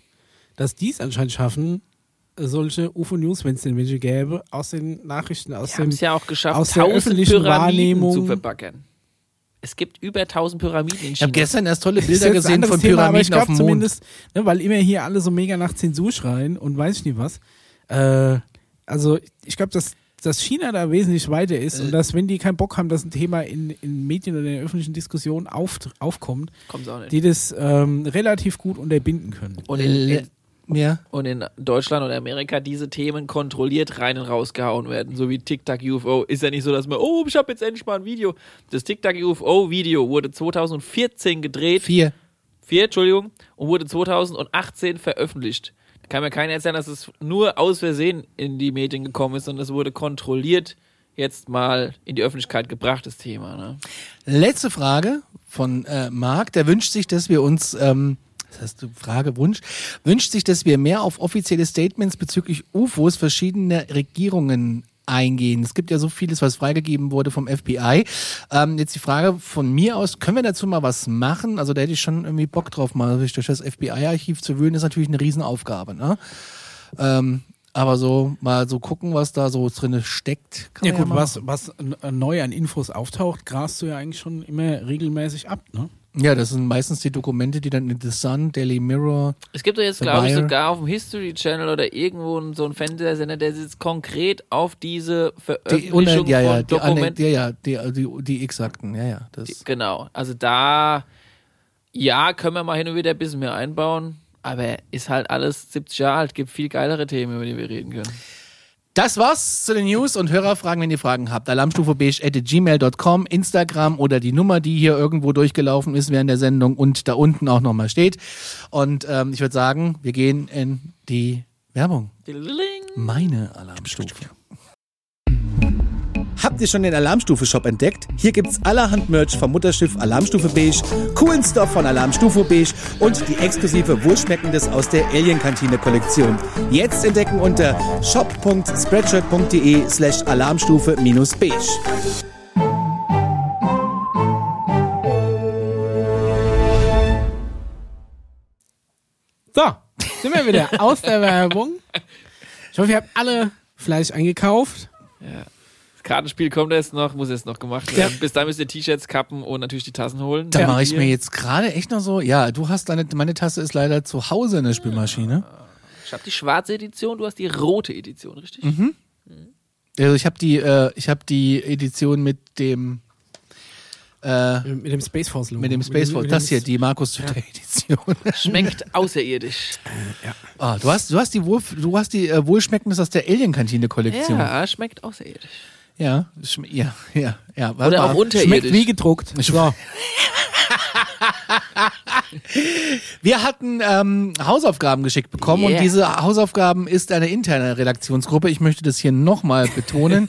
[SPEAKER 1] dass die es anscheinend schaffen, äh, solche UFO-News, wenn es denn welche gäbe, aus den Nachrichten, aus
[SPEAKER 3] Wir haben
[SPEAKER 1] dem...
[SPEAKER 3] es ja auch geschafft,
[SPEAKER 1] aus der
[SPEAKER 3] tausend
[SPEAKER 1] öffentlichen
[SPEAKER 3] Pyramiden zu
[SPEAKER 1] Wahrnehmung-
[SPEAKER 3] verbackern. Es gibt über tausend Pyramiden in
[SPEAKER 2] Ich habe
[SPEAKER 3] China.
[SPEAKER 2] gestern erst tolle
[SPEAKER 1] Das ist jetzt
[SPEAKER 2] Bilder
[SPEAKER 1] ein
[SPEAKER 2] gesehen
[SPEAKER 1] anderes
[SPEAKER 2] von
[SPEAKER 1] Thema, aber ich
[SPEAKER 2] Pyramiden
[SPEAKER 1] glaub
[SPEAKER 2] auf dem Mond.
[SPEAKER 1] zumindest, ne, weil immer hier alle so mega nach Zensur schreien und weiß ich nie was. Äh, also ich glaube, dass, dass China da wesentlich weiter ist
[SPEAKER 2] Äh.
[SPEAKER 1] und dass, wenn die keinen Bock haben, dass ein Thema in, in Medien oder in der öffentlichen Diskussion auf, aufkommt,
[SPEAKER 3] Kommt's auch nicht.
[SPEAKER 1] die das ähm, relativ gut unterbinden können.
[SPEAKER 3] Und in, in,
[SPEAKER 2] Ja.
[SPEAKER 3] und in Deutschland und Amerika diese Themen kontrolliert rein und rausgehauen werden, so wie TikTok UFO. Ist ja nicht so, dass man, oh, ich habe jetzt endlich mal ein Video. Das TikTok UFO Video wurde 2014 gedreht,
[SPEAKER 2] Vier.
[SPEAKER 3] vier, Entschuldigung, und wurde 2018 veröffentlicht. Da kann mir keiner erzählen, dass es nur aus Versehen in die Medien gekommen ist, sondern es wurde kontrolliert jetzt mal in die Öffentlichkeit gebracht, das Thema. Ne?
[SPEAKER 2] Letzte Frage von äh, Marc. Der wünscht sich, dass wir uns, ähm, das heißt Frage, Wunsch, wünscht sich, dass wir mehr auf offizielle Statements bezüglich UFOs verschiedener Regierungen eingehen. Es gibt ja so vieles, was freigegeben wurde vom FBI. Ähm, jetzt die Frage von mir aus, können wir dazu mal was machen? Also da hätte ich schon irgendwie Bock drauf, mal durch das FBI-Archiv zu wühlen, ist natürlich eine Riesenaufgabe. Ne? Ähm, aber so mal so gucken, was da so drin steckt. kann
[SPEAKER 1] Ja
[SPEAKER 2] man
[SPEAKER 1] gut,
[SPEAKER 2] mal
[SPEAKER 1] äh, was, was n- neu an Infos auftaucht, grast du ja eigentlich schon immer regelmäßig ab, ne?
[SPEAKER 2] Ja, das sind meistens die Dokumente, die dann in The Sun, Daily Mirror.
[SPEAKER 3] Es gibt doch jetzt,
[SPEAKER 2] The
[SPEAKER 3] glaube ich,
[SPEAKER 2] Wire.
[SPEAKER 3] sogar auf dem History Channel oder irgendwo so einen Fernsehsender, der jetzt konkret auf diese
[SPEAKER 2] Die,
[SPEAKER 3] Veröffentlichung
[SPEAKER 2] und, ja, ja,
[SPEAKER 3] von
[SPEAKER 2] die, Anne-
[SPEAKER 3] Dokumenten.
[SPEAKER 2] ja, ja, die, die, die exakten, ja, ja. Das,
[SPEAKER 3] Genau. Also da, ja, können wir mal hin und wieder ein bisschen mehr einbauen. Aber ist halt alles 70 Jahre alt, gibt viel geilere Themen, über die wir reden können.
[SPEAKER 2] Das war's zu den News und Hörerfragen, wenn ihr Fragen habt. Alarmstufe gmail.com, Instagram oder die Nummer, die hier irgendwo durchgelaufen ist während der Sendung und da unten auch nochmal steht. Und ähm, ich würde sagen, wir gehen in die Werbung. Meine Alarmstufe.
[SPEAKER 5] Habt ihr schon den Alarmstufe-Shop entdeckt? Hier gibt's allerhand Merch vom Mutterschiff Alarmstufe Beige, coolen Stuff von Alarmstufe Beige und die exklusive Wohlschmeckendes aus der Alien-Kantine-Kollektion. Jetzt entdecken unter shop.spreadshirt.de slash alarmstufe-beige.
[SPEAKER 1] So, sind wir wieder aus der Werbung. Ich hoffe, ihr habt alle Fleisch eingekauft.
[SPEAKER 3] Das Kartenspiel kommt jetzt noch, muss jetzt noch gemacht werden. Bis dahin müsst ihr T-Shirts kappen und natürlich die Tassen holen.
[SPEAKER 2] Da mache ich
[SPEAKER 3] Hier.
[SPEAKER 2] mir jetzt gerade echt noch so, ja, du hast deine, meine Tasse ist leider zu Hause in der Spülmaschine.
[SPEAKER 3] Ich habe die schwarze Edition, du hast die rote Edition, richtig?
[SPEAKER 2] Mhm. Also ich habe die, äh, ich habe die Edition mit dem, äh,
[SPEAKER 1] Mit dem Space Force Logo.
[SPEAKER 2] mit dem Space Force,
[SPEAKER 1] mit
[SPEAKER 2] das hier, die Markus Tüter Edition.
[SPEAKER 3] Schmeckt außerirdisch.
[SPEAKER 2] Ah, du hast, du hast die, Wohl, du hast die äh, Wohlschmeckendes aus der Alien-Kantine-Kollektion. Ja.
[SPEAKER 3] Ja, schmeckt außerirdisch.
[SPEAKER 2] Ja, schm- ja, ja, ja. Warte
[SPEAKER 3] Oder
[SPEAKER 2] mal.
[SPEAKER 3] auch
[SPEAKER 1] Schmeckt wie
[SPEAKER 3] unterirdisch.
[SPEAKER 1] gedruckt.
[SPEAKER 2] So. Wir hatten ähm, Hausaufgaben geschickt bekommen
[SPEAKER 3] Yeah.
[SPEAKER 2] und diese Hausaufgaben ist eine interne Redaktionsgruppe. Ich möchte das hier nochmal betonen.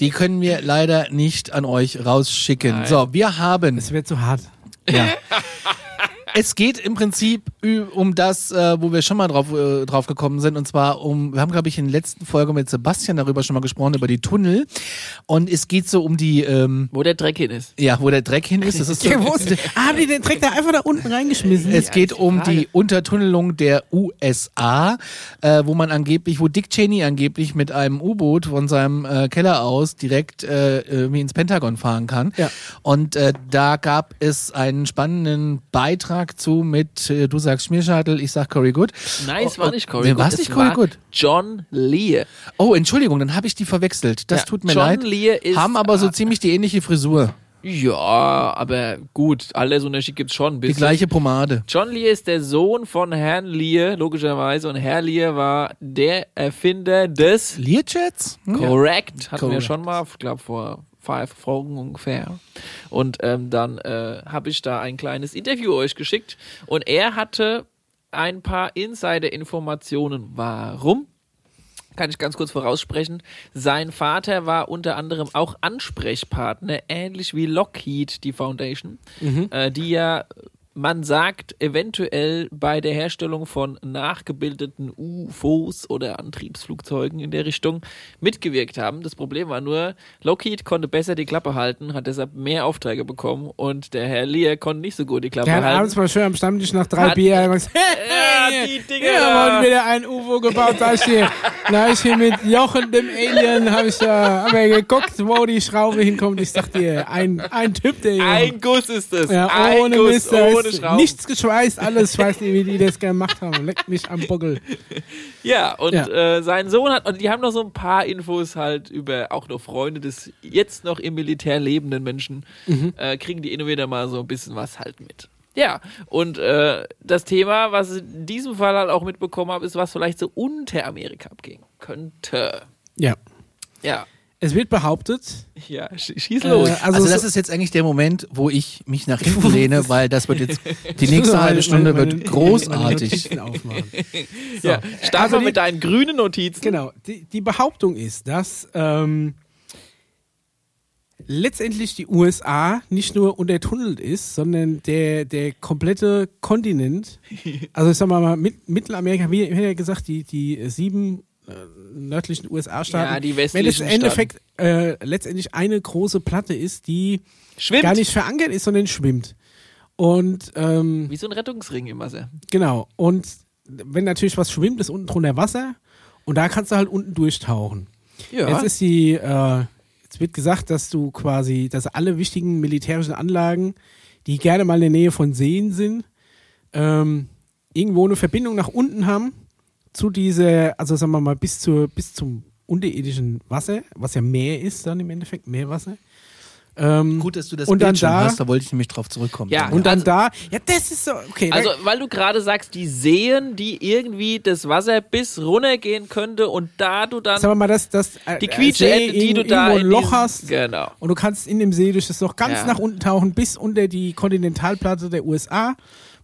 [SPEAKER 2] die können wir leider nicht an euch rausschicken. So, wir haben
[SPEAKER 1] Es wird zu hart.
[SPEAKER 2] ja. Es geht im Prinzip ü- um das, äh, wo wir schon mal drauf, äh, drauf gekommen sind, und zwar um, wir haben, glaube ich, in der letzten Folge mit Sebastian darüber schon mal gesprochen, über die Tunnel. Und es geht so um die, ähm,
[SPEAKER 3] Wo der Dreck hin ist.
[SPEAKER 2] ja, wo der Dreck hin ist. Das ist so,
[SPEAKER 1] Ah, haben die den Dreck da einfach da unten reingeschmissen?
[SPEAKER 2] es geht um die Untertunnelung der USA, äh, wo man angeblich, wo Dick Cheney angeblich mit einem U-Boot von seinem äh, Keller aus direkt äh, irgendwie ins Pentagon fahren kann.
[SPEAKER 1] Ja.
[SPEAKER 2] Und äh, da gab es einen spannenden Beitrag zu mit, äh, du sagst Schmierscheitel, ich sag Cory Good. Oh,
[SPEAKER 3] Nein, es war nicht Corey
[SPEAKER 2] Nee,
[SPEAKER 3] Good,
[SPEAKER 2] war es
[SPEAKER 3] es
[SPEAKER 2] nicht Cory
[SPEAKER 3] war
[SPEAKER 2] Good?
[SPEAKER 3] John Lear.
[SPEAKER 2] Oh, Entschuldigung, dann habe ich die verwechselt. Das
[SPEAKER 3] Ja,
[SPEAKER 2] tut mir
[SPEAKER 3] John
[SPEAKER 2] leid.
[SPEAKER 3] Lear ist- äh,
[SPEAKER 2] Haben aber so ziemlich die ähnliche Frisur,
[SPEAKER 3] Ja, aber gut, alles Unterschied gibt's schon ein
[SPEAKER 2] die
[SPEAKER 3] bisschen.
[SPEAKER 2] gleiche Pomade.
[SPEAKER 3] John Lear ist der Sohn von Herrn Lear, logischerweise. Und Herr Lear war der Erfinder des
[SPEAKER 2] Learjets? Hm?
[SPEAKER 3] Correct. Hatten wir
[SPEAKER 2] Correct.
[SPEAKER 3] schon mal, ich glaube vor five Folgen ungefähr. Und ähm, dann äh, habe ich da ein kleines Interview euch geschickt. Und er hatte ein paar Insider-Informationen. Warum? Kann ich ganz kurz voraussprechen. Sein Vater war unter anderem auch Ansprechpartner, ähnlich wie Lockheed, die Foundation,
[SPEAKER 1] Mhm.
[SPEAKER 3] äh, die ja, man sagt, eventuell bei der Herstellung von nachgebildeten UFOs oder Antriebsflugzeugen in der Richtung mitgewirkt haben. Das Problem war nur, Lockheed konnte besser die Klappe halten, hat deshalb mehr Aufträge bekommen und der Herr Lear konnte nicht so gut die Klappe
[SPEAKER 1] Der hat abends
[SPEAKER 3] halten.
[SPEAKER 1] mal schön am Stammtisch nach drei
[SPEAKER 3] Hat-
[SPEAKER 1] Bier einmal gesagt,
[SPEAKER 3] Ja, die Dinger
[SPEAKER 1] Ja,
[SPEAKER 3] da.
[SPEAKER 1] wurden wieder ein UFO gebaut, da ich hier, da ich hier mit Jochen, dem Alien, habe ich da, hab ja geguckt, wo die Schraube hinkommt. Ich sag dir, ein, ein Typ, der hier-
[SPEAKER 3] Ein Guss ist es.
[SPEAKER 1] ja,
[SPEAKER 3] ein
[SPEAKER 1] ohne
[SPEAKER 3] Guss,
[SPEAKER 1] Mist, da
[SPEAKER 3] ohne
[SPEAKER 1] ist
[SPEAKER 3] Schrauben.
[SPEAKER 1] nichts geschweißt, alles, ich weiß nicht, wie die das gemacht haben, leckt mich am Buckel.
[SPEAKER 3] Ja, und
[SPEAKER 1] Ja.
[SPEAKER 3] Äh, sein Sohn hat, und die haben noch so ein paar Infos halt über auch noch Freunde des jetzt noch im Militär lebenden Menschen,
[SPEAKER 1] Mhm.
[SPEAKER 3] äh, kriegen die immer wieder mal so ein bisschen was halt mit. Ja, und äh, das Thema, was ich in diesem Fall halt auch mitbekommen habe, ist, was vielleicht so unter Amerika abgehen könnte.
[SPEAKER 1] Ja.
[SPEAKER 3] Ja,
[SPEAKER 1] Es wird behauptet,
[SPEAKER 3] ja, sch schieß
[SPEAKER 1] äh,
[SPEAKER 3] los.
[SPEAKER 1] also,
[SPEAKER 2] Also, das
[SPEAKER 1] so,
[SPEAKER 2] ist jetzt eigentlich der Moment, wo ich mich nach hinten lehne, weil das wird jetzt, die nächste
[SPEAKER 1] meine-
[SPEAKER 2] halbe Stunde
[SPEAKER 1] meine-
[SPEAKER 2] wird
[SPEAKER 1] meine-
[SPEAKER 2] großartig.
[SPEAKER 1] meine Notizen aufmachen.
[SPEAKER 3] ja. Start
[SPEAKER 1] Also
[SPEAKER 3] mal
[SPEAKER 1] die-
[SPEAKER 3] mit deinen grünen Notizen.
[SPEAKER 1] Genau. Die, die Behauptung ist, dass ähm, letztendlich die USA nicht nur untertunnelt ist, sondern der, der komplette Kontinent, also ich sag mal, mal Mit Mittelamerika, wie wie ja gesagt, die, die äh, sieben äh, nördlichen USA-Staaten,
[SPEAKER 3] Ja, die
[SPEAKER 1] wenn es
[SPEAKER 3] westlichen
[SPEAKER 1] im Endeffekt äh, letztendlich eine große Platte ist, die
[SPEAKER 3] Schwimmt.
[SPEAKER 1] gar nicht verankert ist, sondern schwimmt. Und ähm,
[SPEAKER 3] Wie so ein Rettungsring im Wasser.
[SPEAKER 1] Genau. Und wenn natürlich was schwimmt, ist unten drunter Wasser. Und da kannst du halt unten durchtauchen.
[SPEAKER 3] Ja.
[SPEAKER 1] Jetzt ist die, äh, jetzt wird gesagt, dass du quasi, dass alle wichtigen militärischen Anlagen, die gerne mal in der Nähe von Seen sind, ähm, irgendwo eine Verbindung nach unten haben zu dieser, also sagen wir mal, bis, zur, bis zum unterirdischen Wasser, was ja Meer ist dann im Endeffekt, Meerwasser. Ähm,
[SPEAKER 2] Gut, dass du das
[SPEAKER 1] Und dann
[SPEAKER 2] Bild schon
[SPEAKER 1] da-
[SPEAKER 2] hast, da wollte ich nämlich drauf zurückkommen.
[SPEAKER 3] Ja,
[SPEAKER 1] Und dann
[SPEAKER 3] Also-
[SPEAKER 1] da, ja, das ist so, okay. da-
[SPEAKER 3] Also, weil du gerade sagst, die Seen, die irgendwie das Wasser bis runtergehen könnte und da du dann
[SPEAKER 1] sagen wir mal, dass das, äh,
[SPEAKER 3] die
[SPEAKER 1] See
[SPEAKER 3] Quietscheente, die du
[SPEAKER 1] irgendwo
[SPEAKER 3] da
[SPEAKER 1] ein
[SPEAKER 3] in
[SPEAKER 1] Loch
[SPEAKER 3] diesem-
[SPEAKER 1] hast
[SPEAKER 3] Genau.
[SPEAKER 1] und du kannst in dem See durch das Loch ganz
[SPEAKER 3] Ja.
[SPEAKER 1] nach unten tauchen bis unter die Kontinentalplatte der USA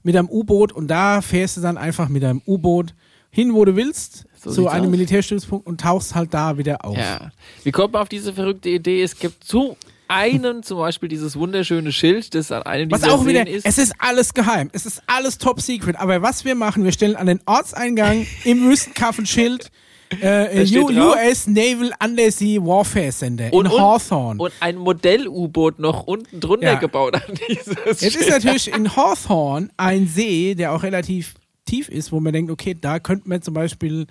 [SPEAKER 1] mit einem U-Boot und da fährst du dann einfach mit einem U-Boot hin, wo du willst,
[SPEAKER 3] So
[SPEAKER 1] zu
[SPEAKER 3] sieht's
[SPEAKER 1] einem
[SPEAKER 3] aus.
[SPEAKER 1] Militärstützpunkt und tauchst halt da wieder auf.
[SPEAKER 3] Ja. Wie kommt man auf diese verrückte Idee? Es gibt zu einem zum Beispiel dieses wunderschöne Schild, das an einem
[SPEAKER 1] Was
[SPEAKER 3] dieser
[SPEAKER 1] auch wieder,
[SPEAKER 3] Seen ist.
[SPEAKER 1] es ist alles geheim, es ist alles top secret, aber was wir machen, wir stellen an den Ortseingang im Wüstenkaff ein Schild, äh,
[SPEAKER 3] steht
[SPEAKER 1] U-
[SPEAKER 3] drauf.
[SPEAKER 1] US Naval Undersea Warfare Center in Hawthorne.
[SPEAKER 3] Und ein Modell-U-Boot noch unten drunter
[SPEAKER 1] Ja.
[SPEAKER 3] gebaut an dieses
[SPEAKER 1] Jetzt ist
[SPEAKER 3] Schild.
[SPEAKER 1] natürlich in Hawthorne ein See, der auch relativ tief ist, wo man denkt, okay, da könnte man zum Beispiel,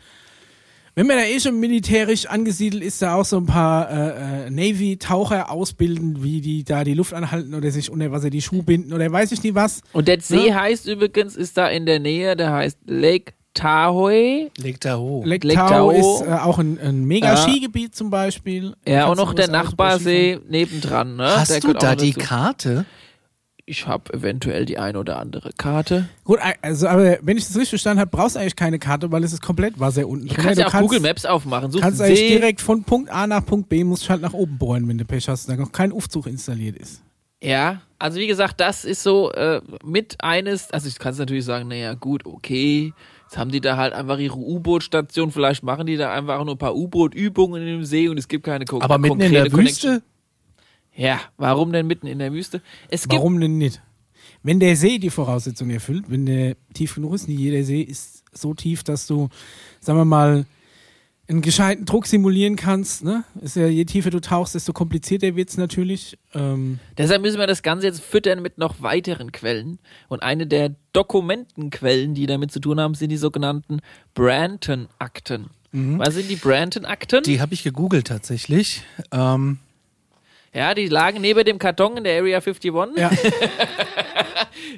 [SPEAKER 1] wenn man da eh schon militärisch angesiedelt ist, da auch so ein paar äh, äh, Navy-Taucher ausbilden, wie die da die Luft anhalten oder sich unter Wasser die Schuhe binden oder weiß ich nie was.
[SPEAKER 3] Und der
[SPEAKER 1] ne?
[SPEAKER 3] See heißt übrigens, ist da in der Nähe, der heißt Lake Tahoe.
[SPEAKER 2] Leg da hoch.
[SPEAKER 1] Lake,
[SPEAKER 3] Lake
[SPEAKER 1] Tahoe
[SPEAKER 3] Tahoe.
[SPEAKER 1] ist äh, auch ein, ein Mega-Skigebiet zum Beispiel.
[SPEAKER 3] Ja, und
[SPEAKER 1] Kannst du
[SPEAKER 3] noch
[SPEAKER 1] großartig
[SPEAKER 3] der
[SPEAKER 1] Skifahren.
[SPEAKER 3] Nachbarsee nebendran. Ne?
[SPEAKER 2] Hast
[SPEAKER 3] der
[SPEAKER 2] du
[SPEAKER 3] gehört auch
[SPEAKER 2] da
[SPEAKER 3] noch
[SPEAKER 2] die
[SPEAKER 3] dazu.
[SPEAKER 2] Karte?
[SPEAKER 3] Ich habe eventuell die ein oder andere Karte.
[SPEAKER 1] Gut, also, aber wenn ich das richtig verstanden habe, brauchst du eigentlich keine Karte, weil es ist komplett Wasser unten.
[SPEAKER 3] Du
[SPEAKER 1] drin.
[SPEAKER 3] kannst
[SPEAKER 1] Du
[SPEAKER 3] ja auch Google Maps aufmachen. Suchst
[SPEAKER 1] kannst
[SPEAKER 3] einen
[SPEAKER 1] eigentlich
[SPEAKER 3] See.
[SPEAKER 1] direkt von Punkt A nach Punkt B, musst halt nach oben bohren, wenn du Pech hast, da noch kein Aufzug installiert ist.
[SPEAKER 3] Ja, also wie gesagt, das ist so äh, mit eines, also ich kann es natürlich sagen, naja gut, okay, jetzt haben die da halt einfach ihre U-Boot-Station, vielleicht machen die da einfach nur ein paar U-Boot-Übungen in dem See und es gibt keine kon-
[SPEAKER 2] Aber mitten in der
[SPEAKER 3] Connection.
[SPEAKER 2] Wüste?
[SPEAKER 3] Ja, warum denn mitten in der Wüste? Es gibt,
[SPEAKER 1] Warum denn nicht? Wenn der See die Voraussetzung erfüllt, wenn der tief genug ist, nicht jeder See ist so tief, dass du, sagen wir mal, einen gescheiten Druck simulieren kannst. Ne? Ist ja, je tiefer du tauchst, desto komplizierter wird's natürlich. Ähm,
[SPEAKER 3] deshalb müssen wir das Ganze jetzt füttern mit noch weiteren Quellen. Und eine der Dokumentenquellen, die damit zu tun haben, sind die sogenannten Branton-Akten.
[SPEAKER 1] Mhm.
[SPEAKER 3] Was sind die Branton-Akten?
[SPEAKER 2] Die habe ich gegoogelt tatsächlich. Ähm,
[SPEAKER 3] Ja, die lagen neben dem Karton in der Area 51.
[SPEAKER 1] ja.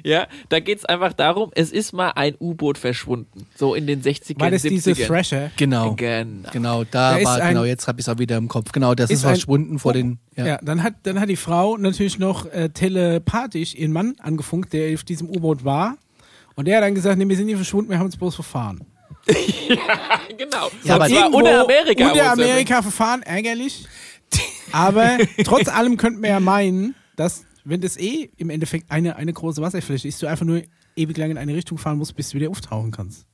[SPEAKER 3] Ja, da geht's einfach darum, es ist mal ein U-Boot verschwunden. So in den 60ern,
[SPEAKER 1] War das
[SPEAKER 3] 70ern.
[SPEAKER 1] diese Thrasher?
[SPEAKER 2] genau.
[SPEAKER 3] Genau.
[SPEAKER 2] Genau, da,
[SPEAKER 1] Da ist
[SPEAKER 2] war,
[SPEAKER 1] ein-
[SPEAKER 2] genau, jetzt habe ich es auch wieder im Kopf. Genau, das ist,
[SPEAKER 1] Ist ein- Oh.
[SPEAKER 2] verschwunden vor den.
[SPEAKER 1] Ja. dann hat dann hat die Frau natürlich noch äh, telepathisch ihren Mann angefunkt, der auf diesem U-Boot war. Und der hat dann gesagt, nee, wir sind hier verschwunden, wir haben uns bloß verfahren.
[SPEAKER 3] genau.
[SPEAKER 2] Ja, aber
[SPEAKER 3] Und zwar
[SPEAKER 1] Irgendwo
[SPEAKER 3] unter Amerika. also. muss
[SPEAKER 1] Unter
[SPEAKER 3] man
[SPEAKER 1] Amerika verfahren, ärgerlich. Aber trotz allem könnte man ja meinen, dass, wenn das eh im Endeffekt eine, eine große Wasserfläche ist, du einfach nur ewig lang in eine Richtung fahren musst, bis du wieder auftauchen kannst.
[SPEAKER 3] sagen.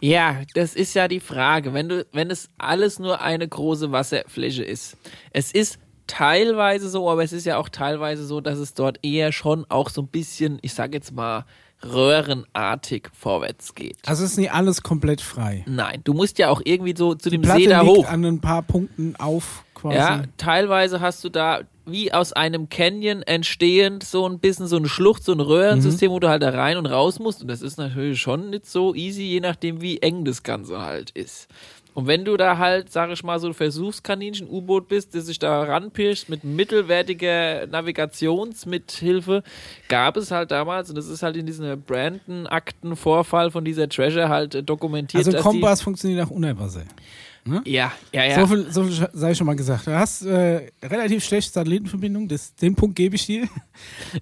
[SPEAKER 3] Ja, das ist ja die Frage. Wenn, du, wenn es alles nur eine große Wasserfläche ist. Es ist teilweise so, aber es ist ja auch teilweise so, dass es dort eher schon auch so ein bisschen, ich sag jetzt mal, röhrenartig vorwärts geht.
[SPEAKER 1] Also ist nicht alles komplett frei.
[SPEAKER 3] Nein, du musst ja auch irgendwie so zu dem
[SPEAKER 1] Platte
[SPEAKER 3] See da
[SPEAKER 1] liegt
[SPEAKER 3] hoch.
[SPEAKER 1] an ein paar Punkten auf quasi.
[SPEAKER 3] Ja, teilweise hast du da wie aus einem Canyon entstehend so ein bisschen so eine Schlucht, so ein Röhrensystem,
[SPEAKER 1] Mhm.
[SPEAKER 3] wo du halt da rein und raus musst. Und das ist natürlich schon nicht so easy, je nachdem, wie eng das Ganze halt ist. Und wenn du da halt, sag ich mal, so ein Versuchskaninchen-U-Boot bist, das sich da ranpirscht mit mittelwertiger Navigationsmithilfe, gab es halt damals, und das ist halt in diesem Brandon-Akten-Vorfall von dieser Treasure halt äh, dokumentiert.
[SPEAKER 1] also
[SPEAKER 3] dass
[SPEAKER 1] Kompass funktioniert auch unter Wasser.
[SPEAKER 3] die, ja, ja, ja.
[SPEAKER 1] So viel, so viel sei schon mal gesagt. Du hast äh, relativ schlechte Satellitenverbindung, das, den Punkt gebe ich dir.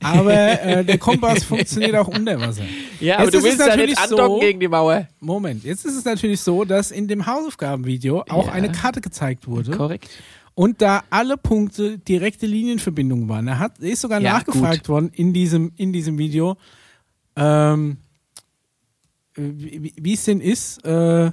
[SPEAKER 1] Aber äh, der Kompass funktioniert auch unter Wasser.
[SPEAKER 3] ja, aber
[SPEAKER 1] Jetzt
[SPEAKER 3] du
[SPEAKER 1] ist es
[SPEAKER 3] willst ja nicht
[SPEAKER 1] natürlich so-
[SPEAKER 3] andocken gegen die Mauer.
[SPEAKER 1] Moment, jetzt ist es natürlich so, dass in dem Hausaufgabenvideo auch
[SPEAKER 3] Ja.
[SPEAKER 1] eine Karte gezeigt wurde
[SPEAKER 3] Korrekt.
[SPEAKER 1] und da alle Punkte direkte Linienverbindungen waren. Da hat, ist sogar
[SPEAKER 3] Ja,
[SPEAKER 1] nachgefragt worden in diesem, in diesem Video, ähm, äh, wie wie- wie es denn ist, äh,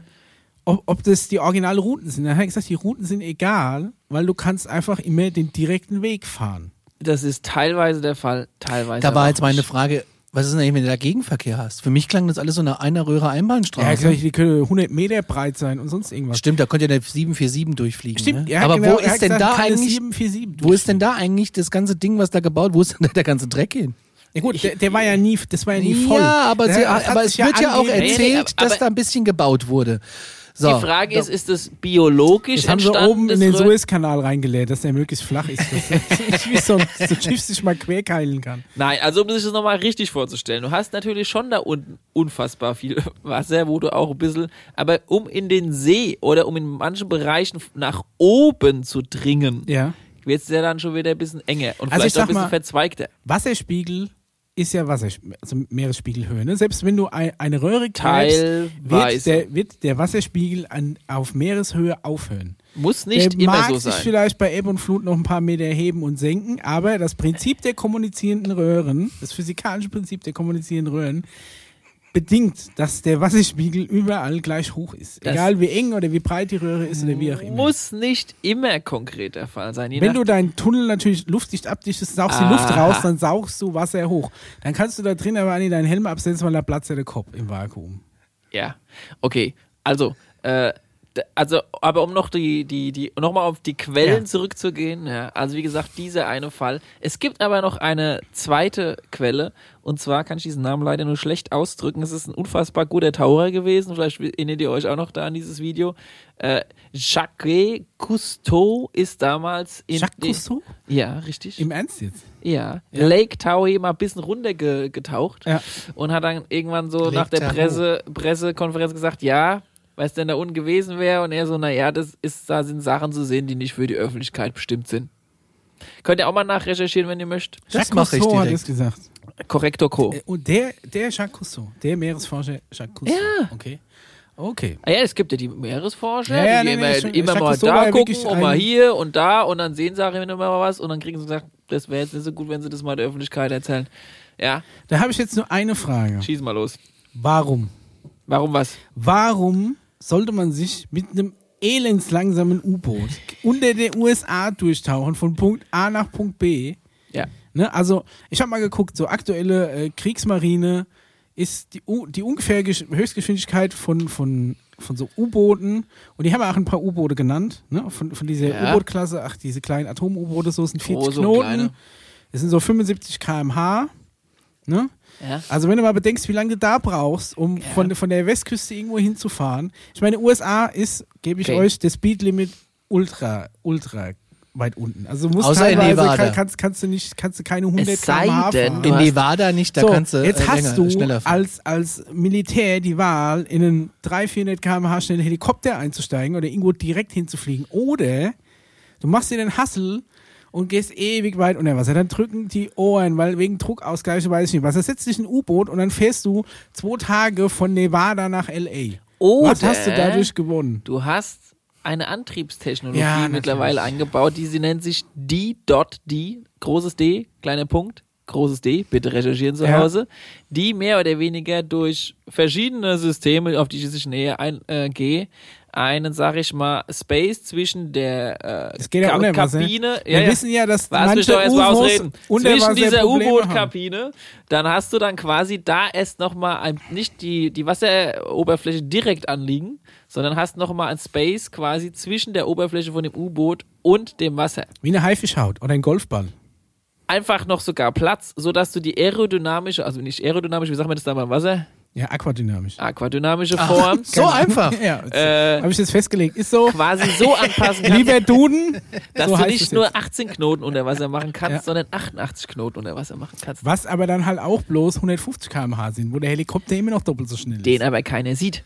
[SPEAKER 1] ob, ob das die originalen Routen sind. Dann hat er gesagt, die Routen sind egal, weil du kannst einfach immer den direkten Weg fahren.
[SPEAKER 3] Das ist teilweise der Fall, teilweise.
[SPEAKER 2] Da
[SPEAKER 3] aber
[SPEAKER 2] war
[SPEAKER 3] auch
[SPEAKER 2] jetzt meine
[SPEAKER 3] nicht.
[SPEAKER 2] Frage, was ist denn eigentlich, wenn du da Gegenverkehr hast? Für mich klang das alles so eine einer Röhre
[SPEAKER 1] Ja,
[SPEAKER 2] Einbahnstraße.
[SPEAKER 1] gleich, die können 100 Meter breit sein und sonst irgendwas.
[SPEAKER 2] Stimmt, da könnte ja der 747 durchfliegen. ne?
[SPEAKER 1] er hat
[SPEAKER 2] Aber
[SPEAKER 1] genau-
[SPEAKER 2] wo
[SPEAKER 1] er hat
[SPEAKER 2] ist denn
[SPEAKER 1] gesagt,
[SPEAKER 2] da
[SPEAKER 1] keine
[SPEAKER 2] eigentlich
[SPEAKER 1] 747
[SPEAKER 2] Wo ist denn da eigentlich das ganze Ding, was da gebaut, wo ist denn da der ganze Dreck hin?
[SPEAKER 1] Ja gut, der, der war ja nie, das war ja nie voll.
[SPEAKER 2] Ja, aber,
[SPEAKER 1] Der
[SPEAKER 2] sie,
[SPEAKER 1] hat- hat
[SPEAKER 2] aber
[SPEAKER 1] sich
[SPEAKER 2] es wird ja auch
[SPEAKER 1] angeblich-
[SPEAKER 3] Nee, nee,
[SPEAKER 2] erzählt,
[SPEAKER 3] aber-
[SPEAKER 2] dass da ein bisschen gebaut wurde. So.
[SPEAKER 3] Die Frage ist, ist es biologisch
[SPEAKER 1] Das haben sie
[SPEAKER 3] entstanden?
[SPEAKER 1] oben in den
[SPEAKER 3] das Röhr-
[SPEAKER 1] Suezkanal reingelehrt, dass der möglichst flach ist. Dass ich wie so ein so ein Schiff sich mal querkeilen kann.
[SPEAKER 3] Nein, also um sich das nochmal richtig vorzustellen, du hast natürlich schon da unten unfassbar viel Wasser, wo du auch ein bisschen, aber um in den See oder um in manchen Bereichen nach oben zu dringen,
[SPEAKER 1] Ja.
[SPEAKER 3] wird es ja dann schon wieder ein bisschen enger und
[SPEAKER 1] Also ich
[SPEAKER 3] vielleicht auch
[SPEAKER 1] sag
[SPEAKER 3] ein bisschen
[SPEAKER 1] mal-
[SPEAKER 3] verzweigter.
[SPEAKER 1] Wasserspiegel ist ja Wasser, also Meeresspiegelhöhe. Ne? Selbst wenn du ein, eine Röhre
[SPEAKER 3] Teilweise.
[SPEAKER 1] greifst, wird der, wird der Wasserspiegel an, auf Meereshöhe aufhören.
[SPEAKER 3] Muss nicht
[SPEAKER 1] der
[SPEAKER 3] immer
[SPEAKER 1] mag
[SPEAKER 3] so
[SPEAKER 1] sich
[SPEAKER 3] sein.
[SPEAKER 1] vielleicht bei Ebbe und Flut noch ein paar Meter heben und senken, aber das Prinzip der kommunizierenden Röhren, das physikalische Prinzip der kommunizierenden Röhren, bedingt, dass der Wasserspiegel überall gleich hoch ist.
[SPEAKER 3] Das
[SPEAKER 1] Egal wie eng oder wie breit die Röhre ist oder wie auch immer.
[SPEAKER 3] Muss nicht immer konkret der Fall sein. Je
[SPEAKER 1] Wenn
[SPEAKER 3] nach-
[SPEAKER 1] du deinen Tunnel natürlich luftdicht abdichtest, saugst die
[SPEAKER 3] Aha.
[SPEAKER 1] Luft raus, dann saugst du Wasser hoch. Dann kannst du da drin aber an deinen Helm absetzen, weil da platzt ja der Kopf im Vakuum.
[SPEAKER 3] Ja, okay. Also, äh, d- also, aber um noch die, die, die, nochmal auf die Quellen
[SPEAKER 1] Ja.
[SPEAKER 3] zurückzugehen, ja, also wie gesagt, dieser eine Fall. Es gibt aber noch eine zweite Quelle, und zwar kann ich diesen Namen leider nur schlecht ausdrücken. Es ist ein unfassbar guter Taucher gewesen, vielleicht erinnert ihr euch auch noch da an dieses Video. Äh, Jacques Cousteau ist damals in.
[SPEAKER 1] Jacques Cousteau?
[SPEAKER 3] Ja, richtig.
[SPEAKER 1] Im Ernst jetzt?
[SPEAKER 3] Ja, Lake Tahoe mal ein bisschen runtergetaucht
[SPEAKER 1] Ja.
[SPEAKER 3] und hat dann irgendwann so
[SPEAKER 2] Lake
[SPEAKER 3] nach der
[SPEAKER 2] Tahoe.
[SPEAKER 3] Presse, Pressekonferenz gesagt, ja, was denn da unten gewesen wäre und er so, naja, das ist, da sind Sachen zu sehen, die nicht für die Öffentlichkeit bestimmt sind. Könnt ihr auch mal nachrecherchieren, wenn ihr möchtet.
[SPEAKER 2] Das mache ich
[SPEAKER 1] Cousteau hat
[SPEAKER 2] direkt.
[SPEAKER 1] es gesagt.
[SPEAKER 3] Corrector Co.
[SPEAKER 1] Äh, Und der, der Jacques Cousteau, der Meeresforscher Jacques Cousteau.
[SPEAKER 3] Ja.
[SPEAKER 1] Okay. Okay.
[SPEAKER 3] Ah ja, es gibt ja die Meeresforscher,
[SPEAKER 1] Ja, ja,
[SPEAKER 3] die
[SPEAKER 1] nee,
[SPEAKER 3] immer,
[SPEAKER 1] nee, schon-
[SPEAKER 3] immer
[SPEAKER 1] ich sag
[SPEAKER 3] mal
[SPEAKER 1] das so,
[SPEAKER 3] da
[SPEAKER 1] weil
[SPEAKER 3] gucken
[SPEAKER 1] wirklich
[SPEAKER 3] und mal
[SPEAKER 1] ein-
[SPEAKER 3] hier und da und dann sehen sie auch immer mal was und dann kriegen sie gesagt, das wäre jetzt nicht so gut, wenn sie das mal der Öffentlichkeit erzählen. Ja,
[SPEAKER 1] Da habe ich jetzt nur eine Frage.
[SPEAKER 3] schieß mal los.
[SPEAKER 1] Warum?
[SPEAKER 3] Warum was?
[SPEAKER 1] Warum sollte man sich mit einem elendslangsamen U-Boot unter der USA durchtauchen von Punkt A nach Punkt B?
[SPEAKER 3] Ja.
[SPEAKER 1] Ne? Also, ich habe mal geguckt, so aktuelle äh, Kriegsmarine ist die, U die ungefähr Gesch Höchstgeschwindigkeit von, von, von so U-Booten. Und die haben ja auch ein paar U-Boote genannt, ne? von, von dieser
[SPEAKER 3] Ja.
[SPEAKER 1] U-Boot-Klasse. Ach, diese kleinen Atom-U-Boote, so es sind 40
[SPEAKER 3] Große und kleine.
[SPEAKER 1] Knoten. Das sind so 75 km/h. Ne?
[SPEAKER 3] ja.
[SPEAKER 1] Also, wenn du mal bedenkst, wie lange du da brauchst, um von, von der Westküste irgendwo hinzufahren. Ich meine, USA ist, gebe ich
[SPEAKER 3] Okay.
[SPEAKER 1] euch, das Speedlimit ultra, ultra weit unten. Also, du musst
[SPEAKER 2] Außer in
[SPEAKER 1] teilweise
[SPEAKER 2] Nevada.
[SPEAKER 1] kann, kannst, kannst du nicht, kannst du keine 100
[SPEAKER 3] Es sei
[SPEAKER 1] km/h
[SPEAKER 3] denn,
[SPEAKER 1] fahren.
[SPEAKER 3] du
[SPEAKER 2] In
[SPEAKER 3] hast-
[SPEAKER 2] Nevada nicht, da
[SPEAKER 1] so,
[SPEAKER 2] kannst du äh,
[SPEAKER 1] jetzt
[SPEAKER 2] länger,
[SPEAKER 1] hast
[SPEAKER 2] schneller
[SPEAKER 1] du
[SPEAKER 2] fahren.
[SPEAKER 1] als, als Militär die Wahl, in einen 300, 400 km/h schnellen Helikopter einzusteigen oder irgendwo direkt hinzufliegen. Oder du machst dir den Hassel und gehst ewig weit unter Wasser. Dann drücken die Ohren, weil wegen Druckausgleiche weiß ich nicht was. Dann setzt dich in ein U-Boot und dann fährst du zwei Tage von Nevada nach L.A.
[SPEAKER 3] Oder-
[SPEAKER 1] was hast du dadurch gewonnen?
[SPEAKER 3] Du hast eine Antriebstechnologie
[SPEAKER 1] Hm. Ja, natürlich.
[SPEAKER 3] mittlerweile eingebaut, die sie nennt sich D.D, großes D, kleiner Punkt, großes D, bitte recherchieren zu
[SPEAKER 1] Ja.
[SPEAKER 3] Hause, die mehr oder weniger durch verschiedene Systeme, auf die ich sich näher eingehe, einen, sag ich mal, Space zwischen der äh,
[SPEAKER 1] Das geht ja
[SPEAKER 3] Ka-
[SPEAKER 1] unter Wasser.
[SPEAKER 3] Kabine.
[SPEAKER 1] Wir wissen ja, dass
[SPEAKER 3] Lass mich
[SPEAKER 1] manche
[SPEAKER 3] doch erst mal
[SPEAKER 1] UFOs
[SPEAKER 3] ausreden.
[SPEAKER 1] unter
[SPEAKER 3] Zwischen
[SPEAKER 1] Wasser
[SPEAKER 3] dieser
[SPEAKER 1] Probleme
[SPEAKER 3] U-Boot-Kabine, dann hast du dann quasi da erst nochmal ein, nicht die, die Wasseroberfläche direkt anliegen, sondern hast nochmal ein Space quasi zwischen der Oberfläche von dem U-Boot und dem Wasser.
[SPEAKER 1] Wie eine Haifischhaut oder ein Golfball.
[SPEAKER 3] Einfach noch sogar Platz, sodass du die aerodynamische, also nicht aerodynamisch, wie sagt man das da beim Wasser?
[SPEAKER 1] Ja, aquadynamisch. Genau.
[SPEAKER 3] Aquadynamische Form
[SPEAKER 2] So einfach.
[SPEAKER 1] ja,
[SPEAKER 3] äh,
[SPEAKER 1] habe ich das festgelegt. Ist so.
[SPEAKER 3] quasi so anpassen kannst,
[SPEAKER 1] Lieber Duden,
[SPEAKER 3] dass
[SPEAKER 1] so
[SPEAKER 3] du
[SPEAKER 1] heißt es
[SPEAKER 3] nicht
[SPEAKER 1] jetzt.
[SPEAKER 3] nur 18 Knoten unter Wasser machen kannst,
[SPEAKER 1] Ja.
[SPEAKER 3] sondern 88 Knoten unter Wasser machen kannst.
[SPEAKER 1] Was aber dann halt auch bloß 150 km/h sind, wo der Helikopter immer noch doppelt so schnell ist.
[SPEAKER 3] Den aber keiner sieht.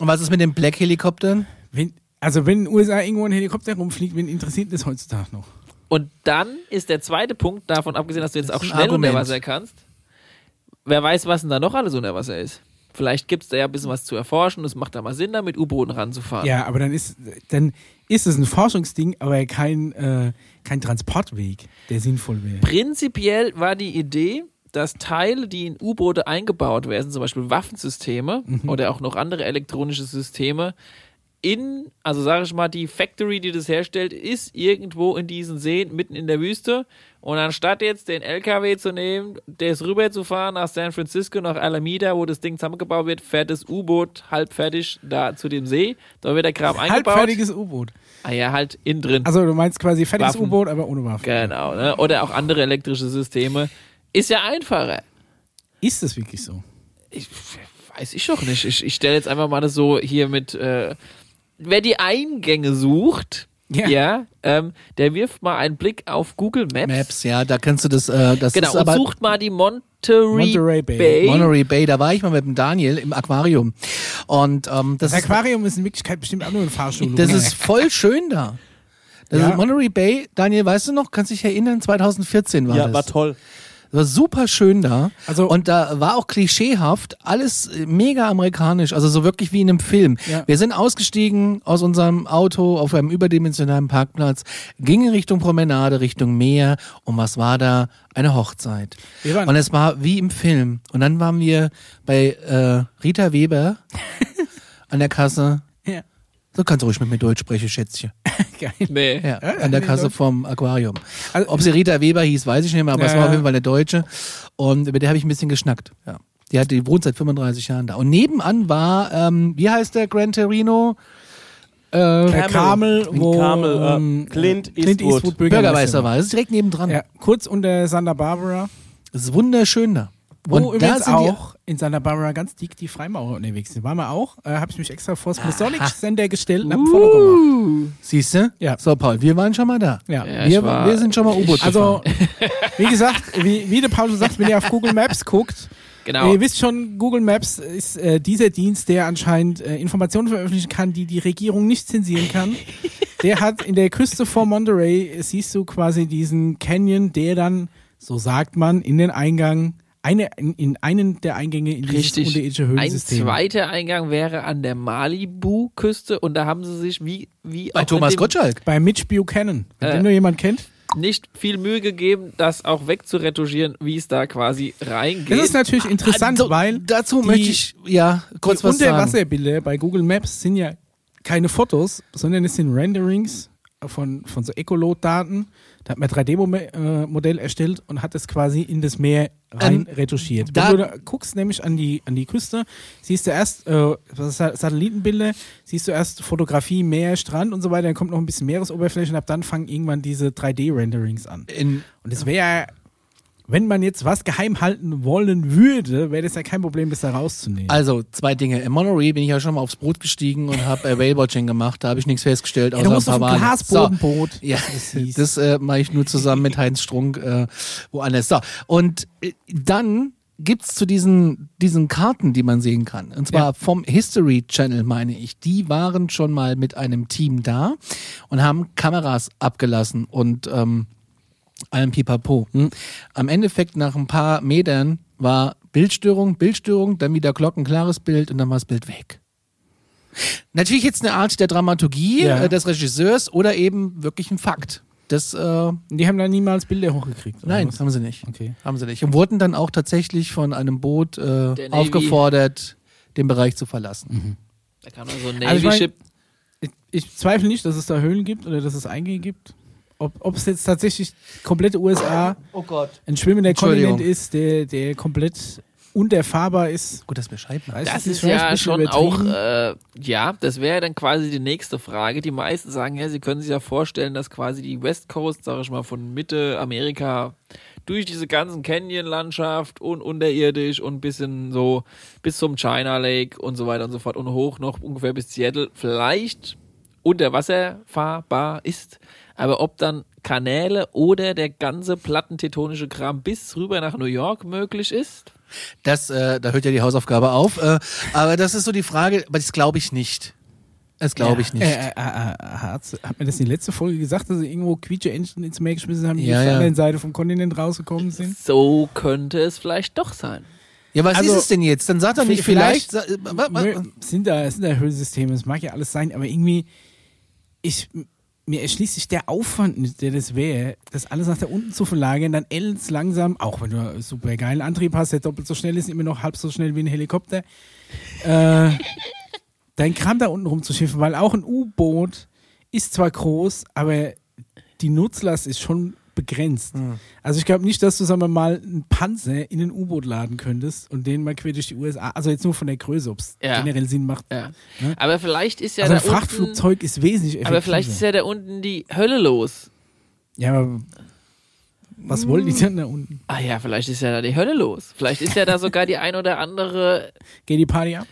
[SPEAKER 2] Und was ist mit den Black-Helikoptern?
[SPEAKER 1] Wenn, also wenn in den USA irgendwo ein Helikopter rumfliegt, wen interessiert das heutzutage noch?
[SPEAKER 3] Und dann ist der zweite Punkt, davon abgesehen, dass du jetzt
[SPEAKER 2] Das
[SPEAKER 3] auch
[SPEAKER 2] ist ein
[SPEAKER 3] schnell
[SPEAKER 2] Argument.
[SPEAKER 3] unter Wasser kannst, wer weiß, was denn da noch alles unter Wasser ist. Vielleicht gibt es da ja ein bisschen was zu erforschen, es macht da mal Sinn, da mit U-Booten ranzufahren.
[SPEAKER 1] Ja, aber dann ist dann ist es ein Forschungsding, aber kein, äh, kein Transportweg, der sinnvoll wäre.
[SPEAKER 3] Prinzipiell war die Idee, dass Teile, die in U-Boote eingebaut werden, zum Beispiel Waffensysteme oder auch noch andere elektronische Systeme, in, also sage ich mal, die Factory, die das herstellt, ist irgendwo in diesen Seen mitten in der Wüste. Und anstatt jetzt den LKW zu nehmen, das rüberzufahren nach San Francisco, nach Alameda, wo das Ding zusammengebaut wird, fährt das U-Boot halb fertig da zu dem See. Da wird der Kram eingebaut.
[SPEAKER 1] Halbfertiges U-Boot.
[SPEAKER 3] Ah ja, halt innen drin.
[SPEAKER 1] Also du meinst quasi fertiges
[SPEAKER 3] Waffen.
[SPEAKER 1] U-Boot, aber ohne Waffen.
[SPEAKER 3] Genau, ne? oder auch andere elektrische Systeme. Ist ja einfacher.
[SPEAKER 1] Ist das wirklich so?
[SPEAKER 3] Ich Weiß ich doch nicht. Ich, ich stelle jetzt einfach mal das so hier mit, äh, wer die Eingänge sucht,
[SPEAKER 1] Ja.
[SPEAKER 3] ja, ähm, der wirft mal einen Blick auf Google Maps.
[SPEAKER 2] Maps, ja, da kannst du das, äh, das
[SPEAKER 3] Genau,
[SPEAKER 2] ist
[SPEAKER 3] und
[SPEAKER 2] aber
[SPEAKER 3] sucht mal die Monterey,
[SPEAKER 1] Monterey Bay.
[SPEAKER 3] Bay.
[SPEAKER 2] Monterey Bay, da war ich mal mit dem Daniel im Aquarium. Und ähm, das,
[SPEAKER 1] Das
[SPEAKER 2] ist,
[SPEAKER 1] Aquarium ist in Wirklichkeit bestimmt auch nur ein Fahrstuhl.
[SPEAKER 2] das ist voll schön da. Das
[SPEAKER 1] Ja.
[SPEAKER 2] ist Monterey Bay, Daniel, weißt du noch, kannst dich erinnern, 2014 war
[SPEAKER 4] Ja,
[SPEAKER 2] das.
[SPEAKER 4] war toll.
[SPEAKER 2] war super schön da.
[SPEAKER 1] Also-
[SPEAKER 2] und da war auch klischeehaft, alles äh, mega amerikanisch, also so wirklich wie in einem Film.
[SPEAKER 1] Ja.
[SPEAKER 2] Wir sind ausgestiegen aus unserem Auto auf einem überdimensionalen Parkplatz, gingen Richtung Promenade, Richtung Meer und was war da? Eine Hochzeit.
[SPEAKER 1] Wir waren-
[SPEAKER 2] Und es war wie im Film. Und dann waren wir bei äh, Rita Weber an der Kasse.
[SPEAKER 1] Ja.
[SPEAKER 2] Du kannst ruhig mit mir Deutsch sprechen, Schätzchen.
[SPEAKER 1] geil.
[SPEAKER 3] Nee.
[SPEAKER 2] Ja, an der Kasse vom Aquarium.
[SPEAKER 1] Also-
[SPEAKER 2] Ob sie Rita Weber hieß, weiß ich nicht mehr, aber es
[SPEAKER 1] Ja,
[SPEAKER 2] war
[SPEAKER 1] ja.
[SPEAKER 2] auf jeden Fall eine Deutsche. Und über die habe ich ein bisschen geschnackt. Ja. Die, hat, die wohnt seit 35 Jahren da. Und nebenan war, ähm, wie heißt der Gran Torino? Äh,
[SPEAKER 1] Der Kamel,
[SPEAKER 4] Ein
[SPEAKER 1] wo
[SPEAKER 4] Kamel, äh,
[SPEAKER 1] ähm,
[SPEAKER 4] Clint
[SPEAKER 1] Clint
[SPEAKER 4] Eastwood.
[SPEAKER 1] Eastwood
[SPEAKER 2] Bürgermeister war. Das ist direkt nebendran.
[SPEAKER 1] Ja, kurz unter Santa Barbara.
[SPEAKER 2] Das ist wunderschön da.
[SPEAKER 1] Wo
[SPEAKER 2] Und da
[SPEAKER 1] übrigens
[SPEAKER 2] sind die-
[SPEAKER 1] auch in Santa Barbara ganz dick die Freimaurer unterwegs sind. Waren wir auch. Äh, habe ich mich extra vor Masonic-Sender gestellt und hab ein Foto gemacht.
[SPEAKER 2] Siehst du?
[SPEAKER 1] Ja.
[SPEAKER 2] So, Paul, wir waren schon mal da.
[SPEAKER 1] Ja.
[SPEAKER 3] Ja, ich
[SPEAKER 2] wir,
[SPEAKER 3] war-
[SPEAKER 2] wir sind schon mal U-Boot.
[SPEAKER 1] Also, wie gesagt, wie, wie der Paul schon sagt, wenn ihr auf Google Maps guckt,
[SPEAKER 3] Genau.
[SPEAKER 1] ihr wisst schon, Google Maps ist äh, dieser Dienst, der anscheinend äh, Informationen veröffentlichen kann, die die Regierung nicht zensieren kann. der hat in der Küste vor Monterey, äh, siehst du quasi diesen Canyon, der dann, so sagt man, in den Eingang, eine, in, in einen der Eingänge in dieses
[SPEAKER 3] Richtig.
[SPEAKER 1] unterirdische
[SPEAKER 3] Ein
[SPEAKER 1] Höhlensystem.
[SPEAKER 3] zweiter Eingang wäre an der Malibu-Küste und da haben sie sich wie, wie
[SPEAKER 2] Bei
[SPEAKER 3] auch in
[SPEAKER 2] Thomas
[SPEAKER 3] dem-
[SPEAKER 2] Gottschalk.
[SPEAKER 1] Bei Mitch Buchanan, wenn
[SPEAKER 3] Äh.
[SPEAKER 1] den nur jemand kennt.
[SPEAKER 3] nicht viel Mühe gegeben, das auch wegzuretuschieren, wie es da quasi
[SPEAKER 1] Das
[SPEAKER 3] reingeht.
[SPEAKER 1] ist natürlich interessant,
[SPEAKER 2] Also,
[SPEAKER 1] weil
[SPEAKER 2] dazu
[SPEAKER 1] die-
[SPEAKER 2] möchte ich ja kurz
[SPEAKER 1] die
[SPEAKER 2] was sagen.
[SPEAKER 1] Unterwasserbilder bei Google Maps sind ja keine Fotos, sondern es sind Renderings von, von so Echolot-Daten. Da hat man 3D-Modell äh, erstellt und hat es quasi in das Meer rein
[SPEAKER 2] Ähm,
[SPEAKER 1] retuschiert.
[SPEAKER 2] da-
[SPEAKER 1] Wenn du da guckst nämlich an die, an die Küste, siehst du erst äh, was ist das? Satellitenbilder, siehst du erst Fotografie, Meer, Strand und so weiter, dann kommt noch ein bisschen Meeresoberfläche und ab dann fangen irgendwann diese 3D-Renderings an.
[SPEAKER 2] In,
[SPEAKER 1] Und es wäre ja, wenn man jetzt was geheim halten wollen würde, wäre das ja kein Problem, das da rauszunehmen.
[SPEAKER 2] Also zwei Dinge. Im Monterey bin ich ja schon mal aufs Boot gestiegen und habe äh, Whale-Watching gemacht. Da habe ich nichts festgestellt,
[SPEAKER 1] Ja,
[SPEAKER 2] außer
[SPEAKER 1] du
[SPEAKER 2] ein
[SPEAKER 1] musst
[SPEAKER 2] paar
[SPEAKER 1] auf ein
[SPEAKER 2] Wale.
[SPEAKER 1] Glasbodenboot.
[SPEAKER 2] So. Ja,
[SPEAKER 1] das hieß.
[SPEAKER 2] das äh, mache ich nur zusammen mit Heinz Strunk äh, woanders. So. Und äh, dann gibt's zu diesen, diesen Karten, die man sehen kann. Und zwar vom History Channel, meine ich. Die waren schon mal mit einem Team da und haben Kameras abgelassen und ähm, allem Pipapo. Hm? Am Endeffekt, nach ein paar Metern, war Bildstörung, Bildstörung, dann wieder glockenklares Bild und dann war das Bild weg. Natürlich jetzt eine Art der Dramaturgie
[SPEAKER 1] Ja.
[SPEAKER 2] äh, des Regisseurs oder eben wirklich ein Fakt. Das, äh, nein,
[SPEAKER 1] Und die haben da niemals Bilder hochgekriegt. oder was?
[SPEAKER 2] haben sie nicht.
[SPEAKER 1] Okay.
[SPEAKER 2] Haben sie nicht. Und wurden dann auch tatsächlich von einem Boot äh,
[SPEAKER 3] Navy.
[SPEAKER 2] aufgefordert, den Bereich zu verlassen.
[SPEAKER 3] da kann man so ein
[SPEAKER 1] Also ich
[SPEAKER 3] Navy
[SPEAKER 1] mein-
[SPEAKER 3] Ship.
[SPEAKER 1] Ich, ich zweifle nicht, dass es da Höhlen gibt oder dass es Eingänge gibt. Ob es jetzt tatsächlich komplette USA
[SPEAKER 2] Oh Gott.
[SPEAKER 1] ein schwimmender
[SPEAKER 2] Entschuldigung.
[SPEAKER 1] Kontinent ist, der, der komplett unterfahrbar ist.
[SPEAKER 2] Gut, dass wir Scheiben haben.
[SPEAKER 1] Weiß
[SPEAKER 3] Das
[SPEAKER 1] ich,
[SPEAKER 3] ist
[SPEAKER 1] vielleicht ein
[SPEAKER 3] ja
[SPEAKER 1] bisschen
[SPEAKER 3] schon auch,
[SPEAKER 1] übertrieben.
[SPEAKER 3] äh, ja, das wäre dann quasi die nächste Frage. Die meisten sagen, ja, sie können sich ja vorstellen, dass quasi die West Coast, sage ich mal, von Mitte Amerika durch diese ganzen Canyon-Landschaft und unterirdisch und bisschen so bis zum China Lake und so weiter und so fort und hoch noch ungefähr bis Seattle vielleicht unter Wasser fahrbar ist. Aber ob dann Kanäle oder der ganze plattentetonische Kram bis rüber nach New York möglich ist,
[SPEAKER 2] Das, äh, da hört ja die Hausaufgabe auf. Äh, aber das ist so die Frage, aber das glaube ich nicht. Das glaube ich nicht.
[SPEAKER 1] Äh, äh, äh, äh, hat's- hat mir das in der letzten Folge gesagt, dass sie irgendwo quietsche Enten ins Meer geschmissen haben, die
[SPEAKER 2] Ja,
[SPEAKER 1] auf der
[SPEAKER 2] ja.
[SPEAKER 1] anderen Seite vom Kontinent rausgekommen sind?
[SPEAKER 3] so könnte es vielleicht doch sein.
[SPEAKER 2] Ja, was
[SPEAKER 1] Also,
[SPEAKER 2] ist es denn jetzt? Dann sagt er nicht vielleicht.
[SPEAKER 1] vielleicht-
[SPEAKER 2] sa- äh, wa- wa-
[SPEAKER 1] Nö, sind da, sind da Höhlsysteme, es mag ja alles sein, aber irgendwie, ich, mir erschließt sich der Aufwand, nicht, der das wäre, das alles nach da unten zu verlagern, dann ellens langsam, auch wenn du einen super geilen Antrieb hast, der doppelt so schnell ist, immer noch halb so schnell wie ein Helikopter, äh, dein Kram da unten rumzuschiffen, weil auch ein U-Boot ist zwar groß, aber die Nutzlast ist schon begrenzt. Also ich glaube nicht, dass du, sagen wir mal, einen Panzer in ein U-Boot laden könntest und den mal quer durch die USA, also jetzt nur von der Größe, ob es
[SPEAKER 3] Ja.
[SPEAKER 1] generell Sinn macht.
[SPEAKER 3] Ja.
[SPEAKER 1] Ne?
[SPEAKER 3] Aber vielleicht ist ja
[SPEAKER 1] also ein
[SPEAKER 3] da unten,
[SPEAKER 1] Frachtflugzeug ist wesentlich effektiver.
[SPEAKER 3] aber vielleicht ist ja da unten die Hölle los.
[SPEAKER 1] Ja, aber Was wollen die denn da unten?
[SPEAKER 3] Ah ja, vielleicht ist ja da die Hölle los. Vielleicht ist ja da sogar die ein oder andere
[SPEAKER 1] Geht die Party ab?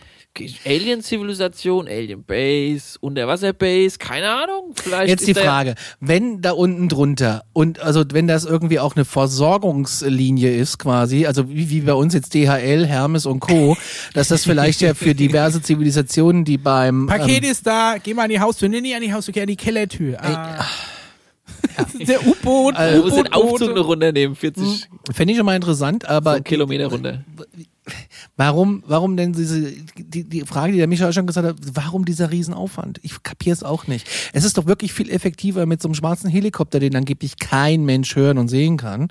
[SPEAKER 3] Alien-Zivilisation, Alien-Base, Unterwasser-Base, keine Ahnung. Vielleicht
[SPEAKER 2] Jetzt
[SPEAKER 3] ist
[SPEAKER 2] die
[SPEAKER 3] da-
[SPEAKER 2] Frage, wenn da unten drunter und also wenn das irgendwie auch eine Versorgungslinie ist quasi, also wie, wie bei uns jetzt DHL, Hermes und Co., dass das vielleicht ja für diverse Zivilisationen, die beim
[SPEAKER 1] Paket
[SPEAKER 2] ähm,
[SPEAKER 1] ist da, geh mal an die Haustür. Nee, nicht an die Haustür, geh an die Kellertür. Ah. Der U-Boot,
[SPEAKER 3] Du musst den
[SPEAKER 1] U-Boot-Boote.
[SPEAKER 3] Aufzug eine runternehmen, 40
[SPEAKER 2] fände ich schon mal interessant, aber
[SPEAKER 3] Kilometer runter.
[SPEAKER 2] warum, warum denn diese die, die Frage, die der Michael schon gesagt hat, warum dieser Riesenaufwand? Ich kapiere es auch nicht. Es ist doch wirklich viel effektiver mit so einem schwarzen Helikopter, den angeblich kein Mensch hören und sehen kann.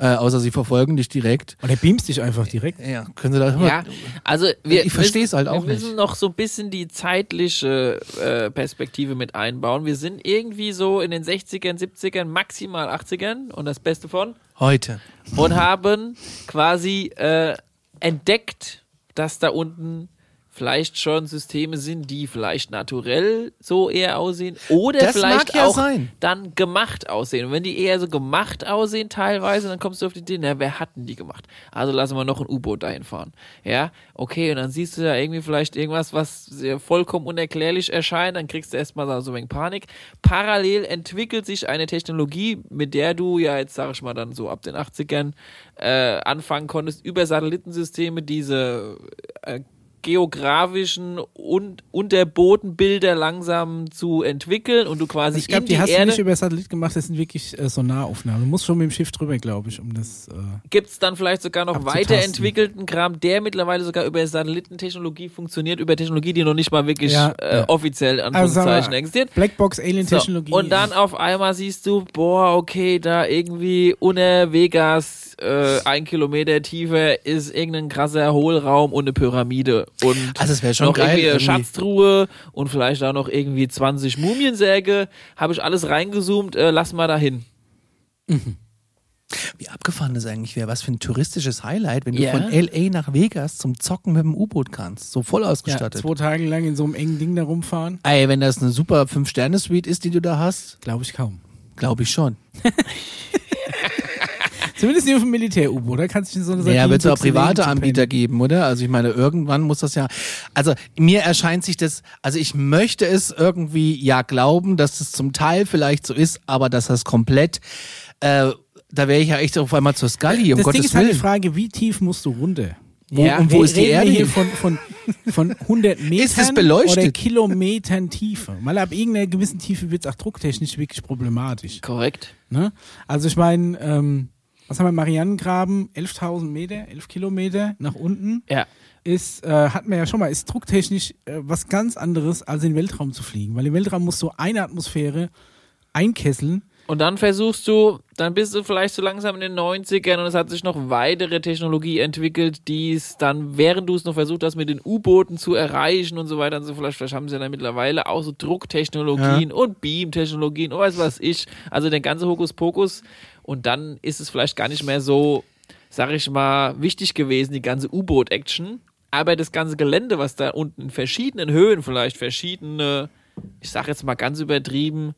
[SPEAKER 2] Äh, außer sie verfolgen dich direkt.
[SPEAKER 1] Und der beamst dich einfach direkt.
[SPEAKER 2] Ja, können Sie da
[SPEAKER 3] Ja, also wir
[SPEAKER 2] Ich versteh's
[SPEAKER 3] müssen-
[SPEAKER 2] halt auch
[SPEAKER 3] Wir müssen
[SPEAKER 2] nicht.
[SPEAKER 3] noch so ein bisschen die zeitliche äh, Perspektive mit einbauen. Wir sind irgendwie so in den 60ern, 70ern, maximal 80ern und das Beste von
[SPEAKER 2] heute.
[SPEAKER 3] und haben quasi äh, entdeckt, dass da unten vielleicht schon Systeme sind, die vielleicht naturell so eher aussehen oder
[SPEAKER 2] Das
[SPEAKER 3] vielleicht
[SPEAKER 2] mag ja
[SPEAKER 3] auch
[SPEAKER 2] sein.
[SPEAKER 3] dann gemacht aussehen. Und wenn die eher so gemacht aussehen teilweise, dann kommst du auf die Idee, na, wer hat denn die gemacht? Also lassen wir noch ein U-Boot dahin fahren. Ja, okay, und dann siehst du ja irgendwie vielleicht irgendwas, was sehr vollkommen unerklärlich erscheint, dann kriegst du erstmal so- so ein wenig Panik. Parallel entwickelt sich eine Technologie, mit der du ja jetzt, sag ich mal, dann so ab den 80ern äh, anfangen konntest, über Satellitensysteme diese äh, geografischen und Unterbodenbilder langsam zu entwickeln und du quasi
[SPEAKER 1] Ich glaube,
[SPEAKER 3] Also in
[SPEAKER 1] die, hast du
[SPEAKER 3] Erde
[SPEAKER 1] nicht über Satellit gemacht, das sind wirklich äh, Sonaraufnahmen. Du musst schon mit dem Schiff drüber, glaube ich, um das. Äh
[SPEAKER 3] gibt es dann vielleicht sogar noch
[SPEAKER 1] Abzutasten.
[SPEAKER 3] weiterentwickelten Kram, der mittlerweile sogar über Satellitentechnologie funktioniert, über Technologie, die noch nicht mal wirklich
[SPEAKER 1] Ja,
[SPEAKER 3] äh,
[SPEAKER 1] ja.
[SPEAKER 3] offiziell Anführungszeichen existiert.
[SPEAKER 1] Also Blackbox Alien
[SPEAKER 3] So,
[SPEAKER 1] Technologie.
[SPEAKER 3] und dann auf einmal siehst du, boah, okay, da irgendwie unter Vegas äh, ein Kilometer tiefer ist irgendein krasser Hohlraum und eine Pyramide und
[SPEAKER 2] Also es wär schon
[SPEAKER 3] noch
[SPEAKER 2] geil,
[SPEAKER 3] irgendwie eine
[SPEAKER 2] irgendwie.
[SPEAKER 3] Schatztruhe und vielleicht auch noch irgendwie 20 Mumiensäge. Habe ich alles reingezoomt, äh, lass mal dahin.
[SPEAKER 2] Wie abgefahren das eigentlich wäre. Was für ein touristisches Highlight, wenn
[SPEAKER 3] Ja.
[SPEAKER 2] du von L.A. nach Vegas zum Zocken mit dem U-Boot kannst. So voll
[SPEAKER 1] ja,
[SPEAKER 2] ausgestattet.
[SPEAKER 1] zwei Tage lang in so einem engen Ding da rumfahren,
[SPEAKER 2] Ey, wenn das eine super 5-Sterne-Suite ist, die du da hast,
[SPEAKER 1] glaube ich kaum.
[SPEAKER 2] glaube ich schon.
[SPEAKER 1] Zumindest nicht auf dem Militär-U-Boot, da kannst du dich in so eine
[SPEAKER 2] Ja, wird es auch
[SPEAKER 1] Sardinenbüchse legen
[SPEAKER 2] private
[SPEAKER 1] zum
[SPEAKER 2] Anbieter
[SPEAKER 1] Pennen.
[SPEAKER 2] geben, oder? Also ich meine, irgendwann muss das ja. Also mir erscheint sich das, also ich möchte es irgendwie ja glauben, dass es zum Teil vielleicht so ist, aber dass das komplett, äh, da wäre ich ja echt auf einmal zur Scully,
[SPEAKER 1] Das
[SPEAKER 2] um
[SPEAKER 1] Ding
[SPEAKER 2] Gottes
[SPEAKER 1] ist halt die
[SPEAKER 2] Willen.
[SPEAKER 1] Frage, wie tief musst du runter?
[SPEAKER 2] Wo- und wo
[SPEAKER 1] Wir
[SPEAKER 2] ist die
[SPEAKER 1] reden
[SPEAKER 2] Erde
[SPEAKER 1] Hier
[SPEAKER 2] hin?
[SPEAKER 1] von, von, von 100 Metern
[SPEAKER 2] das beleuchtet?
[SPEAKER 1] oder Kilometern Tiefe. Mal ab irgendeiner gewissen Tiefe wird es auch drucktechnisch wirklich problematisch.
[SPEAKER 3] Korrekt.
[SPEAKER 1] Ne? Also ich meine, ähm, was haben wir, Marianengraben, 11.000 Meter, 11 Kilometer nach unten,
[SPEAKER 3] Ja.
[SPEAKER 1] ist, äh, hatten wir ja schon mal, ist drucktechnisch äh, was ganz anderes, als in den Weltraum zu fliegen. Weil im Weltraum musst du eine Atmosphäre einkesseln.
[SPEAKER 3] Und dann versuchst du, dann bist du vielleicht so langsam in den 90ern und es hat sich noch weitere Technologie entwickelt, die es dann, während du es noch versucht hast, mit den U-Booten zu erreichen und so weiter und so vielleicht, vielleicht haben sie dann mittlerweile auch so Drucktechnologien und Beam-Technologien und was weiß ich. Also den ganzen Hokuspokus. Und dann ist es vielleicht gar nicht mehr so, sag ich mal, wichtig gewesen, die ganze U-Boot-Action. Aber das ganze Gelände, was da unten in verschiedenen Höhen vielleicht verschiedene, ich sag jetzt mal ganz übertrieben,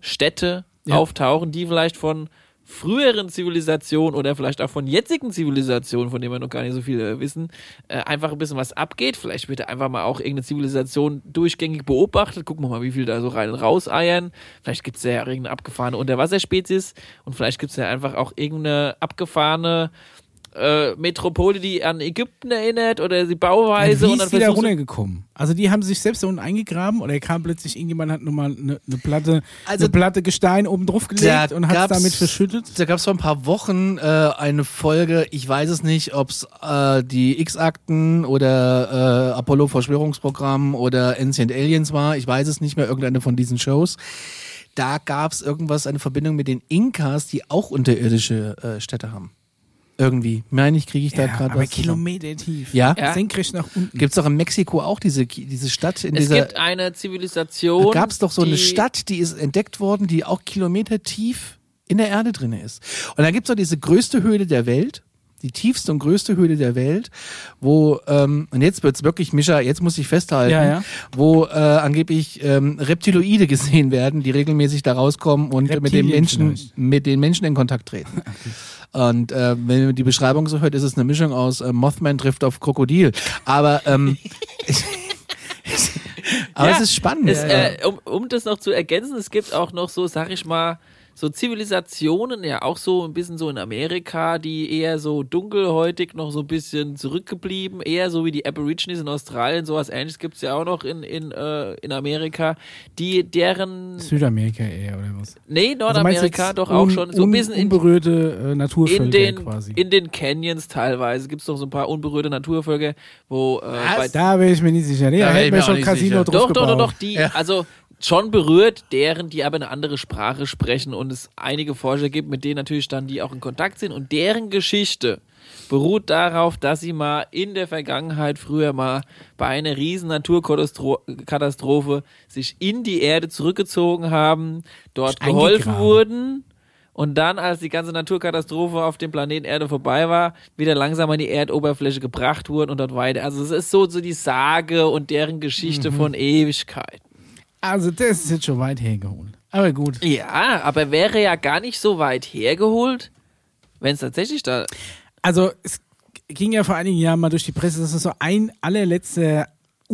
[SPEAKER 3] Städte auftauchen, die vielleicht von früheren Zivilisationen oder vielleicht auch von jetzigen Zivilisationen, von denen wir noch gar nicht so viel äh, wissen, äh, einfach ein bisschen was abgeht. Vielleicht wird da einfach mal auch irgendeine Zivilisation durchgängig beobachtet. Gucken wir mal, wie viel da so rein und raus eiern. Vielleicht gibt es ja irgendeine abgefahrene Unterwasserspezies und vielleicht gibt es ja einfach auch irgendeine abgefahrene äh, Metropole, die an Ägypten erinnert oder die Bauweise.
[SPEAKER 1] wie
[SPEAKER 3] und dann
[SPEAKER 1] ist die da
[SPEAKER 3] versuchst du-
[SPEAKER 1] runtergekommen? Also die haben sich selbst da unten eingegraben oder kam plötzlich irgendjemand, hat nochmal eine eine Platte,
[SPEAKER 2] Also-
[SPEAKER 1] eine Platte Gestein oben drauf gelegt und hat
[SPEAKER 2] gab's-
[SPEAKER 1] es damit verschüttet?
[SPEAKER 2] Da gab es vor ein paar Wochen äh, eine Folge, ich weiß es nicht, ob es äh, die X-Akten oder äh, Apollo Verschwörungsprogramm oder Ancient Aliens war, ich weiß es nicht mehr, irgendeine von diesen Shows. Da gab es irgendwas, eine Verbindung mit den Inkas, die auch unterirdische äh, Städte haben. Irgendwie. Meine ich, kriege ich da gerade
[SPEAKER 1] aber
[SPEAKER 2] was. zusammen.
[SPEAKER 1] Kilometer tief.
[SPEAKER 2] Ja?
[SPEAKER 3] Ja.
[SPEAKER 1] Senkrecht nach unten.
[SPEAKER 2] Gibt es doch in Mexiko auch diese, Ki- diese Stadt in
[SPEAKER 3] Es
[SPEAKER 2] dieser.
[SPEAKER 3] gibt eine Zivilisation.
[SPEAKER 2] Da gab es doch so eine
[SPEAKER 3] die-
[SPEAKER 2] Stadt, die ist entdeckt worden, die auch Kilometer tief in der Erde drin ist. Und da gibt es doch diese größte Höhle der Welt. die tiefste und größte Höhle der Welt, wo, ähm, und jetzt wird's wirklich, Mischa, jetzt muss ich festhalten,
[SPEAKER 1] Ja, ja.
[SPEAKER 2] wo äh, angeblich ähm, Reptiloide gesehen werden, die regelmäßig da rauskommen und äh, mit den
[SPEAKER 1] Reptilien
[SPEAKER 2] Menschen,
[SPEAKER 1] vielleicht.
[SPEAKER 2] mit den Menschen in Kontakt treten. Und äh, wenn man die Beschreibung so hört, ist es eine Mischung aus äh, Mothman trifft auf Krokodil. Aber, ähm, aber
[SPEAKER 3] Ja,
[SPEAKER 2] es ist spannend.
[SPEAKER 3] Es, äh, um, um das noch zu ergänzen, es gibt auch noch so, sag ich mal, so Zivilisationen, ja auch so ein bisschen so in Amerika, die eher so dunkelhäutig noch so ein bisschen zurückgeblieben, eher so wie die Aborigines in Australien, sowas ähnliches gibt es ja auch noch in, in, äh, in Amerika, die deren,
[SPEAKER 1] Südamerika eher, oder was?
[SPEAKER 3] nee,
[SPEAKER 1] Also meinst du jetzt
[SPEAKER 3] Nordamerika doch auch
[SPEAKER 1] un-
[SPEAKER 3] schon, so ein
[SPEAKER 1] un-
[SPEAKER 3] bisschen in,
[SPEAKER 1] unberührte äh, Naturvölker
[SPEAKER 3] in, den,
[SPEAKER 1] quasi.
[SPEAKER 3] in den Canyons teilweise, gibt es noch so ein paar unberührte Naturvölker, wo äh, bei
[SPEAKER 1] da bin ich mir nicht sicher. Nee,
[SPEAKER 2] Da
[SPEAKER 1] da
[SPEAKER 2] bin ich
[SPEAKER 1] hätten
[SPEAKER 2] mir
[SPEAKER 1] wir
[SPEAKER 2] auch
[SPEAKER 1] schon
[SPEAKER 2] nicht
[SPEAKER 1] Casino drauf
[SPEAKER 2] sicher.
[SPEAKER 3] Doch, doch, doch,
[SPEAKER 1] gebaut.
[SPEAKER 3] doch, die,
[SPEAKER 2] Ja.
[SPEAKER 3] also schon berührt, deren die aber eine andere Sprache sprechen und es einige Forscher gibt, mit denen natürlich dann die auch in Kontakt sind und deren Geschichte beruht darauf, dass sie mal in der Vergangenheit früher mal bei einer riesen Naturkatastrophe sich in die Erde zurückgezogen haben, dort
[SPEAKER 1] Sich
[SPEAKER 3] geholfen
[SPEAKER 1] eingegraben.
[SPEAKER 3] wurden und dann, als die ganze Naturkatastrophe auf dem Planeten Erde vorbei war, wieder langsam an die Erdoberfläche gebracht wurden und dort weiter. Also es ist so, so die Sage und deren Geschichte von Ewigkeit.
[SPEAKER 1] Also das ist jetzt schon weit hergeholt. Aber gut.
[SPEAKER 3] Ja, aber wäre ja gar nicht so weit hergeholt, wenn es tatsächlich da.
[SPEAKER 1] Also es ging ja vor einigen Jahren mal durch die Presse, dass es so ein allerletzter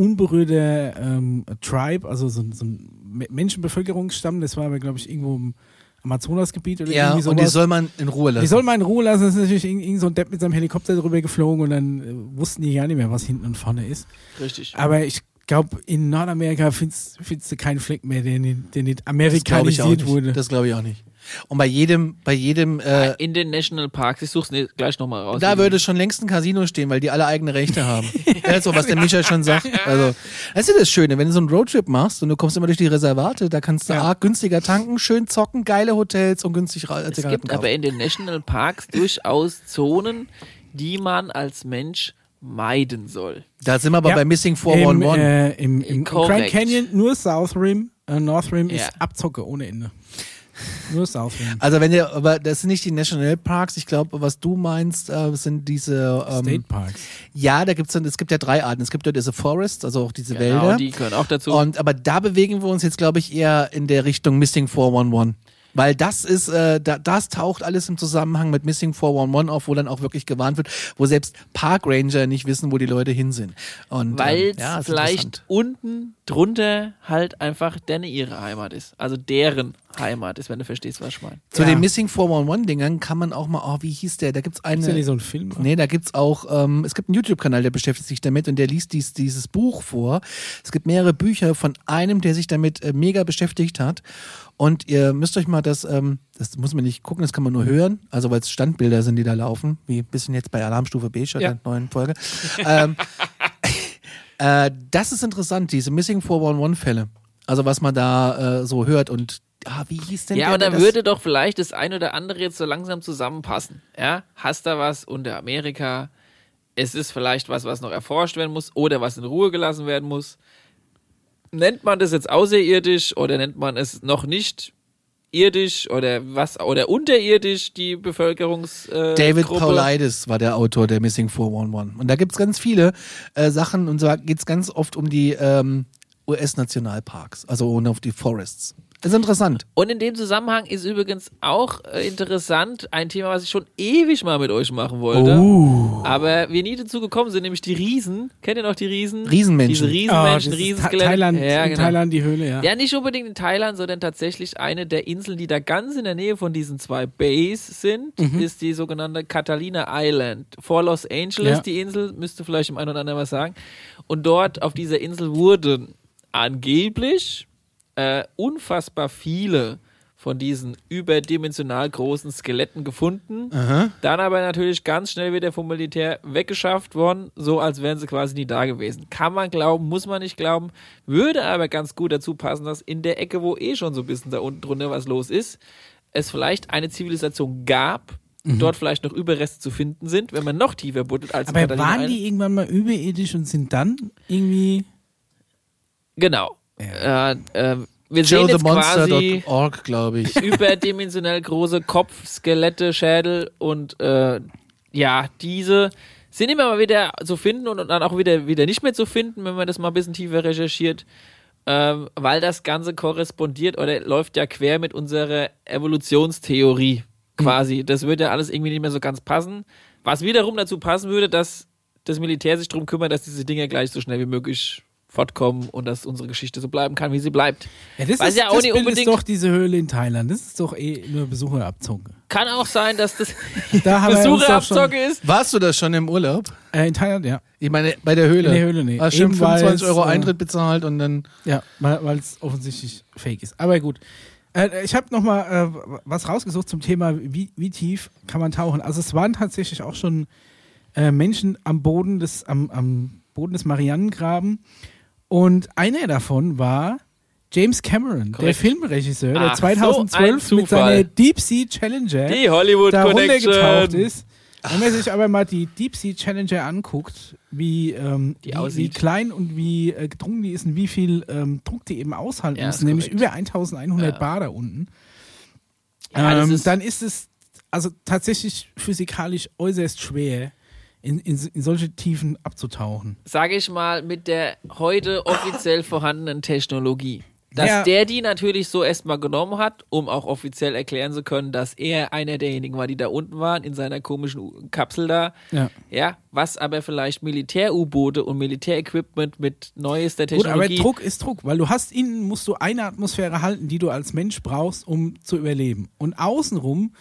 [SPEAKER 1] unberührter ähm, Tribe, also so, ein- so ein Me- Menschenbevölkerungsstamm, das war aber glaube ich irgendwo im Amazonasgebiet oder
[SPEAKER 2] ja,
[SPEAKER 1] irgendwie sowas.
[SPEAKER 2] und die soll man in Ruhe lassen.
[SPEAKER 1] Die soll mal in Ruhe lassen. Es ist natürlich irgend, irgend so ein Depp mit seinem Helikopter drüber geflogen und dann äh, wussten die gar nicht mehr, was hinten und vorne ist.
[SPEAKER 3] Richtig.
[SPEAKER 1] Aber ich glaube, in Nordamerika findest, findest du keinen Fleck mehr, der, nicht- der nicht
[SPEAKER 2] Das glaube ich auch
[SPEAKER 1] amerikanisiert
[SPEAKER 2] nicht.
[SPEAKER 1] wurde.
[SPEAKER 2] Das glaube ich auch nicht. Und bei jedem, bei jedem, äh,
[SPEAKER 3] in den Nationalparks, ich such's ne, gleich nochmal raus.
[SPEAKER 2] da würde schon längst ein Casino stehen, weil die alle eigene Rechte haben. ja, so was der Mischa schon sagt. Also, das ist das Schöne, wenn du so einen Roadtrip machst und du kommst immer durch die Reservate, da kannst du
[SPEAKER 1] Ja.
[SPEAKER 2] A, günstiger tanken, schön zocken, geile Hotels und günstig ra-
[SPEAKER 3] es
[SPEAKER 2] Zigaretten
[SPEAKER 3] gibt aber
[SPEAKER 2] kaufen.
[SPEAKER 3] in den Nationalparks durchaus Zonen, die man als Mensch meiden soll.
[SPEAKER 2] Da sind wir aber
[SPEAKER 1] Ja.
[SPEAKER 2] bei Missing
[SPEAKER 1] Im,
[SPEAKER 2] 411.
[SPEAKER 1] äh, im, im Grand
[SPEAKER 3] Correct.
[SPEAKER 1] Canyon nur South Rim, äh, North Rim
[SPEAKER 3] Ja.
[SPEAKER 1] ist Abzocke ohne Ende. Nur South Rim.
[SPEAKER 2] also wenn ihr, aber das sind nicht die Nationalparks, ich glaube, was du meinst, äh, sind diese ähm,
[SPEAKER 1] State Parks.
[SPEAKER 2] Ja, da gibt's dann, es gibt ja drei Arten. Es gibt ja diese Forests, also auch diese Wälder.
[SPEAKER 3] Genau, die gehören auch dazu.
[SPEAKER 2] Und aber da bewegen wir uns jetzt, glaube ich, eher in der Richtung Missing 411. Weil das ist, äh, da, das taucht alles im Zusammenhang mit Missing 411 auf, wo dann auch wirklich gewarnt wird, wo selbst Parkranger nicht wissen, wo die Leute hin sind. Und,
[SPEAKER 3] Weil
[SPEAKER 2] ähm, ja, ist
[SPEAKER 3] vielleicht
[SPEAKER 2] interessant.
[SPEAKER 3] unten drunter halt einfach denne ihre Heimat ist. Also deren Heimat ist, wenn du verstehst, was ich meine.
[SPEAKER 2] Zu
[SPEAKER 1] Ja.
[SPEAKER 2] den Missing 411-Dingern kann man auch mal, oh, wie hieß der? Da gibt's eine.
[SPEAKER 1] Ist ja nicht so ein Film.
[SPEAKER 2] Nee, da gibt's auch, ähm, es gibt einen YouTube-Kanal, der beschäftigt sich damit und der liest dies, dieses Buch vor. Es gibt mehrere Bücher von einem, der sich damit äh, mega beschäftigt hat. Und ihr müsst euch mal das, ähm, das muss man nicht gucken, das kann man nur hören, also weil es Standbilder sind, die da laufen, wie ein bisschen jetzt bei Alarmstufe B schon
[SPEAKER 3] Ja.
[SPEAKER 2] der neuen Folge. ähm, äh, das ist interessant, diese Missing 411-Fälle. Also was man da äh, so hört und ah, wie hieß denn
[SPEAKER 3] Ja,
[SPEAKER 2] der,
[SPEAKER 3] und da
[SPEAKER 2] der das-
[SPEAKER 3] würde doch vielleicht das ein oder andere jetzt so langsam zusammenpassen. Ja, hast da was unter Amerika? Es ist vielleicht was, was noch erforscht werden muss oder was in Ruhe gelassen werden muss. Nennt man das jetzt außerirdisch oder nennt man es noch nicht irdisch oder was oder unterirdisch die Bevölkerungs äh,
[SPEAKER 2] David
[SPEAKER 3] Gruppe?
[SPEAKER 2] Paulides war der Autor der Missing 411. Und da gibt's ganz viele äh, Sachen und zwar geht's ganz oft um die ähm, US-Nationalparks, also und auf die Forests. Das ist interessant.
[SPEAKER 3] Und in dem Zusammenhang ist übrigens auch äh, interessant ein Thema, was ich schon ewig mal mit euch machen wollte. Aber wir nie dazu gekommen sind, nämlich die Riesen. Kennt ihr noch die Riesen?
[SPEAKER 2] Riesenmenschen.
[SPEAKER 3] Diese
[SPEAKER 1] Ah,
[SPEAKER 3] Riesenmenschen,
[SPEAKER 1] das ist Tha-
[SPEAKER 3] Riesenskelette.
[SPEAKER 1] Thailand,
[SPEAKER 3] ja,
[SPEAKER 1] in
[SPEAKER 3] genau.
[SPEAKER 1] Thailand die Höhle, ja.
[SPEAKER 3] Ja, nicht unbedingt in Thailand, sondern tatsächlich eine der Inseln, die da ganz in der Nähe von diesen zwei Bays sind,
[SPEAKER 1] Mhm.
[SPEAKER 3] ist die sogenannte Catalina Island. Vor Los Angeles,
[SPEAKER 1] Ja.
[SPEAKER 3] die Insel, müsste vielleicht dem einen oder anderen was sagen. Und dort auf dieser Insel wurden angeblich äh, unfassbar viele von diesen überdimensional großen Skeletten gefunden. Dann aber natürlich ganz schnell wieder vom Militär weggeschafft worden, so als wären sie quasi nie da gewesen. Kann man glauben, muss man nicht glauben, würde aber ganz gut dazu passen, dass in der Ecke, wo eh schon so ein bisschen da unten drunter was los ist, es vielleicht eine Zivilisation gab, dort vielleicht noch Überreste zu finden sind, wenn man noch tiefer buddelt als in
[SPEAKER 1] Aber
[SPEAKER 3] Katharina
[SPEAKER 1] waren
[SPEAKER 3] Island.
[SPEAKER 1] die irgendwann mal überirdisch und sind dann irgendwie.
[SPEAKER 3] Genau. Äh, äh, wir sehen jetzt quasi
[SPEAKER 2] JoeTheMonster.org, glaube ich.
[SPEAKER 3] überdimensionell große Kopf, Skelette, Schädel und äh, ja, diese sind immer mal wieder zu finden und dann auch wieder, wieder nicht mehr zu finden, wenn man das mal ein bisschen tiefer recherchiert, ähm, weil das Ganze korrespondiert oder läuft ja quer mit unserer Evolutionstheorie quasi. Das würde ja alles irgendwie nicht mehr so ganz passen. Was wiederum dazu passen würde, dass das Militär sich darum kümmert, dass diese Dinge gleich so schnell wie möglich fortkommen und dass unsere Geschichte so bleiben kann, wie sie bleibt.
[SPEAKER 1] Ja, das
[SPEAKER 3] Weiß
[SPEAKER 1] ist,
[SPEAKER 3] ja auch
[SPEAKER 1] das
[SPEAKER 3] nicht
[SPEAKER 1] Bild ist
[SPEAKER 3] unbedingt-
[SPEAKER 1] doch diese Höhle in Thailand. Das ist doch eh nur Besucherabzocke.
[SPEAKER 3] Kann auch sein, dass das
[SPEAKER 1] Da haben wir uns doch schon,
[SPEAKER 3] Besucherabzocke ist.
[SPEAKER 2] Warst du da schon im Urlaub?
[SPEAKER 1] äh, In Thailand, ja.
[SPEAKER 2] Ich meine, bei der Höhle.
[SPEAKER 1] In der Höhle, nee.
[SPEAKER 2] Hast schon
[SPEAKER 1] Eben weil's,
[SPEAKER 2] 25 Euro
[SPEAKER 1] äh,
[SPEAKER 2] Eintritt bezahlt und dann.
[SPEAKER 1] Ja, weil es offensichtlich fake ist. Aber gut. Äh, ich habe nochmal äh, was rausgesucht zum Thema, wie, wie tief kann man tauchen. Also es waren tatsächlich auch schon äh, Menschen am Boden des, am, am Boden des Marianengraben. Und einer davon war James Cameron, der
[SPEAKER 3] Korrekt.
[SPEAKER 1] Filmregisseur, der
[SPEAKER 3] Ach, so ein
[SPEAKER 1] 2012 mit
[SPEAKER 3] Zufall.
[SPEAKER 1] seiner Deep Sea Challenger
[SPEAKER 3] Die Hollywood
[SPEAKER 1] da runtergetaucht
[SPEAKER 3] Connection.
[SPEAKER 1] ist. Wenn man sich aber mal die Deep Sea Challenger anguckt, wie, ähm,
[SPEAKER 3] Die
[SPEAKER 1] wie, wie
[SPEAKER 3] aussieht.
[SPEAKER 1] klein und wie äh, gedrungen die ist und wie viel ähm, Druck die eben aushalten
[SPEAKER 3] Ja, ist
[SPEAKER 1] müssen, nämlich
[SPEAKER 3] korrekt.
[SPEAKER 1] über 1100
[SPEAKER 3] Ja.
[SPEAKER 1] Bar da unten,
[SPEAKER 3] Ja, das
[SPEAKER 1] ähm,
[SPEAKER 3] ist-
[SPEAKER 1] dann ist es also tatsächlich physikalisch äußerst schwer, in, in, in solche Tiefen abzutauchen.
[SPEAKER 3] sage ich mal, mit der heute offiziell vorhandenen Technologie. Dass
[SPEAKER 1] Ja.
[SPEAKER 3] der die natürlich so erstmal genommen hat, um auch offiziell erklären zu können, dass er einer derjenigen war, die da unten waren, in seiner komischen U- Kapsel da.
[SPEAKER 1] Ja.
[SPEAKER 3] Ja, was aber vielleicht Militär-U-Boote und Militärequipment mit neuester
[SPEAKER 1] Gut, aber
[SPEAKER 3] Technologie.
[SPEAKER 1] Druck ist Druck, weil du hast innen musst du eine Atmosphäre halten, die du als Mensch brauchst, um zu überleben. Und außenrum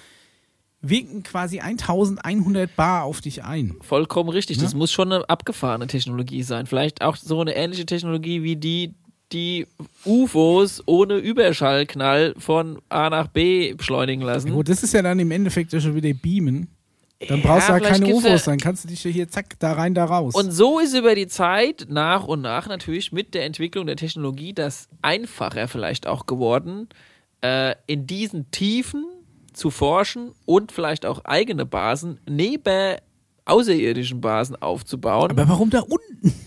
[SPEAKER 1] wirken quasi 1100 Bar auf dich ein.
[SPEAKER 3] Vollkommen richtig.
[SPEAKER 1] Ne?
[SPEAKER 3] Das muss schon eine abgefahrene Technologie sein. Vielleicht auch so eine ähnliche Technologie wie die, die UFOs ohne Überschallknall von A nach B beschleunigen lassen.
[SPEAKER 1] Ja, gut, das ist ja dann im Endeffekt ja schon wieder Beamen. Dann brauchst du ja
[SPEAKER 3] vielleicht
[SPEAKER 1] keine
[SPEAKER 3] gibt's
[SPEAKER 1] UFOs,
[SPEAKER 3] ja-
[SPEAKER 1] dann kannst du dich ja hier zack, da rein, da raus.
[SPEAKER 3] Und so ist über die Zeit nach und nach natürlich mit der Entwicklung der Technologie das einfacher vielleicht auch geworden, äh, in diesen Tiefen zu forschen und vielleicht auch eigene Basen neben außerirdischen Basen aufzubauen.
[SPEAKER 1] aber warum da unten?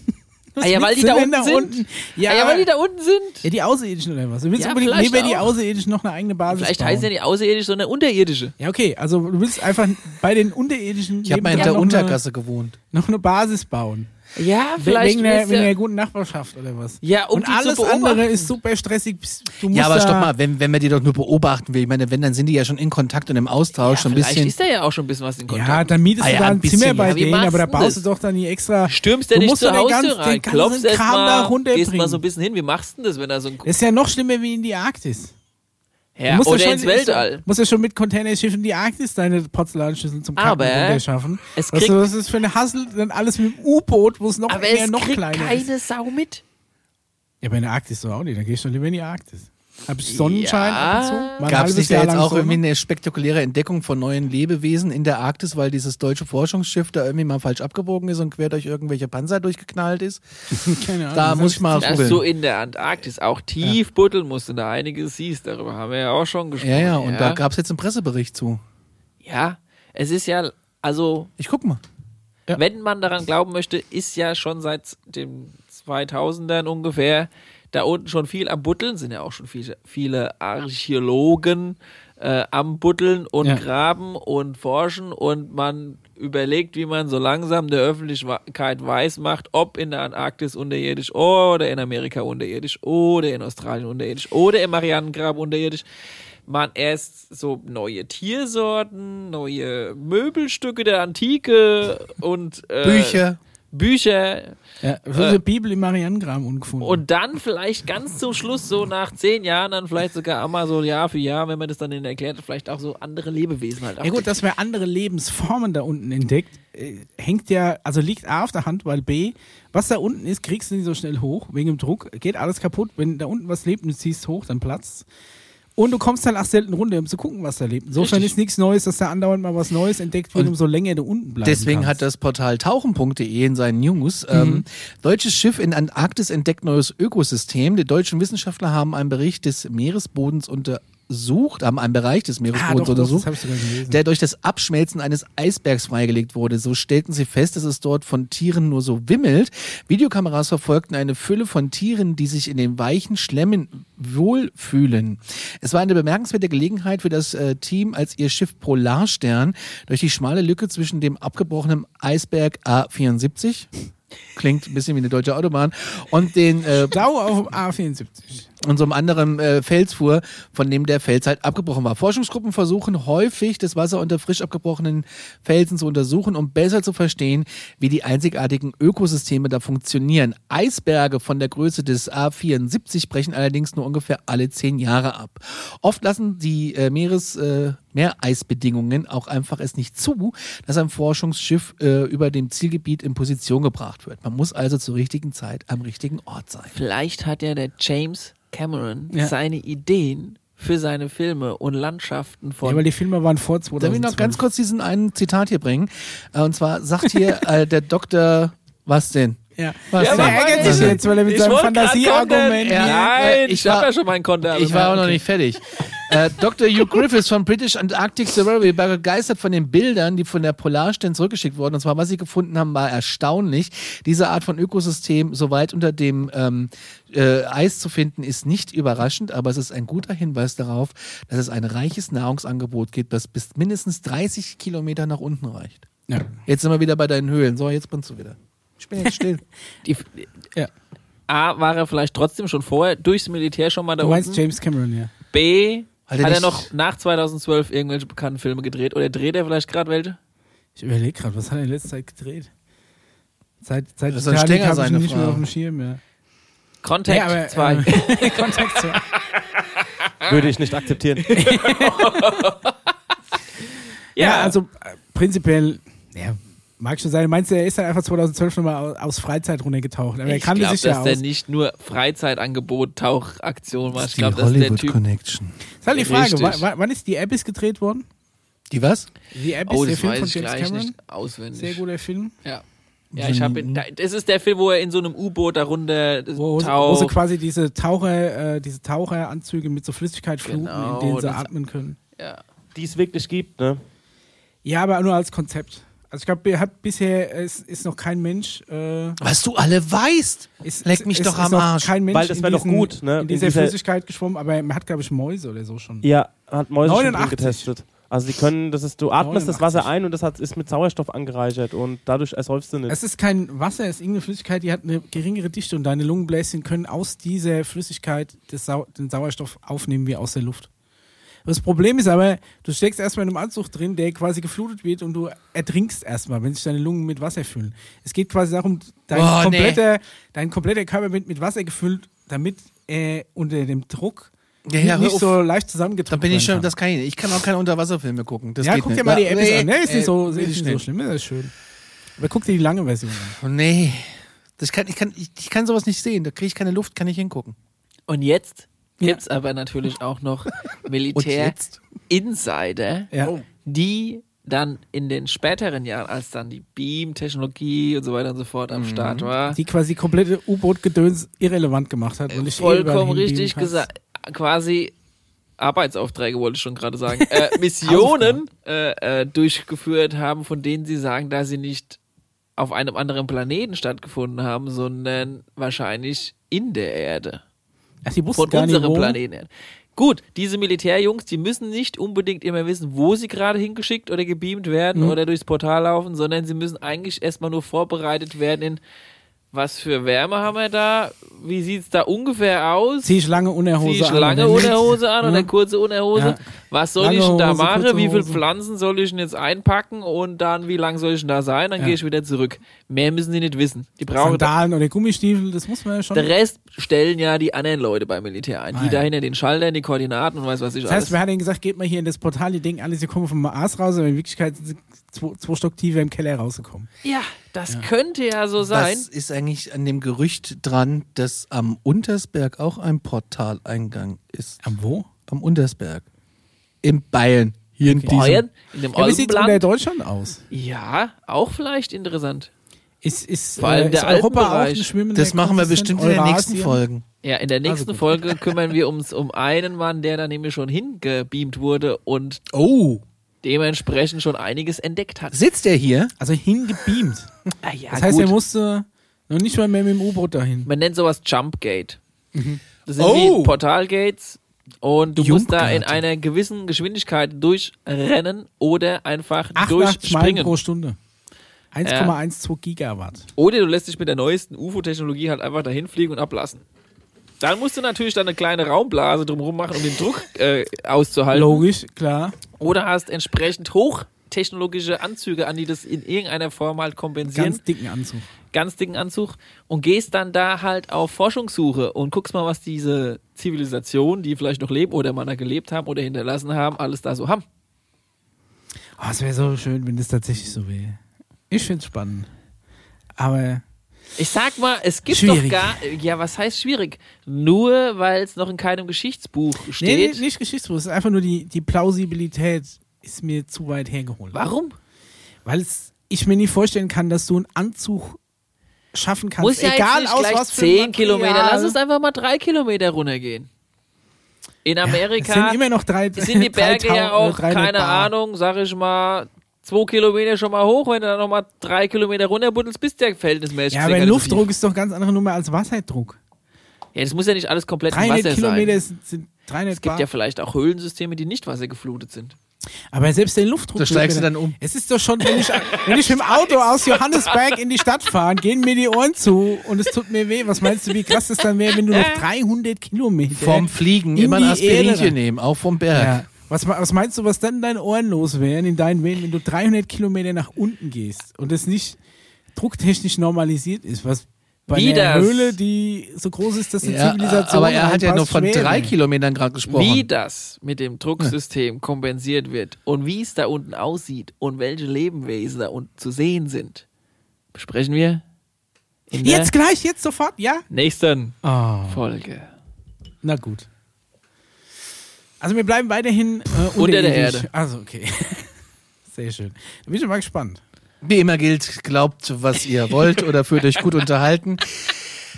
[SPEAKER 1] Was
[SPEAKER 3] ah, ja, weil die da
[SPEAKER 1] willst
[SPEAKER 3] unten
[SPEAKER 1] du
[SPEAKER 3] sind.
[SPEAKER 1] denn Ja,
[SPEAKER 3] ah, ja, weil die da unten sind.
[SPEAKER 1] ja, die Außerirdischen oder was? Du willst
[SPEAKER 3] Ja,
[SPEAKER 1] unbedingt
[SPEAKER 3] vielleicht
[SPEAKER 1] neben die
[SPEAKER 3] auch.
[SPEAKER 1] Außerirdischen noch eine eigene Basis
[SPEAKER 3] Vielleicht
[SPEAKER 1] bauen.
[SPEAKER 3] heißen ja nicht außerirdisch, sondern unterirdische.
[SPEAKER 1] Ja, okay, also du willst einfach bei den Unterirdischen
[SPEAKER 2] Ich habe mal in
[SPEAKER 1] nebenan
[SPEAKER 2] der
[SPEAKER 1] noch
[SPEAKER 2] Untergasse gewohnt.
[SPEAKER 1] Eine, noch eine Basis bauen.
[SPEAKER 3] Ja, vielleicht.
[SPEAKER 1] wegen, der,
[SPEAKER 3] willst du-
[SPEAKER 1] wegen der guten Nachbarschaft oder was?
[SPEAKER 3] Ja, um
[SPEAKER 1] Und
[SPEAKER 3] die zu
[SPEAKER 1] alles
[SPEAKER 3] beobachten.
[SPEAKER 1] andere ist super stressig. Psst, Du musst
[SPEAKER 2] Ja, aber
[SPEAKER 1] da,
[SPEAKER 2] stopp mal, wenn, wenn man die doch nur beobachten will. Ich meine, wenn, dann sind die ja schon in Kontakt und im
[SPEAKER 3] ja,
[SPEAKER 2] Austausch schon ein
[SPEAKER 3] vielleicht
[SPEAKER 2] bisschen.
[SPEAKER 3] ist da ja auch schon ein bisschen was in Kontakt.
[SPEAKER 1] Ja, dann mietest
[SPEAKER 2] Ah,
[SPEAKER 1] du
[SPEAKER 2] ja,
[SPEAKER 1] da
[SPEAKER 2] ein
[SPEAKER 1] ein
[SPEAKER 2] bisschen,
[SPEAKER 1] Zimmer bei
[SPEAKER 3] ja. Wie
[SPEAKER 1] denen,
[SPEAKER 3] machst
[SPEAKER 1] aber da
[SPEAKER 3] du
[SPEAKER 1] baust
[SPEAKER 3] das?
[SPEAKER 1] du doch dann die extra.
[SPEAKER 3] Stürmst ja
[SPEAKER 1] Du
[SPEAKER 3] nicht
[SPEAKER 1] musst
[SPEAKER 3] zu
[SPEAKER 1] doch den
[SPEAKER 3] Hause
[SPEAKER 1] ganzen- den
[SPEAKER 3] rein,
[SPEAKER 1] ganzen
[SPEAKER 3] klopfst
[SPEAKER 1] Kram
[SPEAKER 3] erst mal,
[SPEAKER 1] da runterbringen.
[SPEAKER 3] gehst mal so ein bisschen hin. Wie machst du denn das, wenn da so ein
[SPEAKER 1] Das ist ja noch schlimmer wie in die Arktis. Du
[SPEAKER 3] Ja,
[SPEAKER 1] musst ja
[SPEAKER 3] oder
[SPEAKER 1] schon-
[SPEAKER 3] ins Weltall.
[SPEAKER 1] Musst ja schon mit Containerschiffen die Arktis deine Porzellanschüssel zum Kacken
[SPEAKER 3] Aber
[SPEAKER 1] runterschaffen.
[SPEAKER 3] es
[SPEAKER 1] Was
[SPEAKER 3] kriegt-
[SPEAKER 1] was ist das für eine Hassel? Dann alles mit dem U-Boot, wo es noch,
[SPEAKER 3] Aber
[SPEAKER 1] eher
[SPEAKER 3] es
[SPEAKER 1] noch
[SPEAKER 3] kriegt
[SPEAKER 1] kleiner ist.
[SPEAKER 3] keine Sau mit.
[SPEAKER 1] Ja, aber in der Arktis doch auch nicht. Dann gehst du doch lieber in die Arktis. Hab ich Sonnenschein
[SPEAKER 3] Ja.
[SPEAKER 1] ab und zu? Mal ein
[SPEAKER 2] Gab es
[SPEAKER 1] halbes
[SPEAKER 2] nicht da
[SPEAKER 1] Jahr
[SPEAKER 2] jetzt
[SPEAKER 1] lang ne?
[SPEAKER 2] auch
[SPEAKER 1] Sonne?
[SPEAKER 2] irgendwie eine spektakuläre Entdeckung von neuen Lebewesen in der Arktis, weil dieses deutsche Forschungsschiff da irgendwie mal falsch abgebogen ist und quer durch irgendwelche Panzer durchgeknallt ist?
[SPEAKER 1] Keine Ahnung.
[SPEAKER 2] Da muss ich mal
[SPEAKER 3] Dass du
[SPEAKER 2] googeln.
[SPEAKER 3] in der Antarktis auch tief buddeln musst und da einiges siehst. Darüber haben wir ja auch schon gesprochen.
[SPEAKER 2] Ja, ja, und
[SPEAKER 3] ja.
[SPEAKER 2] da gab es jetzt einen Pressebericht zu.
[SPEAKER 3] Ja, es ist ja, also,
[SPEAKER 2] Ich guck mal.
[SPEAKER 3] wenn man daran glauben möchte, ist ja schon seit den 2000ern ungefähr da unten schon viel am Buddeln. Sind ja auch schon viele, viele Archäologen äh, am Buddeln und
[SPEAKER 1] Ja.
[SPEAKER 3] Graben und Forschen und man überlegt, wie man so langsam der Öffentlichkeit weiß macht, ob in der Antarktis unterirdisch oder in Amerika unterirdisch oder in Australien unterirdisch oder im Marianengraben unterirdisch. Man erst so neue Tiersorten, neue Möbelstücke der Antike und äh,
[SPEAKER 2] Bücher.
[SPEAKER 3] Bücher
[SPEAKER 1] Ja, so eine Bibel im Marianengraben ungefunden.
[SPEAKER 3] und dann vielleicht ganz zum Schluss, so nach zehn Jahren, dann vielleicht sogar einmal so Jahr für Jahr, wenn man das dann denen erklärt, vielleicht auch so andere Lebewesen halt.
[SPEAKER 1] Ja gut, dass man andere Lebensformen da unten entdeckt, äh, hängt ja, also liegt A auf der Hand, weil B, was da unten ist, kriegst du nicht so schnell hoch, wegen dem Druck, geht alles kaputt. Wenn da unten was lebt und du ziehst hoch, dann platzt Und du kommst dann auch selten runter, um zu gucken, was da lebt. Insofern
[SPEAKER 3] Richtig.
[SPEAKER 1] ist nichts Neues, dass da andauernd mal was Neues entdeckt wird,
[SPEAKER 2] Und
[SPEAKER 1] umso länger du unten bleibst.
[SPEAKER 2] Deswegen hat das Portal tauchen.de in seinen News
[SPEAKER 1] Mhm.
[SPEAKER 2] ähm, deutsches Schiff in Antarktis entdeckt neues Ökosystem. Die deutschen Wissenschaftler haben einen Bericht des Meeresbodens unter untersucht, haben einen Bereich des
[SPEAKER 1] Ah,
[SPEAKER 2] Meeresbodens
[SPEAKER 1] doch, doch, das
[SPEAKER 2] untersucht,
[SPEAKER 1] habe ich sogar gelesen.
[SPEAKER 2] der durch das Abschmelzen eines Eisbergs freigelegt wurde. So stellten sie fest, dass es dort von Tieren nur so wimmelt. Videokameras verfolgten eine Fülle von Tieren, die sich in den weichen Schlemmen wohlfühlen. Es war eine bemerkenswerte Gelegenheit für das äh, Team, als ihr Schiff Polarstern durch die schmale Lücke zwischen dem abgebrochenen Eisberg A74 klingt ein bisschen wie eine deutsche Autobahn und den äh,
[SPEAKER 1] Stau auf dem A74.
[SPEAKER 2] und so einem anderen äh, Fels fuhr, von dem der Fels halt abgebrochen war. Forschungsgruppen versuchen häufig, das Wasser unter frisch abgebrochenen Felsen zu untersuchen, um besser zu verstehen, wie die einzigartigen Ökosysteme da funktionieren. Eisberge von der Größe des A74 brechen allerdings nur ungefähr alle zehn Jahre ab. Oft lassen die äh, Meeres... Äh, Meereisbedingungen auch einfach es nicht zu, dass ein Forschungsschiff äh, über dem Zielgebiet in Position gebracht wird. Man muss also zur richtigen Zeit am richtigen Ort sein.
[SPEAKER 3] Vielleicht hat ja der James Cameron
[SPEAKER 2] Ja.
[SPEAKER 3] seine Ideen für seine Filme und Landschaften
[SPEAKER 1] Ja, weil
[SPEAKER 3] von
[SPEAKER 1] die Filme waren vor
[SPEAKER 2] Darf ich
[SPEAKER 1] 2012.
[SPEAKER 2] noch ganz kurz diesen einen Zitat hier bringen? Äh, Und zwar sagt hier äh, der Doktor, was denn?
[SPEAKER 1] Ja.
[SPEAKER 2] Was
[SPEAKER 1] Ja, aber
[SPEAKER 2] denn?
[SPEAKER 1] er ärgert
[SPEAKER 2] Was
[SPEAKER 1] sich
[SPEAKER 2] denn?
[SPEAKER 1] jetzt, weil er mit
[SPEAKER 3] also, Ich
[SPEAKER 1] seinem
[SPEAKER 3] wollte grad
[SPEAKER 1] Fantasieargument.
[SPEAKER 3] Content.
[SPEAKER 2] Ja. Äh,
[SPEAKER 3] Nein,
[SPEAKER 2] ich
[SPEAKER 3] ich habe
[SPEAKER 2] war-
[SPEAKER 3] ja schon meinen Konter. also
[SPEAKER 2] Ich war auch noch nicht fertig. äh, Dr. Hugh Griffiths von British Antarctic Survey war begeistert von den Bildern, die von der Polarstern zurückgeschickt wurden. Und zwar, was sie gefunden haben, war erstaunlich. Diese Art von Ökosystem so weit unter dem ähm, äh, Eis zu finden, ist nicht überraschend, aber es ist ein guter Hinweis darauf, dass es ein reiches Nahrungsangebot gibt, das bis mindestens 30 Kilometer nach unten reicht.
[SPEAKER 1] Ja.
[SPEAKER 2] Jetzt sind wir wieder bei deinen Höhlen. So, jetzt bringst du wieder. Ich bin jetzt still.
[SPEAKER 3] Die,
[SPEAKER 1] Ja.
[SPEAKER 3] A, war er vielleicht trotzdem schon vorher durchs Militär schon mal da
[SPEAKER 1] Du meinst
[SPEAKER 3] unten.
[SPEAKER 1] James Cameron, ja.
[SPEAKER 3] B,
[SPEAKER 2] Hat
[SPEAKER 3] hat
[SPEAKER 2] er
[SPEAKER 3] er,
[SPEAKER 2] nicht-
[SPEAKER 3] noch nach 2012 irgendwelche bekannten Filme gedreht? Oder dreht er vielleicht gerade welche?
[SPEAKER 1] Ich überlege gerade, was hat er in letzter Zeit gedreht? Seit, seit
[SPEAKER 2] Das soll
[SPEAKER 1] Titanic
[SPEAKER 2] Stenger
[SPEAKER 1] hab ich
[SPEAKER 2] sein,
[SPEAKER 1] ihn
[SPEAKER 2] eine
[SPEAKER 1] nicht mehr
[SPEAKER 2] Frage.
[SPEAKER 1] auf dem Schirm, ja.
[SPEAKER 3] Contact
[SPEAKER 1] Nee, aber, ähm,
[SPEAKER 3] 2.
[SPEAKER 1] Kontakt zu.
[SPEAKER 4] Würde ich nicht akzeptieren.
[SPEAKER 1] Ja, also äh, prinzipiell, ja, mag schon sein. Meinst du, er ist dann einfach 2012 nochmal aus Freizeit runtergetaucht? Aber er
[SPEAKER 3] ich
[SPEAKER 1] kannte
[SPEAKER 3] glaube,
[SPEAKER 1] sich ja
[SPEAKER 3] dass der
[SPEAKER 1] aus.
[SPEAKER 3] nicht nur Freizeitangebot, Tauchaktion war. Ich glaube, dass der Typ.
[SPEAKER 2] Connection.
[SPEAKER 1] Das ist halt die Frage, wa-
[SPEAKER 3] Richtig.
[SPEAKER 1] wa- wann ist die Abyss gedreht worden?
[SPEAKER 2] Die was?
[SPEAKER 1] Die Abyss,
[SPEAKER 3] Oh,
[SPEAKER 1] der
[SPEAKER 3] das
[SPEAKER 1] Film
[SPEAKER 3] weiß
[SPEAKER 1] von
[SPEAKER 3] ich
[SPEAKER 1] James
[SPEAKER 3] gleich
[SPEAKER 1] Cameron.
[SPEAKER 3] nicht auswendig.
[SPEAKER 1] Sehr guter Film.
[SPEAKER 3] Ja. Ja, ich habe. Das ist der Film, wo er in so einem U-Boot darunter
[SPEAKER 1] Wo, wo sie
[SPEAKER 3] taucht.
[SPEAKER 1] quasi diese Taucher, äh, diese Taucheranzüge mit so Flüssigkeit fluten,
[SPEAKER 3] Genau,
[SPEAKER 1] in denen sie
[SPEAKER 3] das-
[SPEAKER 1] atmen können.
[SPEAKER 3] Ja.
[SPEAKER 4] Die es wirklich gibt, ne?
[SPEAKER 1] Ja, aber nur als Konzept. Also ich glaube, hat bisher ist, ist noch kein Mensch. Äh,
[SPEAKER 2] Was du alle weißt.
[SPEAKER 1] ist,
[SPEAKER 2] Leck mich
[SPEAKER 1] ist,
[SPEAKER 2] doch
[SPEAKER 1] ist
[SPEAKER 2] am
[SPEAKER 1] noch
[SPEAKER 2] Arsch.
[SPEAKER 1] Kein Mensch
[SPEAKER 4] Weil das
[SPEAKER 1] in
[SPEAKER 4] wär doch
[SPEAKER 1] diesen-
[SPEAKER 4] gut, ne?
[SPEAKER 1] In
[SPEAKER 4] In
[SPEAKER 1] dieser
[SPEAKER 4] dieser-
[SPEAKER 1] Flüssigkeit geschwommen, aber man hat glaube ich Mäuse oder so schon.
[SPEAKER 4] Ja, hat Mäuse schon drin
[SPEAKER 1] 89.
[SPEAKER 4] getestet. Also sie können, das ist, du atmest das
[SPEAKER 1] 89.
[SPEAKER 4] Wasser ein und das hat, ist mit Sauerstoff angereichert und dadurch ersäufst du nicht.
[SPEAKER 1] Es ist kein Wasser, es ist irgendeine Flüssigkeit, die hat eine geringere Dichte und deine Lungenbläschen können aus dieser Flüssigkeit des Sau den Sauerstoff aufnehmen wie aus der Luft. Das Problem ist aber, du steckst erstmal in einem Anzug drin, der quasi geflutet wird und du ertrinkst erstmal, wenn sich deine Lungen mit Wasser füllen. Es geht quasi darum, dein,
[SPEAKER 2] Oh, nee.
[SPEAKER 1] kompletter, dein kompletter Körper wird mit Wasser gefüllt, damit äh, unter dem Druck
[SPEAKER 2] Ja, ja, hör
[SPEAKER 1] nicht
[SPEAKER 2] auf.
[SPEAKER 1] so leicht zusammengetrunken
[SPEAKER 2] Da bin ich schon,
[SPEAKER 1] werden
[SPEAKER 2] das kann ich nicht. Ich kann auch keine Unterwasserfilme gucken. Das
[SPEAKER 1] kann. Ja,
[SPEAKER 2] geht
[SPEAKER 1] guck
[SPEAKER 2] nicht.
[SPEAKER 1] dir mal die Apps
[SPEAKER 2] Nee,
[SPEAKER 1] an. Ne, ist
[SPEAKER 2] äh,
[SPEAKER 1] nicht so, ist
[SPEAKER 2] will ich
[SPEAKER 1] nicht so
[SPEAKER 2] nicht.
[SPEAKER 1] schlimm, das ist schön. Aber guck dir die lange Version an.
[SPEAKER 2] Nee. Das kann, ich, kann, ich, ich kann sowas nicht sehen. Da kriege ich keine Luft, kann ich hingucken.
[SPEAKER 3] Und jetzt gibt's aber natürlich auch noch
[SPEAKER 2] jetzt?
[SPEAKER 3] Militär-Insider,
[SPEAKER 1] Ja.
[SPEAKER 3] die dann in den späteren Jahren, als dann die Beam-Technologie und so weiter und so fort am Start war,
[SPEAKER 1] Mhm. die quasi komplette U-Boot-Gedöns irrelevant gemacht hat. Und ich
[SPEAKER 3] Äh,
[SPEAKER 1] eh
[SPEAKER 3] vollkommen richtig gesagt, quasi Arbeitsaufträge wollte ich schon gerade sagen, äh, Missionen äh, äh, durchgeführt haben, von denen sie sagen, dass sie nicht auf einem anderen Planeten stattgefunden haben, sondern wahrscheinlich in der Erde.
[SPEAKER 1] Ach, die wussten
[SPEAKER 3] von
[SPEAKER 1] gar nicht,
[SPEAKER 3] unserem
[SPEAKER 1] wo.
[SPEAKER 3] Planeten Erde. Gut, diese Militärjungs, die müssen nicht unbedingt immer wissen, wo sie gerade hingeschickt oder gebeamt werden
[SPEAKER 1] Mhm.
[SPEAKER 3] oder durchs Portal laufen, sondern sie müssen eigentlich erstmal nur vorbereitet werden in was für Wärme haben wir da, wie sieht es da ungefähr aus,
[SPEAKER 1] Zieh ich lange Unterhose
[SPEAKER 3] zieh ich
[SPEAKER 1] an.
[SPEAKER 3] lange
[SPEAKER 1] oder nicht? ne?
[SPEAKER 3] Unterhose an oder kurze Unterhose,
[SPEAKER 1] Ja.
[SPEAKER 3] was soll
[SPEAKER 1] Lange
[SPEAKER 3] ich denn da
[SPEAKER 1] Hose, kurze
[SPEAKER 3] machen, wie viele
[SPEAKER 1] Hose.
[SPEAKER 3] Pflanzen soll ich denn jetzt einpacken und dann wie lang soll ich denn da sein, dann
[SPEAKER 1] Ja.
[SPEAKER 3] gehe ich wieder zurück. Mehr müssen sie nicht wissen. Die brauchen
[SPEAKER 1] Sandalen oder Gummistiefel, das muss man ja schon.
[SPEAKER 3] der Rest stellen ja die anderen Leute beim Militär ein.
[SPEAKER 1] Ah,
[SPEAKER 3] die
[SPEAKER 1] ja.
[SPEAKER 3] da hinter den Schaltern, die Koordinaten und weiß was ich
[SPEAKER 1] Das heißt,
[SPEAKER 3] alles.
[SPEAKER 1] wer hat ihnen gesagt, geht mal hier in das Portal, die denken alle, sie kommen vom Mars raus, aber in Wirklichkeit sind sie zwei, zwei Stock tiefer im Keller rausgekommen.
[SPEAKER 3] Ja, das könnte ja so sein.
[SPEAKER 2] Was ist eigentlich an dem Gerücht dran, dass am Untersberg auch ein Portaleingang ist?
[SPEAKER 1] Am wo?
[SPEAKER 2] Am Untersberg. In Bayern. Hier in diesem.
[SPEAKER 3] Bayern, in dem
[SPEAKER 1] Ja, wie sieht es
[SPEAKER 3] Oldenland.
[SPEAKER 1] Deutschland aus?
[SPEAKER 3] Ja, auch vielleicht interessant.
[SPEAKER 1] Ist, ist,
[SPEAKER 3] Vor allem
[SPEAKER 1] äh, ist
[SPEAKER 3] der
[SPEAKER 1] Europa auch
[SPEAKER 3] Alpenbereich.
[SPEAKER 1] ein schwimmender
[SPEAKER 2] Das machen wir
[SPEAKER 1] Kontinent?
[SPEAKER 2] bestimmt in den nächsten
[SPEAKER 1] Eurasien?
[SPEAKER 2] Folgen.
[SPEAKER 3] Ja, in der nächsten
[SPEAKER 1] Also gut.
[SPEAKER 3] Folge kümmern wir uns um einen Mann, der da nämlich schon hingebeamt wurde und
[SPEAKER 2] Oh,
[SPEAKER 3] dementsprechend schon einiges entdeckt hat.
[SPEAKER 2] sitzt er hier?
[SPEAKER 1] Also hingebeamt.
[SPEAKER 3] Ah, ja,
[SPEAKER 1] Das heißt,
[SPEAKER 3] gut.
[SPEAKER 1] er musste noch nicht mal mehr mit dem U-Boot dahin.
[SPEAKER 3] Man nennt sowas Jumpgate. Das sind
[SPEAKER 2] Oh.
[SPEAKER 3] wie Portalgates und du musst da in
[SPEAKER 2] Jumpgate.
[SPEAKER 3] einer gewissen Geschwindigkeit durchrennen oder einfach
[SPEAKER 1] 88 Meilen
[SPEAKER 3] durchspringen.
[SPEAKER 1] pro Stunde. 1,12 Gigawatt.
[SPEAKER 3] Oder du lässt dich mit der neuesten UFO-Technologie halt einfach dahin fliegen und ablassen. Dann musst du natürlich dann eine kleine Raumblase drumherum machen, um den Druck äh, auszuhalten.
[SPEAKER 1] Logisch, klar.
[SPEAKER 3] Oder hast entsprechend hochtechnologische Anzüge an, die das in irgendeiner Form halt kompensieren.
[SPEAKER 1] Ganz
[SPEAKER 3] Ganz,
[SPEAKER 1] dicken Anzug.
[SPEAKER 3] dicken Anzug. Und gehst dann da halt auf Forschungssuche und guckst mal, was diese Zivilisation, die vielleicht noch leben oder mal da gelebt haben oder hinterlassen haben, alles da so haben.
[SPEAKER 1] Oh, es wäre so schön, wenn das tatsächlich so wäre. Ich finde es spannend. Aber
[SPEAKER 3] Ich sag mal, es gibt
[SPEAKER 1] Schwierig.
[SPEAKER 3] doch gar. Ja, was heißt schwierig? Nur weil es noch in keinem Geschichtsbuch steht.
[SPEAKER 1] nee, nee, nicht geschichtsbewusst. Es ist einfach nur die, die Plausibilität ist mir zu weit hergeholt.
[SPEAKER 3] Warum?
[SPEAKER 1] Weil es, ich mir nicht vorstellen kann, dass du einen Anzug schaffen kannst.
[SPEAKER 3] Muss ja
[SPEAKER 1] egal
[SPEAKER 3] jetzt nicht
[SPEAKER 1] aus
[SPEAKER 3] gleich
[SPEAKER 1] was für
[SPEAKER 3] 10 Kilometer.
[SPEAKER 1] Material.
[SPEAKER 3] Lass es einfach mal drei Kilometer runtergehen. In Amerika
[SPEAKER 1] Es sind immer noch drei
[SPEAKER 3] sind die
[SPEAKER 1] drei
[SPEAKER 3] Berge ja
[SPEAKER 1] Tau-
[SPEAKER 3] auch,
[SPEAKER 1] drei
[SPEAKER 3] keine
[SPEAKER 1] Bar.
[SPEAKER 3] Ahnung, sag ich mal, zwei Kilometer schon mal hoch. Wenn du dann nochmal drei Kilometer runterbuddelst, bist du ja verhältnismäßig.
[SPEAKER 1] Ja, aber
[SPEAKER 3] sehr
[SPEAKER 1] Luftdruck ist doch ganz andere Nummer als Wasserdruck.
[SPEAKER 3] relativ. Ja, das muss ja nicht alles komplett im
[SPEAKER 1] 300
[SPEAKER 3] Wasser
[SPEAKER 1] Kilometer
[SPEAKER 3] sein.
[SPEAKER 1] sind, sind 300
[SPEAKER 3] Es gibt ja vielleicht auch Höhlensysteme, die nicht wassergeflutet sind.
[SPEAKER 1] Aber selbst der Luftdruck.
[SPEAKER 2] Da steigst du
[SPEAKER 1] wird mir
[SPEAKER 2] dann um.
[SPEAKER 1] Es ist doch schon, wenn ich, wenn ich mit dem Auto aus Johannesberg in die Stadt fahre, gehen mir die Ohren zu und es tut mir weh. Was meinst du, wie krass das dann wäre, wenn du noch 300 Kilometer
[SPEAKER 2] Vom Fliegen
[SPEAKER 1] in
[SPEAKER 2] immer ein
[SPEAKER 1] die
[SPEAKER 2] Aspirinchen
[SPEAKER 1] Erde.
[SPEAKER 2] nehmen, auch vom Berg.
[SPEAKER 1] ja. was, me- was meinst du, was dann in deinen Ohren los wären, in deinen Venen, wenn du 300 Kilometer nach unten gehst und es nicht drucktechnisch normalisiert ist? Was bei
[SPEAKER 3] Wie
[SPEAKER 1] einer
[SPEAKER 3] das?
[SPEAKER 1] Höhle, die so groß ist, dass eine
[SPEAKER 2] Ja,
[SPEAKER 1] Zivilisation.
[SPEAKER 2] aber er hat ja nur
[SPEAKER 1] reinpasst,
[SPEAKER 2] von
[SPEAKER 1] schwer
[SPEAKER 2] drei
[SPEAKER 1] wäre.
[SPEAKER 2] Kilometern gerade gesprochen.
[SPEAKER 3] Wie das mit dem Drucksystem kompensiert wird und wie es da unten aussieht und welche Lebewesen da unten zu sehen sind, besprechen wir in der
[SPEAKER 1] Jetzt gleich, jetzt sofort, ja?
[SPEAKER 3] nächsten
[SPEAKER 1] Oh.
[SPEAKER 3] Ah. Folge.
[SPEAKER 1] Na gut. Also wir bleiben weiterhin äh,
[SPEAKER 3] Unter der
[SPEAKER 1] unterirdisch.
[SPEAKER 3] Erde.
[SPEAKER 1] Also okay. Sehr schön. Da bin ich schon mal gespannt.
[SPEAKER 2] Wie immer gilt, glaubt, was ihr wollt oder fühlt euch gut unterhalten.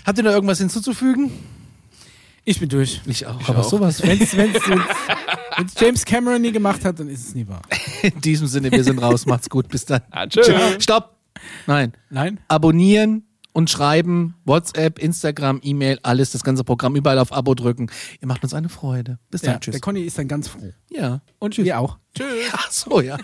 [SPEAKER 2] Habt ihr noch irgendwas hinzuzufügen?
[SPEAKER 1] Ich bin durch.
[SPEAKER 2] Ich auch.
[SPEAKER 1] Aber sowas. Wenn es James Cameron nie gemacht hat, dann ist es nie wahr.
[SPEAKER 2] In diesem Sinne, wir sind raus. Macht's gut. Bis dann.
[SPEAKER 3] Adieu.
[SPEAKER 2] Stopp. Nein.
[SPEAKER 1] Nein?
[SPEAKER 2] Abonnieren und schreiben. WhatsApp, Instagram, E-Mail, alles, das ganze Programm. Überall auf Abo drücken. Ihr macht uns eine Freude. Bis dann.
[SPEAKER 1] Ja,
[SPEAKER 2] Tschüss.
[SPEAKER 1] der Conny ist dann ganz froh.
[SPEAKER 2] Ja.
[SPEAKER 1] Und wir auch. Tschüss.
[SPEAKER 2] Ach so, ja.